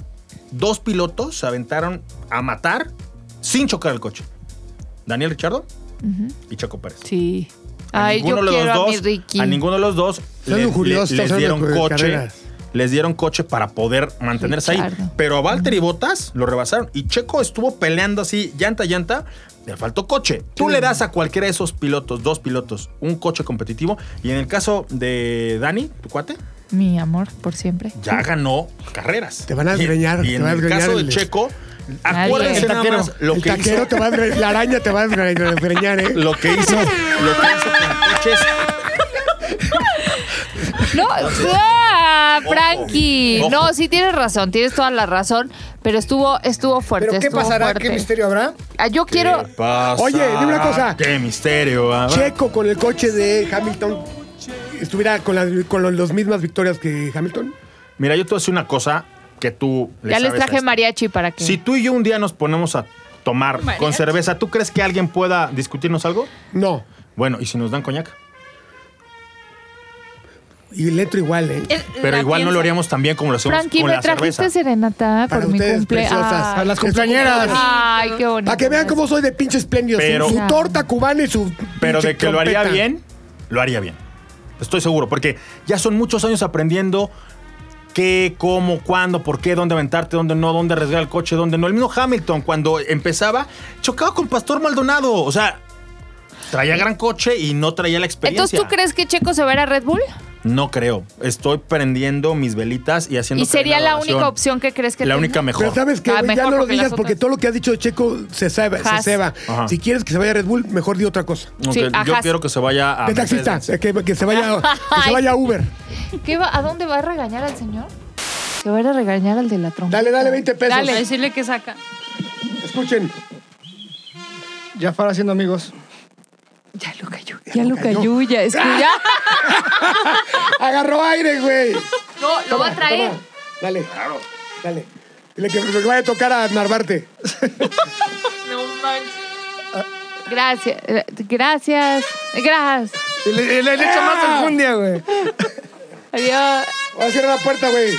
[SPEAKER 5] dos pilotos se aventaron a matar sin chocar el coche. Daniel Richardo
[SPEAKER 2] Ujú.
[SPEAKER 5] y Chaco Pérez.
[SPEAKER 2] Sí.
[SPEAKER 5] A
[SPEAKER 2] Ay, yo
[SPEAKER 5] ninguno de los
[SPEAKER 2] quiero a mi
[SPEAKER 5] dos,
[SPEAKER 2] Ricky.
[SPEAKER 5] a ninguno de los dos
[SPEAKER 3] Son
[SPEAKER 5] le-
[SPEAKER 3] lujuriosos,
[SPEAKER 5] le- les
[SPEAKER 3] son
[SPEAKER 5] dieron
[SPEAKER 3] de
[SPEAKER 5] coche.
[SPEAKER 3] carreras.
[SPEAKER 5] Les dieron coche para poder mantenerse ahí.
[SPEAKER 2] Richardo.
[SPEAKER 5] Pero a Valtteri Bottas lo rebasaron. Y Checo estuvo peleando así, llanta a llanta. Le faltó coche. Tú le das a cualquiera de esos pilotos, dos pilotos, un coche competitivo. Y en el caso de Dani, tu cuate,
[SPEAKER 2] Mi amor, por siempre.
[SPEAKER 5] ya ganó carreras.
[SPEAKER 3] Te van a
[SPEAKER 5] Y-
[SPEAKER 3] desgreñar,
[SPEAKER 5] Y,
[SPEAKER 3] te
[SPEAKER 5] en
[SPEAKER 3] van a
[SPEAKER 5] el
[SPEAKER 3] desgreñar
[SPEAKER 5] caso
[SPEAKER 3] el-
[SPEAKER 5] de Checo,
[SPEAKER 2] Nadie.
[SPEAKER 5] acuérdense
[SPEAKER 2] El
[SPEAKER 5] nada más lo
[SPEAKER 3] el
[SPEAKER 5] que hizo
[SPEAKER 3] taquero te va a desgre- la araña te va a desgre- desgreñar, ¿eh?
[SPEAKER 5] lo que hizo, lo que hizo con coches.
[SPEAKER 2] No, ah, Frankie.
[SPEAKER 5] Ojo.
[SPEAKER 2] No, sí tienes razón, tienes toda la razón, pero estuvo estuvo fuerte.
[SPEAKER 6] ¿Pero qué
[SPEAKER 2] estuvo
[SPEAKER 6] pasará?
[SPEAKER 2] fuerte.
[SPEAKER 6] ¿Qué misterio habrá?
[SPEAKER 2] Ah, yo quiero.
[SPEAKER 5] ¿Qué pasa?
[SPEAKER 3] Oye, dime una cosa.
[SPEAKER 5] Qué misterio, ¿verdad?
[SPEAKER 3] Checo con el coche de Hamilton estuviera con, las con los- las mismas victorias que Hamilton.
[SPEAKER 5] Mira, yo te voy a decir una cosa que tú le
[SPEAKER 2] Ya les
[SPEAKER 5] sabes a
[SPEAKER 2] traje
[SPEAKER 5] esto.
[SPEAKER 2] mariachi para que.
[SPEAKER 5] Si tú y yo un día nos ponemos a tomar con cerveza, ¿tú crees que alguien pueda discutirnos algo?
[SPEAKER 3] No.
[SPEAKER 5] Bueno, ¿y si nos dan coñac?
[SPEAKER 3] Y Leto igual, ¿eh?
[SPEAKER 2] Eh,
[SPEAKER 5] Pero
[SPEAKER 2] la
[SPEAKER 5] igual no
[SPEAKER 2] piensa.
[SPEAKER 5] lo haríamos tan bien como lo hacemos
[SPEAKER 2] Frankie,
[SPEAKER 5] con
[SPEAKER 2] me
[SPEAKER 5] la cerveza.
[SPEAKER 2] trajiste serenata
[SPEAKER 3] Para
[SPEAKER 2] por mi
[SPEAKER 3] ustedes,
[SPEAKER 2] cumple. Ah.
[SPEAKER 3] preciosas.
[SPEAKER 2] Ay,
[SPEAKER 3] Para las
[SPEAKER 2] qué
[SPEAKER 3] cumpleañeras.
[SPEAKER 2] bonito. Ay, qué bonito.
[SPEAKER 3] Para que vean cómo soy de pinche espléndido. Su-
[SPEAKER 5] Pero-
[SPEAKER 3] su, torta cubana y su.
[SPEAKER 5] Pero
[SPEAKER 3] pinche
[SPEAKER 5] de que lo haría
[SPEAKER 3] trompeta.
[SPEAKER 5] bien, lo haría bien. Estoy seguro, porque ya son muchos años aprendiendo qué, cómo, cuándo, por qué, dónde aventarte, dónde no, dónde arriesgar el coche, dónde no. El mismo Hamilton, cuando empezaba, chocaba con Pastor Maldonado. O sea, traía gran coche y no traía la experiencia.
[SPEAKER 2] Entonces, ¿tú crees que Checo se va a ir a Red Bull?
[SPEAKER 5] No creo. Estoy prendiendo mis velitas y haciendo.
[SPEAKER 2] Y sería
[SPEAKER 5] caer
[SPEAKER 2] la
[SPEAKER 5] adoración.
[SPEAKER 2] única opción que crees que
[SPEAKER 5] La
[SPEAKER 2] tenga?
[SPEAKER 5] única mejor.
[SPEAKER 3] Pero sabes que
[SPEAKER 2] Ah,
[SPEAKER 3] ya
[SPEAKER 2] mejor
[SPEAKER 3] no lo
[SPEAKER 2] porque las
[SPEAKER 3] digas porque
[SPEAKER 2] otras.
[SPEAKER 3] todo lo que ha dicho Checo se sabe, se
[SPEAKER 2] Has.
[SPEAKER 3] ceba.
[SPEAKER 5] Ajá.
[SPEAKER 3] Si quieres que se vaya a Red Bull, mejor di otra cosa.
[SPEAKER 5] Ok,
[SPEAKER 2] Sí,
[SPEAKER 5] yo
[SPEAKER 2] ajá.
[SPEAKER 5] quiero que se vaya a.
[SPEAKER 3] de taxista,
[SPEAKER 5] Mercedes.
[SPEAKER 3] que, que se vaya, que se
[SPEAKER 2] Ay.
[SPEAKER 3] vaya a Uber.
[SPEAKER 2] ¿Qué va- ¿A dónde va a regañar al señor? Se va a ir a regañar al de la trompa.
[SPEAKER 3] Dale, dale 20 pesos.
[SPEAKER 4] A decirle que saca.
[SPEAKER 3] Escuchen.
[SPEAKER 6] Jafar haciendo amigos.
[SPEAKER 2] Ya lo cayó. Ya lo cayó, ya. Es que
[SPEAKER 3] Ah.
[SPEAKER 2] ya.
[SPEAKER 3] Agarró aire, güey.
[SPEAKER 2] No, lo va a traer.
[SPEAKER 3] Toma, Dale. Claro. Dale. Dile que que vaya a tocar a Narvarte.
[SPEAKER 2] No manches. Gracias, eh, gracias, gracias.
[SPEAKER 6] Y le, y le- le echa más enjundia, güey.
[SPEAKER 2] Adiós.
[SPEAKER 3] Voy a cerrar la puerta, güey.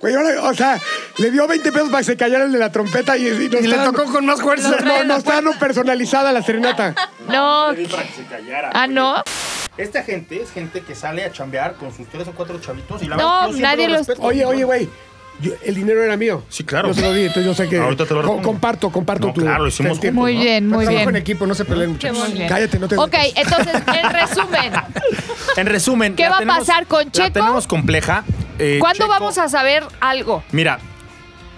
[SPEAKER 3] Güey, ahora, o sea, le dio 20 pesos para que se callara el de la trompeta y, y no
[SPEAKER 6] Y le
[SPEAKER 3] está-
[SPEAKER 6] tocó con más fuerza.
[SPEAKER 3] No, no, no está no personalizada la serenata.
[SPEAKER 2] No. Ah, no.
[SPEAKER 5] Esta gente es gente que sale a chambear con sus tres o cuatro chavitos y la
[SPEAKER 2] No,
[SPEAKER 5] verdad, yo siempre
[SPEAKER 2] nadie los-
[SPEAKER 5] respeto.
[SPEAKER 3] Oye, oye, güey. yo- El dinero era mío.
[SPEAKER 5] Sí, claro.
[SPEAKER 3] Yo se lo di, entonces yo sé que.
[SPEAKER 5] Ahorita te lo
[SPEAKER 3] Co-
[SPEAKER 5] repongo.
[SPEAKER 3] Comparto, comparto
[SPEAKER 5] No,
[SPEAKER 3] tu.
[SPEAKER 5] claro, lo hicimos
[SPEAKER 3] tu-
[SPEAKER 5] juntos.
[SPEAKER 2] Muy
[SPEAKER 5] ¿no?
[SPEAKER 2] bien, muy
[SPEAKER 6] Trabajo en
[SPEAKER 2] bien.
[SPEAKER 6] equipo, no se peleen,
[SPEAKER 2] Qué
[SPEAKER 6] muchachos.
[SPEAKER 2] muy bien.
[SPEAKER 3] Cállate, no te
[SPEAKER 2] Ok,
[SPEAKER 3] grites.
[SPEAKER 2] entonces, en resumen,
[SPEAKER 5] En resumen,
[SPEAKER 2] ¿Qué
[SPEAKER 5] la
[SPEAKER 2] va a
[SPEAKER 5] tenemos-
[SPEAKER 2] pasar con
[SPEAKER 5] La
[SPEAKER 2] Checo?
[SPEAKER 5] tenemos compleja. Eh,
[SPEAKER 2] ¿cuándo
[SPEAKER 5] Checo-
[SPEAKER 2] vamos a saber algo?
[SPEAKER 5] Mira,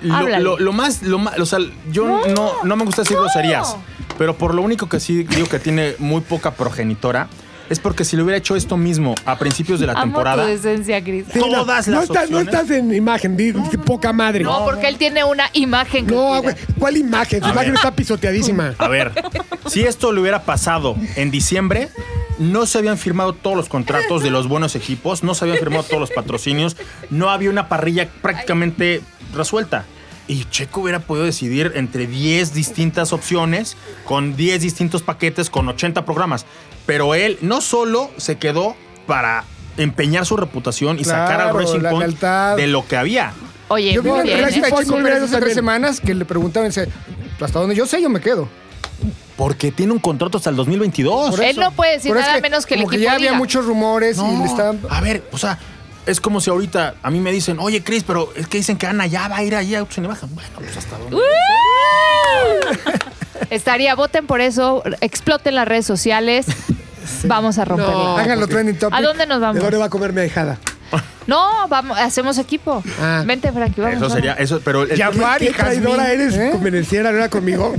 [SPEAKER 5] lo,
[SPEAKER 2] Háblale.
[SPEAKER 5] lo- lo más, lo más, o sea, yo no, no, me gusta decir groserías, pero por lo único que sí digo que tiene muy poca progenitora es porque si le hubiera hecho esto mismo a principios de la
[SPEAKER 2] Amo tu
[SPEAKER 5] temporada,
[SPEAKER 2] decencia, Cris.
[SPEAKER 3] Sí, no,
[SPEAKER 5] todas
[SPEAKER 3] no
[SPEAKER 5] las
[SPEAKER 3] estás, no
[SPEAKER 5] opciones-
[SPEAKER 3] estás en imagen, di- di- poca madre.
[SPEAKER 2] No, porque él tiene una imagen. que
[SPEAKER 3] No,
[SPEAKER 2] cuida.
[SPEAKER 3] güey. ¿Cuál imagen? Su
[SPEAKER 5] A
[SPEAKER 3] imagen
[SPEAKER 5] ver.
[SPEAKER 3] está pisoteadísima.
[SPEAKER 5] A ver, si esto le hubiera pasado en diciembre, no se habían firmado todos los contratos de los buenos equipos, no se habían firmado todos los patrocinios, no había una parrilla prácticamente resuelta. Y Checo hubiera podido decidir entre 10 distintas opciones, con 10 distintos paquetes, con 80 programas. Pero él no solo se quedó para empeñar su reputación y sacar al
[SPEAKER 6] Claro,
[SPEAKER 5] Racing
[SPEAKER 6] la
[SPEAKER 5] Point
[SPEAKER 6] lealtad.
[SPEAKER 5] de lo que había.
[SPEAKER 2] Oye,
[SPEAKER 6] Yo vi
[SPEAKER 2] muy
[SPEAKER 6] una
[SPEAKER 2] bien, ¿eh?
[SPEAKER 6] entrevista de
[SPEAKER 3] Fue
[SPEAKER 6] Chico
[SPEAKER 3] muy
[SPEAKER 6] Pérez
[SPEAKER 3] bien,
[SPEAKER 6] hace
[SPEAKER 3] también.
[SPEAKER 6] tres semanas que le preguntaban, dice, hasta donde yo sé, yo me quedo.
[SPEAKER 5] Porque tiene un contrato hasta el 2022.
[SPEAKER 6] Por
[SPEAKER 2] Él
[SPEAKER 6] eso.
[SPEAKER 2] no puede decir
[SPEAKER 6] Pero es
[SPEAKER 2] nada menos que el
[SPEAKER 6] como
[SPEAKER 2] equipo
[SPEAKER 6] ya había
[SPEAKER 2] diga.
[SPEAKER 6] muchos rumores y
[SPEAKER 5] No,
[SPEAKER 6] le estaban...
[SPEAKER 5] A ver, o sea, es como si ahorita a mí me dicen, oye, Chris, pero es que dicen que Ana ya va a ir ahí a Autos en Imagen". Bueno, pues hasta dónde.
[SPEAKER 2] Estaría, voten por eso, exploten las redes sociales. Vamos a romperlo.
[SPEAKER 6] Háganlo trending topic.
[SPEAKER 2] ¿A dónde nos
[SPEAKER 3] ¿De
[SPEAKER 2] vamos?
[SPEAKER 3] dónde va a comer mi ahijada?
[SPEAKER 2] No, vamos, hacemos equipo.
[SPEAKER 3] Ah.
[SPEAKER 2] Vente, Frankie, vamos.
[SPEAKER 5] Eso
[SPEAKER 2] vamos.
[SPEAKER 5] sería, eso, pero el-
[SPEAKER 6] Jafar y
[SPEAKER 3] ¿Qué traidora
[SPEAKER 6] Jazmín,
[SPEAKER 3] eres?
[SPEAKER 6] ¿eh?
[SPEAKER 3] Convenenciera, ¿no era conmigo?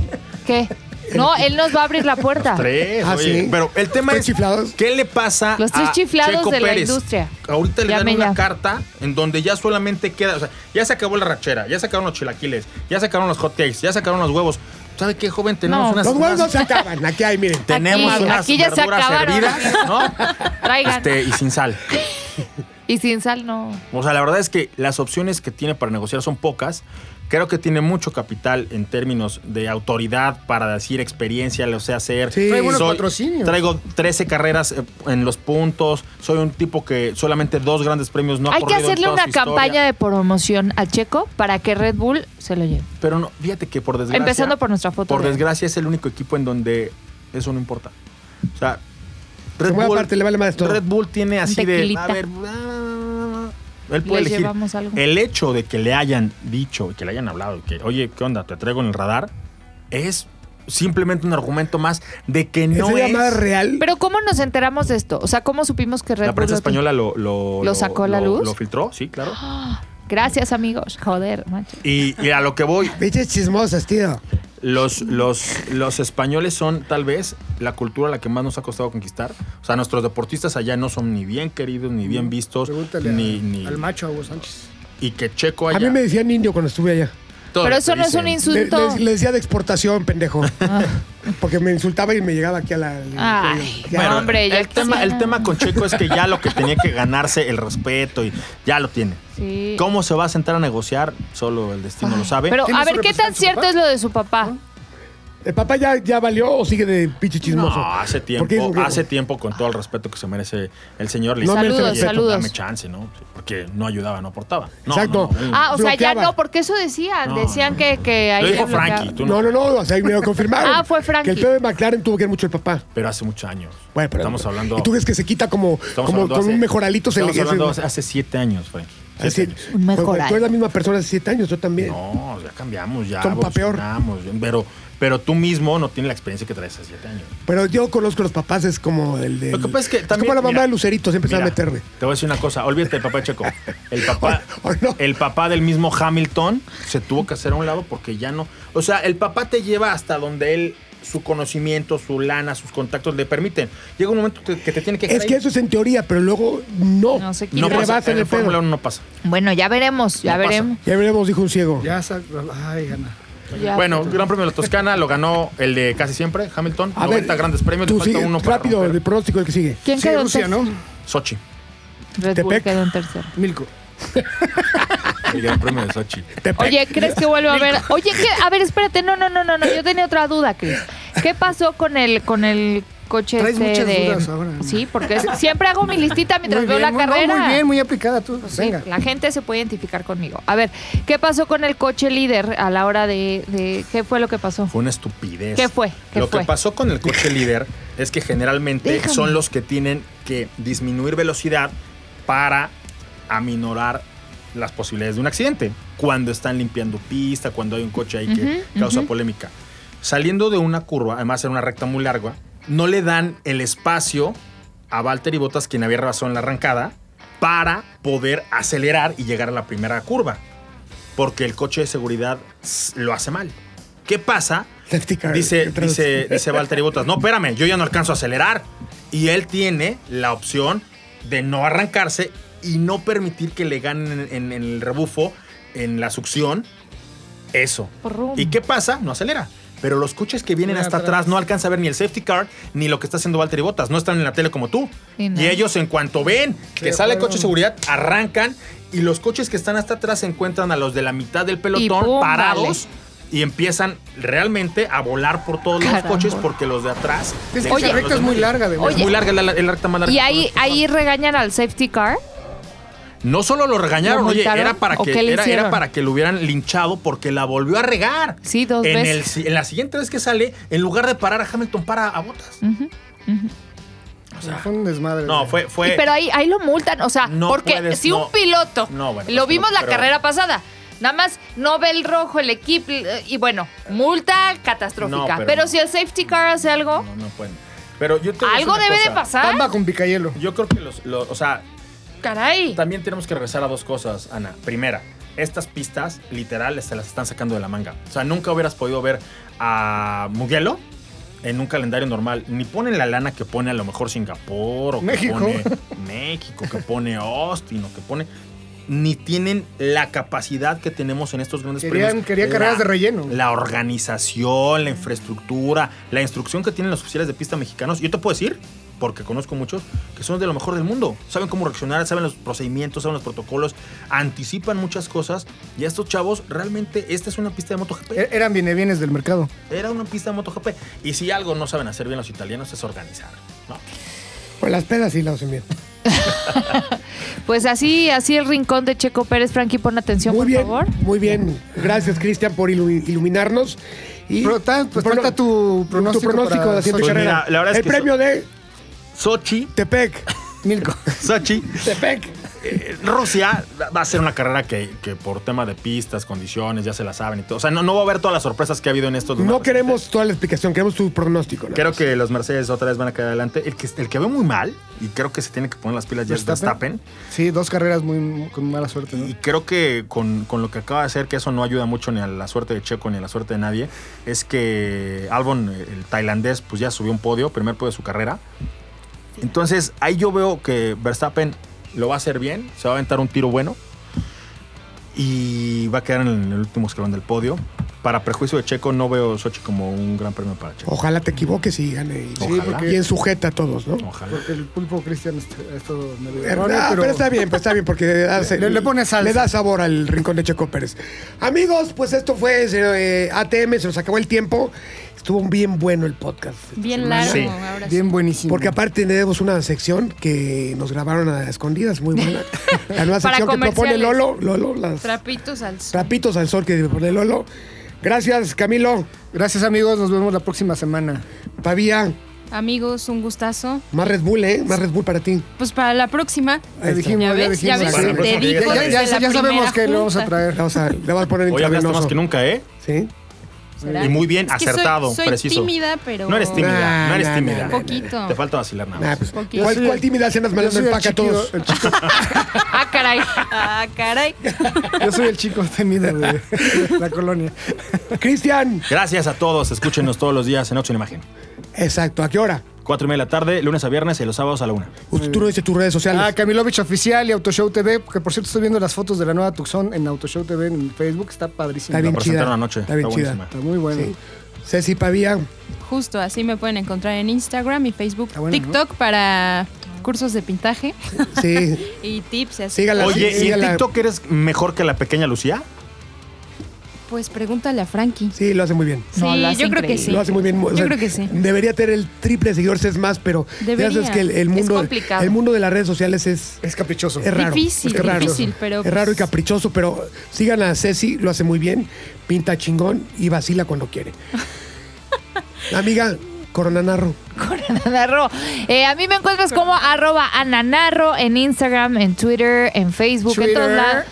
[SPEAKER 2] ¿Qué? No, él nos va a abrir la puerta.
[SPEAKER 5] tres,
[SPEAKER 3] Ah,
[SPEAKER 5] oye.
[SPEAKER 3] sí.
[SPEAKER 5] Pero el tema
[SPEAKER 3] ¿Tres
[SPEAKER 5] es,
[SPEAKER 3] chiflados?
[SPEAKER 5] ¿qué le pasa
[SPEAKER 2] Los tres
[SPEAKER 5] a
[SPEAKER 2] chiflados
[SPEAKER 5] Checo
[SPEAKER 2] de la
[SPEAKER 5] Pérez?
[SPEAKER 2] industria.
[SPEAKER 5] Ahorita le
[SPEAKER 2] Llame
[SPEAKER 5] dan una
[SPEAKER 2] ya.
[SPEAKER 5] carta en donde ya solamente queda, o sea, ya se acabó la rachera, ya sacaron los chilaquiles, ya sacaron los hot cakes, ya sacaron los huevos. ¿Sabe qué, joven? Tenemos
[SPEAKER 2] No.
[SPEAKER 5] unas...
[SPEAKER 3] Los huevos no
[SPEAKER 5] unas-
[SPEAKER 3] se acaban. Aquí hay, miren.
[SPEAKER 5] tenemos
[SPEAKER 2] Aquí-
[SPEAKER 5] unas
[SPEAKER 2] aquí ya se
[SPEAKER 5] verduras
[SPEAKER 2] acabaron.
[SPEAKER 5] Este, hervidas, ¿no?
[SPEAKER 2] Traigan.
[SPEAKER 5] Este, y sin sal.
[SPEAKER 2] Y sin sal no.
[SPEAKER 5] O sea, la verdad es que las opciones que tiene para negociar son pocas. Creo que tiene mucho capital en términos de autoridad para decir experiencia, lo sé hacer.
[SPEAKER 3] Sí. Trae buenos
[SPEAKER 6] patrocinios.
[SPEAKER 5] Traigo 13 carreras eh, en los puntos. Soy un tipo que solamente dos grandes premios no ha
[SPEAKER 2] Hay que
[SPEAKER 5] corrido en
[SPEAKER 2] hacerle
[SPEAKER 5] toda
[SPEAKER 2] una
[SPEAKER 5] su historia.
[SPEAKER 2] campaña de promoción a Checo para que Red Bull se lo lleve.
[SPEAKER 5] Pero no, fíjate que por desgracia.
[SPEAKER 2] Empezando por nuestra foto
[SPEAKER 5] Por
[SPEAKER 2] de-
[SPEAKER 5] desgracia es el único equipo en donde eso no importa. O sea, Red
[SPEAKER 3] buena
[SPEAKER 5] Bull,
[SPEAKER 3] parte le vale más todo.
[SPEAKER 5] Red Bull tiene así de.
[SPEAKER 2] tequilita.
[SPEAKER 5] A ver, él puede
[SPEAKER 2] Le
[SPEAKER 5] elegir.
[SPEAKER 2] llevamos algo.
[SPEAKER 5] El hecho de que le hayan dicho, y que le hayan hablado, y que, oye, ¿qué onda? Te traigo en el radar, es simplemente un argumento más de que no
[SPEAKER 3] ¿Sería
[SPEAKER 5] es.
[SPEAKER 3] más real?
[SPEAKER 2] Pero ¿cómo nos enteramos de esto? O sea, ¿cómo supimos que Red
[SPEAKER 5] La prensa
[SPEAKER 2] Bull lo tiene?
[SPEAKER 5] española lo, lo,
[SPEAKER 2] ¿Lo sacó a la
[SPEAKER 5] lo-
[SPEAKER 2] luz?
[SPEAKER 5] Lo filtró, sí, claro.
[SPEAKER 2] Gracias, amigos. Joder, macho.
[SPEAKER 5] Y, y a lo que voy,
[SPEAKER 3] Pinches chismosas, tío.
[SPEAKER 5] los, los, los españoles son tal vez la cultura la que más nos ha costado conquistar. O sea, nuestros deportistas allá no son ni bien queridos, ni bien vistos,
[SPEAKER 6] Pregúntale a-
[SPEAKER 5] ni, ni-
[SPEAKER 6] al macho Hugo Sánchez.
[SPEAKER 5] y que Checo allá.
[SPEAKER 3] A mí me decían indio cuando estuve allá.
[SPEAKER 2] Pero eso no es un
[SPEAKER 5] insulto.
[SPEAKER 3] Le,
[SPEAKER 2] insulto.
[SPEAKER 3] les- les decía de exportación, pendejo.
[SPEAKER 2] Ah.
[SPEAKER 3] Porque me insultaba y me llegaba aquí a la.
[SPEAKER 2] Ay,
[SPEAKER 3] ya.
[SPEAKER 2] no, hombre, yo
[SPEAKER 5] el tema,
[SPEAKER 2] quisiera.
[SPEAKER 5] el tema con Checo es que ya lo que tenía que ganarse el respeto y ya lo tiene.
[SPEAKER 2] Sí.
[SPEAKER 5] ¿Cómo se va a sentar a negociar? Solo el destino lo sabe.
[SPEAKER 2] Pero
[SPEAKER 6] ¿Tiene
[SPEAKER 2] a
[SPEAKER 6] su
[SPEAKER 2] ver, ¿qué tan
[SPEAKER 6] representante su
[SPEAKER 2] cierto
[SPEAKER 6] papá?
[SPEAKER 2] es lo de su papá?
[SPEAKER 3] ¿El papá ya, ya valió o sigue de pinche
[SPEAKER 2] ah,
[SPEAKER 3] chismoso?
[SPEAKER 5] no, hace
[SPEAKER 3] Porque
[SPEAKER 5] tiempo,
[SPEAKER 3] es-
[SPEAKER 5] hace tiempo, con todo el respeto que se merece el señor, le
[SPEAKER 3] No
[SPEAKER 5] dice,
[SPEAKER 3] merece
[SPEAKER 5] "Oye,
[SPEAKER 3] respeto".
[SPEAKER 2] Saludos,
[SPEAKER 5] Dame
[SPEAKER 2] saludos.
[SPEAKER 5] chance, ¿no? Porque no ayudaba, no aportaba. No,
[SPEAKER 3] Exacto.
[SPEAKER 5] no, no, no.
[SPEAKER 2] Ah, o sea, ya
[SPEAKER 3] Bloqueaba.
[SPEAKER 2] no, porque eso decían.
[SPEAKER 5] No,
[SPEAKER 2] decían que, que ahí
[SPEAKER 5] Lo dijo
[SPEAKER 2] le bloqueaba.
[SPEAKER 5] Frankie, tú no.
[SPEAKER 3] No, no, no, o sea, ahí me lo confirmaron.
[SPEAKER 2] Ah, fue Frankie.
[SPEAKER 3] Que el pedo de McLaren tuvo que ir mucho el papá.
[SPEAKER 5] Pero hace muchos años.
[SPEAKER 3] Bueno, pero-
[SPEAKER 5] estamos hablando.
[SPEAKER 3] ¿Y tú crees que se quita como,
[SPEAKER 5] estamos
[SPEAKER 3] como
[SPEAKER 5] hablando
[SPEAKER 3] con
[SPEAKER 5] hace-
[SPEAKER 3] un mejoralito? Se le
[SPEAKER 5] Estamos hablando
[SPEAKER 3] hace-
[SPEAKER 5] hace, hace siete años, Frank. Siete
[SPEAKER 3] hace-
[SPEAKER 5] años.
[SPEAKER 2] Un mejoral.
[SPEAKER 3] Tú eres la misma persona hace siete años, yo también.
[SPEAKER 5] No, ya cambiamos, ya
[SPEAKER 3] Son pa' peor.
[SPEAKER 5] evolucionamos. Pero, pero tú mismo no tienes la experiencia que traes hace siete años.
[SPEAKER 3] Pero yo conozco los papás, es como el de.
[SPEAKER 5] Lo que pasa es que también,
[SPEAKER 3] como la mamá
[SPEAKER 5] mira,
[SPEAKER 3] de Lucerito, siempre se va a
[SPEAKER 5] mira,
[SPEAKER 3] meterme.
[SPEAKER 5] Te voy a decir una cosa, olvídate del papá de Checo. El papá,
[SPEAKER 3] O- o no.
[SPEAKER 5] el papá del mismo Hamilton se tuvo que hacer a un lado porque ya no. O sea, el papá te lleva hasta donde él, su conocimiento, su lana, sus contactos le permiten. Llega un momento que, que te tiene que.
[SPEAKER 3] Es que eso es en teoría, pero luego no.
[SPEAKER 2] No se quita.
[SPEAKER 5] no pasa,
[SPEAKER 3] rebasan
[SPEAKER 5] en el
[SPEAKER 3] el pedo.
[SPEAKER 5] Fórmula 1 no pasa.
[SPEAKER 2] Bueno, ya veremos, ya
[SPEAKER 5] No pasa.
[SPEAKER 2] veremos.
[SPEAKER 3] Ya veremos, dijo un ciego.
[SPEAKER 6] Ya sa- Ay, gana.
[SPEAKER 3] Ah,
[SPEAKER 2] Ya.
[SPEAKER 5] Bueno, Gran Premio de la Toscana lo ganó el de casi siempre, Hamilton.
[SPEAKER 3] A
[SPEAKER 5] 90
[SPEAKER 3] ver,
[SPEAKER 5] grandes premios,
[SPEAKER 3] tú
[SPEAKER 5] le falta
[SPEAKER 3] sigue,
[SPEAKER 5] uno para
[SPEAKER 3] rápido,
[SPEAKER 5] romper.
[SPEAKER 3] el pronóstico del que sigue.
[SPEAKER 2] ¿Quién
[SPEAKER 6] Sí,
[SPEAKER 2] quedó
[SPEAKER 6] Rusia,
[SPEAKER 2] en
[SPEAKER 6] ¿no?
[SPEAKER 2] tercero?
[SPEAKER 5] Sochi,
[SPEAKER 2] Red Bull
[SPEAKER 3] Tepec.
[SPEAKER 2] quedó en tercero.
[SPEAKER 6] Milko.
[SPEAKER 5] el Gran Premio de Sochi.
[SPEAKER 3] Tepec.
[SPEAKER 2] Oye, ¿crees que vuelva a ver? Oye, ¿qué? a ver, espérate, no, no, no, no, no, yo tenía otra duda, Cris. ¿Qué pasó con el con el coche
[SPEAKER 6] Traes
[SPEAKER 2] este
[SPEAKER 6] muchas
[SPEAKER 2] de
[SPEAKER 6] dudas ahora.
[SPEAKER 2] Sí, porque es- siempre hago mi listita mientras
[SPEAKER 6] Muy
[SPEAKER 2] veo
[SPEAKER 6] bien,
[SPEAKER 2] la
[SPEAKER 6] muy- no,
[SPEAKER 2] carrera.
[SPEAKER 6] muy bien, muy aplicada tú.
[SPEAKER 2] Pues sí,
[SPEAKER 6] Venga.
[SPEAKER 2] la gente se puede identificar conmigo. A ver, ¿qué pasó con el coche líder a la hora de, de- qué fue lo que pasó?
[SPEAKER 5] Fue una estupidez.
[SPEAKER 2] ¿Qué fue? ¿Qué
[SPEAKER 5] Lo
[SPEAKER 2] fue?
[SPEAKER 5] que pasó con el coche líder es que generalmente
[SPEAKER 2] Déjame.
[SPEAKER 5] son los que tienen que disminuir velocidad para aminorar las posibilidades de un accidente. Cuando están limpiando pista, cuando hay un coche ahí que
[SPEAKER 2] Ujú,
[SPEAKER 5] causa
[SPEAKER 2] ujú.
[SPEAKER 5] polémica. Saliendo de una curva, además en una recta muy larga, no le dan el espacio a Valtteri Bottas, quien había rebasado en la arrancada, para poder acelerar y llegar a la primera curva. Porque el coche de seguridad s- lo hace mal. ¿Qué pasa?
[SPEAKER 3] Safety car.
[SPEAKER 5] Dice,
[SPEAKER 3] Entonces-
[SPEAKER 5] dice, dice Valtteri Bottas, no, espérame, yo ya no alcanzo a acelerar. Y él tiene la opción de no arrancarse y no permitir que le ganen en, en el rebufo, en la succión, eso.
[SPEAKER 2] Porrum.
[SPEAKER 5] ¿Y qué pasa? No acelera. Pero los coches que vienen
[SPEAKER 6] Muy
[SPEAKER 5] hasta
[SPEAKER 6] atrás.
[SPEAKER 5] atrás no alcanza a ver ni el safety car ni lo que está haciendo Valtteri Bottas. No están en la tele como tú.
[SPEAKER 2] Sí, no.
[SPEAKER 5] Y ellos, en cuanto ven que
[SPEAKER 6] Se
[SPEAKER 5] sale el
[SPEAKER 6] fueron.
[SPEAKER 5] coche de seguridad, arrancan y los coches que están hasta atrás encuentran a los de la mitad del pelotón
[SPEAKER 2] pum,
[SPEAKER 5] parados y empiezan realmente a volar por todos
[SPEAKER 2] Caramba.
[SPEAKER 5] los coches porque los de atrás.
[SPEAKER 6] Es que
[SPEAKER 5] le
[SPEAKER 2] Oye,
[SPEAKER 5] quitan
[SPEAKER 6] esa recta
[SPEAKER 5] los
[SPEAKER 6] es muy
[SPEAKER 5] demás.
[SPEAKER 6] larga, de
[SPEAKER 5] Es muy larga, es la, es la recta más larga.
[SPEAKER 2] Y
[SPEAKER 5] que
[SPEAKER 2] ahí
[SPEAKER 5] conozco.
[SPEAKER 2] ahí regañan al safety car.
[SPEAKER 5] No solo lo regañaron,
[SPEAKER 2] ¿Lo
[SPEAKER 5] oye,
[SPEAKER 2] multaron?
[SPEAKER 5] era para
[SPEAKER 2] ¿O
[SPEAKER 5] que
[SPEAKER 2] qué le
[SPEAKER 5] era,
[SPEAKER 2] hicieron?
[SPEAKER 5] era para que lo hubieran linchado porque la volvió a regar.
[SPEAKER 2] Sí, dos
[SPEAKER 5] en
[SPEAKER 2] veces.
[SPEAKER 5] el si- en la siguiente vez que sale, en lugar de parar a Hamilton, para a Botas.
[SPEAKER 6] Fue un desmadre.
[SPEAKER 5] No, fue, fue.
[SPEAKER 2] Pero ahí, ahí lo multan, o sea,
[SPEAKER 5] Pues, No
[SPEAKER 2] porque
[SPEAKER 5] puedes,
[SPEAKER 2] si
[SPEAKER 5] no.
[SPEAKER 2] un piloto,
[SPEAKER 5] No, bueno,
[SPEAKER 2] lo
[SPEAKER 5] pues,
[SPEAKER 2] vimos
[SPEAKER 5] pero-
[SPEAKER 2] la
[SPEAKER 5] pero-
[SPEAKER 2] carrera pasada, nada más no ve el rojo, el equipo, eh, y bueno, multa catastrófica.
[SPEAKER 5] No,
[SPEAKER 2] pero
[SPEAKER 5] pero no.
[SPEAKER 2] si el safety car hace algo,
[SPEAKER 5] No, no pueden. Pero yo te voy a decir
[SPEAKER 2] algo
[SPEAKER 5] una
[SPEAKER 2] debe de
[SPEAKER 5] cosa.
[SPEAKER 2] pasar.
[SPEAKER 6] Pamba con picayelo.
[SPEAKER 5] Yo creo que los, los- o sea,
[SPEAKER 2] Caray.
[SPEAKER 5] también tenemos que regresar a dos cosas, Ana. Primera, estas pistas literal se las están sacando de la manga. O sea, nunca hubieras podido ver a Mugello en un calendario normal. Ni ponen la lana que pone a lo mejor Singapur o
[SPEAKER 6] México.
[SPEAKER 5] que pone México, que pone Austin o que pone ni tienen la capacidad que tenemos en estos grandes
[SPEAKER 6] Querían-
[SPEAKER 5] premios.
[SPEAKER 6] quería carreras
[SPEAKER 5] La-
[SPEAKER 6] de relleno.
[SPEAKER 5] La organización, la infraestructura, la instrucción que tienen los oficiales de pista mexicanos. Yo te puedo decir porque conozco muchos, que son de lo mejor del mundo. Saben cómo reaccionar, saben los procedimientos, saben los protocolos, anticipan muchas cosas. Y a estos chavos, realmente, esta es una pista de MotoGP.
[SPEAKER 6] E- Eran bienes bienes del mercado.
[SPEAKER 5] Era una pista de MotoGP. Y si algo no saben hacer bien los italianos es organizar. ¿no?
[SPEAKER 3] Pues las pedas sí las hacen bien.
[SPEAKER 2] Pues así, así el rincón de Checo Pérez, Frankie, pon atención,
[SPEAKER 3] Muy
[SPEAKER 2] por
[SPEAKER 3] bien,
[SPEAKER 2] favor.
[SPEAKER 3] muy bien. Gracias, Cristian, por ilu- iluminarnos. Y
[SPEAKER 6] Pero tan- pues falta tu pronóstico para
[SPEAKER 3] de la siguiente
[SPEAKER 6] Sochi.
[SPEAKER 3] carrera.
[SPEAKER 5] Pues mira, la verdad es
[SPEAKER 3] El
[SPEAKER 5] que
[SPEAKER 3] premio de
[SPEAKER 5] Sochi,
[SPEAKER 3] Tepec.
[SPEAKER 6] Milko.
[SPEAKER 5] Sochi,
[SPEAKER 3] Tepec.
[SPEAKER 5] eh, Rusia va a ser una carrera que, que por tema de pistas, condiciones, ya se la saben y todo. O sea, no, no va a haber todas las sorpresas que ha habido en estos
[SPEAKER 3] No
[SPEAKER 5] lugares.
[SPEAKER 3] queremos toda la explicación, queremos tu pronóstico. ¿no?
[SPEAKER 5] Creo que los Mercedes otra vez van a quedar adelante. El que, el que ve muy mal, y creo que se tiene que poner las pilas ya es
[SPEAKER 6] Verstappen.
[SPEAKER 5] Verstappen.
[SPEAKER 6] Sí, dos carreras muy con mala suerte, ¿no?
[SPEAKER 5] Y creo que con, con lo que acaba de hacer, que eso no ayuda mucho ni a la suerte de Checo ni a la suerte de nadie, es que Albon, el tailandés, pues ya subió un podio, primer podio de su carrera. Entonces ahí yo veo que Verstappen lo va a hacer bien, se va a aventar un tiro bueno y va a quedar en el último escalón del podio. Para prejuicio de Checo, no veo Sochi como un gran premio para Checo.
[SPEAKER 3] Ojalá te equivoques y gane. y-
[SPEAKER 5] Ojalá.
[SPEAKER 3] porque- Bien sujeta a todos, ¿no?
[SPEAKER 5] Ojalá.
[SPEAKER 6] Porque el pulpo Cristian este- esto me lo erróneo,
[SPEAKER 3] Ah, pero... está bien, pues está bien, porque le, da-
[SPEAKER 6] Le- le pone salsa.
[SPEAKER 3] le da sabor al rincón de Checo Pérez. Amigos, pues esto fue eh, ATM, se nos acabó el tiempo. Estuvo bien bueno el podcast.
[SPEAKER 4] Bien largo,
[SPEAKER 5] Sí.
[SPEAKER 4] ahora sí.
[SPEAKER 6] bien buenísimo.
[SPEAKER 3] Porque aparte tenemos una sección que nos grabaron a escondidas, muy buena. La nueva
[SPEAKER 2] Para
[SPEAKER 3] sección que propone
[SPEAKER 2] comerciales.
[SPEAKER 3] Lolo, Lolo, las
[SPEAKER 4] Trapitos al sol.
[SPEAKER 3] trapitos al sol que propone Lolo. Gracias, Camilo,
[SPEAKER 6] Gracias, amigos. Nos vemos la próxima semana.
[SPEAKER 3] Pavía,
[SPEAKER 4] Amigos, un gustazo.
[SPEAKER 3] más Red Bull, ¿eh? Más Red Bull para ti.
[SPEAKER 4] Pues para la próxima.
[SPEAKER 3] Ahí está.
[SPEAKER 4] Ya ves, ya ves,
[SPEAKER 5] Para la
[SPEAKER 4] te
[SPEAKER 5] próxima
[SPEAKER 4] digo.
[SPEAKER 5] llega.
[SPEAKER 6] Ya,
[SPEAKER 4] desde
[SPEAKER 6] ya-
[SPEAKER 4] la
[SPEAKER 6] ya sabemos
[SPEAKER 4] primera
[SPEAKER 6] que lo vamos a
[SPEAKER 4] junta.
[SPEAKER 3] Le
[SPEAKER 6] traer.
[SPEAKER 3] vas a, le vas a poner
[SPEAKER 5] Hoy hablaste
[SPEAKER 3] intravenoso.
[SPEAKER 5] más que nunca, ¿eh?
[SPEAKER 3] ¿Sí?
[SPEAKER 4] ¿Será?
[SPEAKER 5] Y muy bien,
[SPEAKER 4] Es que soy-
[SPEAKER 5] acertado,
[SPEAKER 4] soy
[SPEAKER 5] preciso.
[SPEAKER 4] tímida, pero-
[SPEAKER 5] No eres tímida,
[SPEAKER 3] Nah,
[SPEAKER 5] no eres
[SPEAKER 3] nah,
[SPEAKER 5] tímida.
[SPEAKER 3] nah, nah,
[SPEAKER 4] Poquito.
[SPEAKER 5] Te falta vacilar nada
[SPEAKER 3] Nah,
[SPEAKER 5] más.
[SPEAKER 3] pues,
[SPEAKER 4] Poquito.
[SPEAKER 3] ¿Cuál, cuál timidez andas
[SPEAKER 6] Yo
[SPEAKER 3] mandando
[SPEAKER 6] soy
[SPEAKER 3] el
[SPEAKER 6] el
[SPEAKER 3] pack a
[SPEAKER 6] chiquillo-
[SPEAKER 3] todos?
[SPEAKER 6] el chico-
[SPEAKER 2] Ah, caray.
[SPEAKER 4] Ah, caray.
[SPEAKER 6] yo soy el chico temido de la colonia.
[SPEAKER 3] Cristian.
[SPEAKER 5] Gracias a todos. Escúchenos todos los días en Ocho en Imagen.
[SPEAKER 3] Exacto, ¿a qué hora?
[SPEAKER 5] Cuatro y media de la tarde, lunes a viernes y los sábados a la una.
[SPEAKER 3] Usted tú no dices tus redes sociales.
[SPEAKER 6] Ah, Camilovich Oficial y Autoshow TV, que por cierto estoy viendo las fotos de la nueva Tucson en Autoshow TV en Facebook, está padrísimo.
[SPEAKER 3] Está bien
[SPEAKER 5] la
[SPEAKER 3] chida.
[SPEAKER 5] presentaron anoche.
[SPEAKER 3] Está bien
[SPEAKER 5] Está
[SPEAKER 3] chida.
[SPEAKER 5] buenísima.
[SPEAKER 6] Está muy bueno.
[SPEAKER 3] Sí. Ceci Pavía,
[SPEAKER 4] Justo así me pueden encontrar en Instagram y Facebook,
[SPEAKER 6] Está bueno, ¿no?
[SPEAKER 4] TikTok para cursos de pintaje
[SPEAKER 3] sí.
[SPEAKER 4] y tips. y así.
[SPEAKER 3] Sígala.
[SPEAKER 5] Oye,
[SPEAKER 3] sí,
[SPEAKER 5] ¿y en
[SPEAKER 3] sígala.
[SPEAKER 5] TikTok eres mejor que la pequeña Lucía?
[SPEAKER 4] Pues pregúntale a Frankie.
[SPEAKER 3] Sí, lo hace muy bien.
[SPEAKER 4] Sí,
[SPEAKER 2] No, lo hace
[SPEAKER 4] yo creo que
[SPEAKER 2] increíble.
[SPEAKER 4] sí.
[SPEAKER 3] Lo hace muy bien. O
[SPEAKER 4] Yo
[SPEAKER 3] sea,
[SPEAKER 4] creo que sí.
[SPEAKER 3] Debería tener el triple de seguidores, es más, pero
[SPEAKER 4] Debería.
[SPEAKER 3] ya sabes que el, el
[SPEAKER 2] Es
[SPEAKER 3] mundo,
[SPEAKER 2] complicado.
[SPEAKER 3] el mundo de las redes sociales es,
[SPEAKER 6] Es caprichoso.
[SPEAKER 3] es raro.
[SPEAKER 4] Difícil,
[SPEAKER 3] es raro.
[SPEAKER 4] difícil, pero
[SPEAKER 3] Es raro y
[SPEAKER 4] pues-
[SPEAKER 3] caprichoso, pero sigan a Ceci, lo hace muy bien, pinta chingón y vacila cuando quiere. Amiga, Corona Narro.
[SPEAKER 2] Ananarro. Eh, a mí me encuentras como arroba ananarro en Instagram, en Twitter, en Facebook, en todos
[SPEAKER 6] Twitter.
[SPEAKER 2] lados.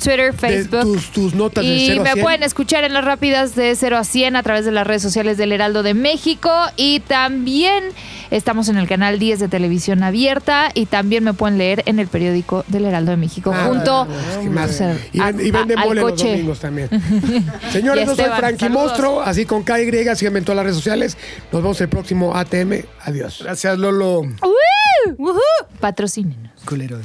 [SPEAKER 2] Twitter,
[SPEAKER 3] de
[SPEAKER 2] Facebook.
[SPEAKER 3] tus, tus notas del
[SPEAKER 2] Y
[SPEAKER 3] 0 a
[SPEAKER 2] me
[SPEAKER 3] 100.
[SPEAKER 2] pueden escuchar en las rápidas de 0 a 100 a través de las redes sociales del Heraldo de México. Y también estamos en el canal 10 de Televisión Abierta. Y también me pueden leer en el periódico del Heraldo de México.
[SPEAKER 3] Ah,
[SPEAKER 2] junto
[SPEAKER 3] es que más.
[SPEAKER 2] o sea,
[SPEAKER 3] y, ven- y
[SPEAKER 2] a-
[SPEAKER 3] venden
[SPEAKER 2] a- al
[SPEAKER 3] mole los
[SPEAKER 2] coche.
[SPEAKER 3] domingos también. Señores, yo soy
[SPEAKER 2] Esteban,
[SPEAKER 3] Frankie
[SPEAKER 2] saludos.
[SPEAKER 3] Monstruo, así con KY, síganme en todas las redes sociales. Nos vemos el próximo ATM. Adiós.
[SPEAKER 6] Gracias, Lolo.
[SPEAKER 2] Patrocínenos.
[SPEAKER 6] Culeros.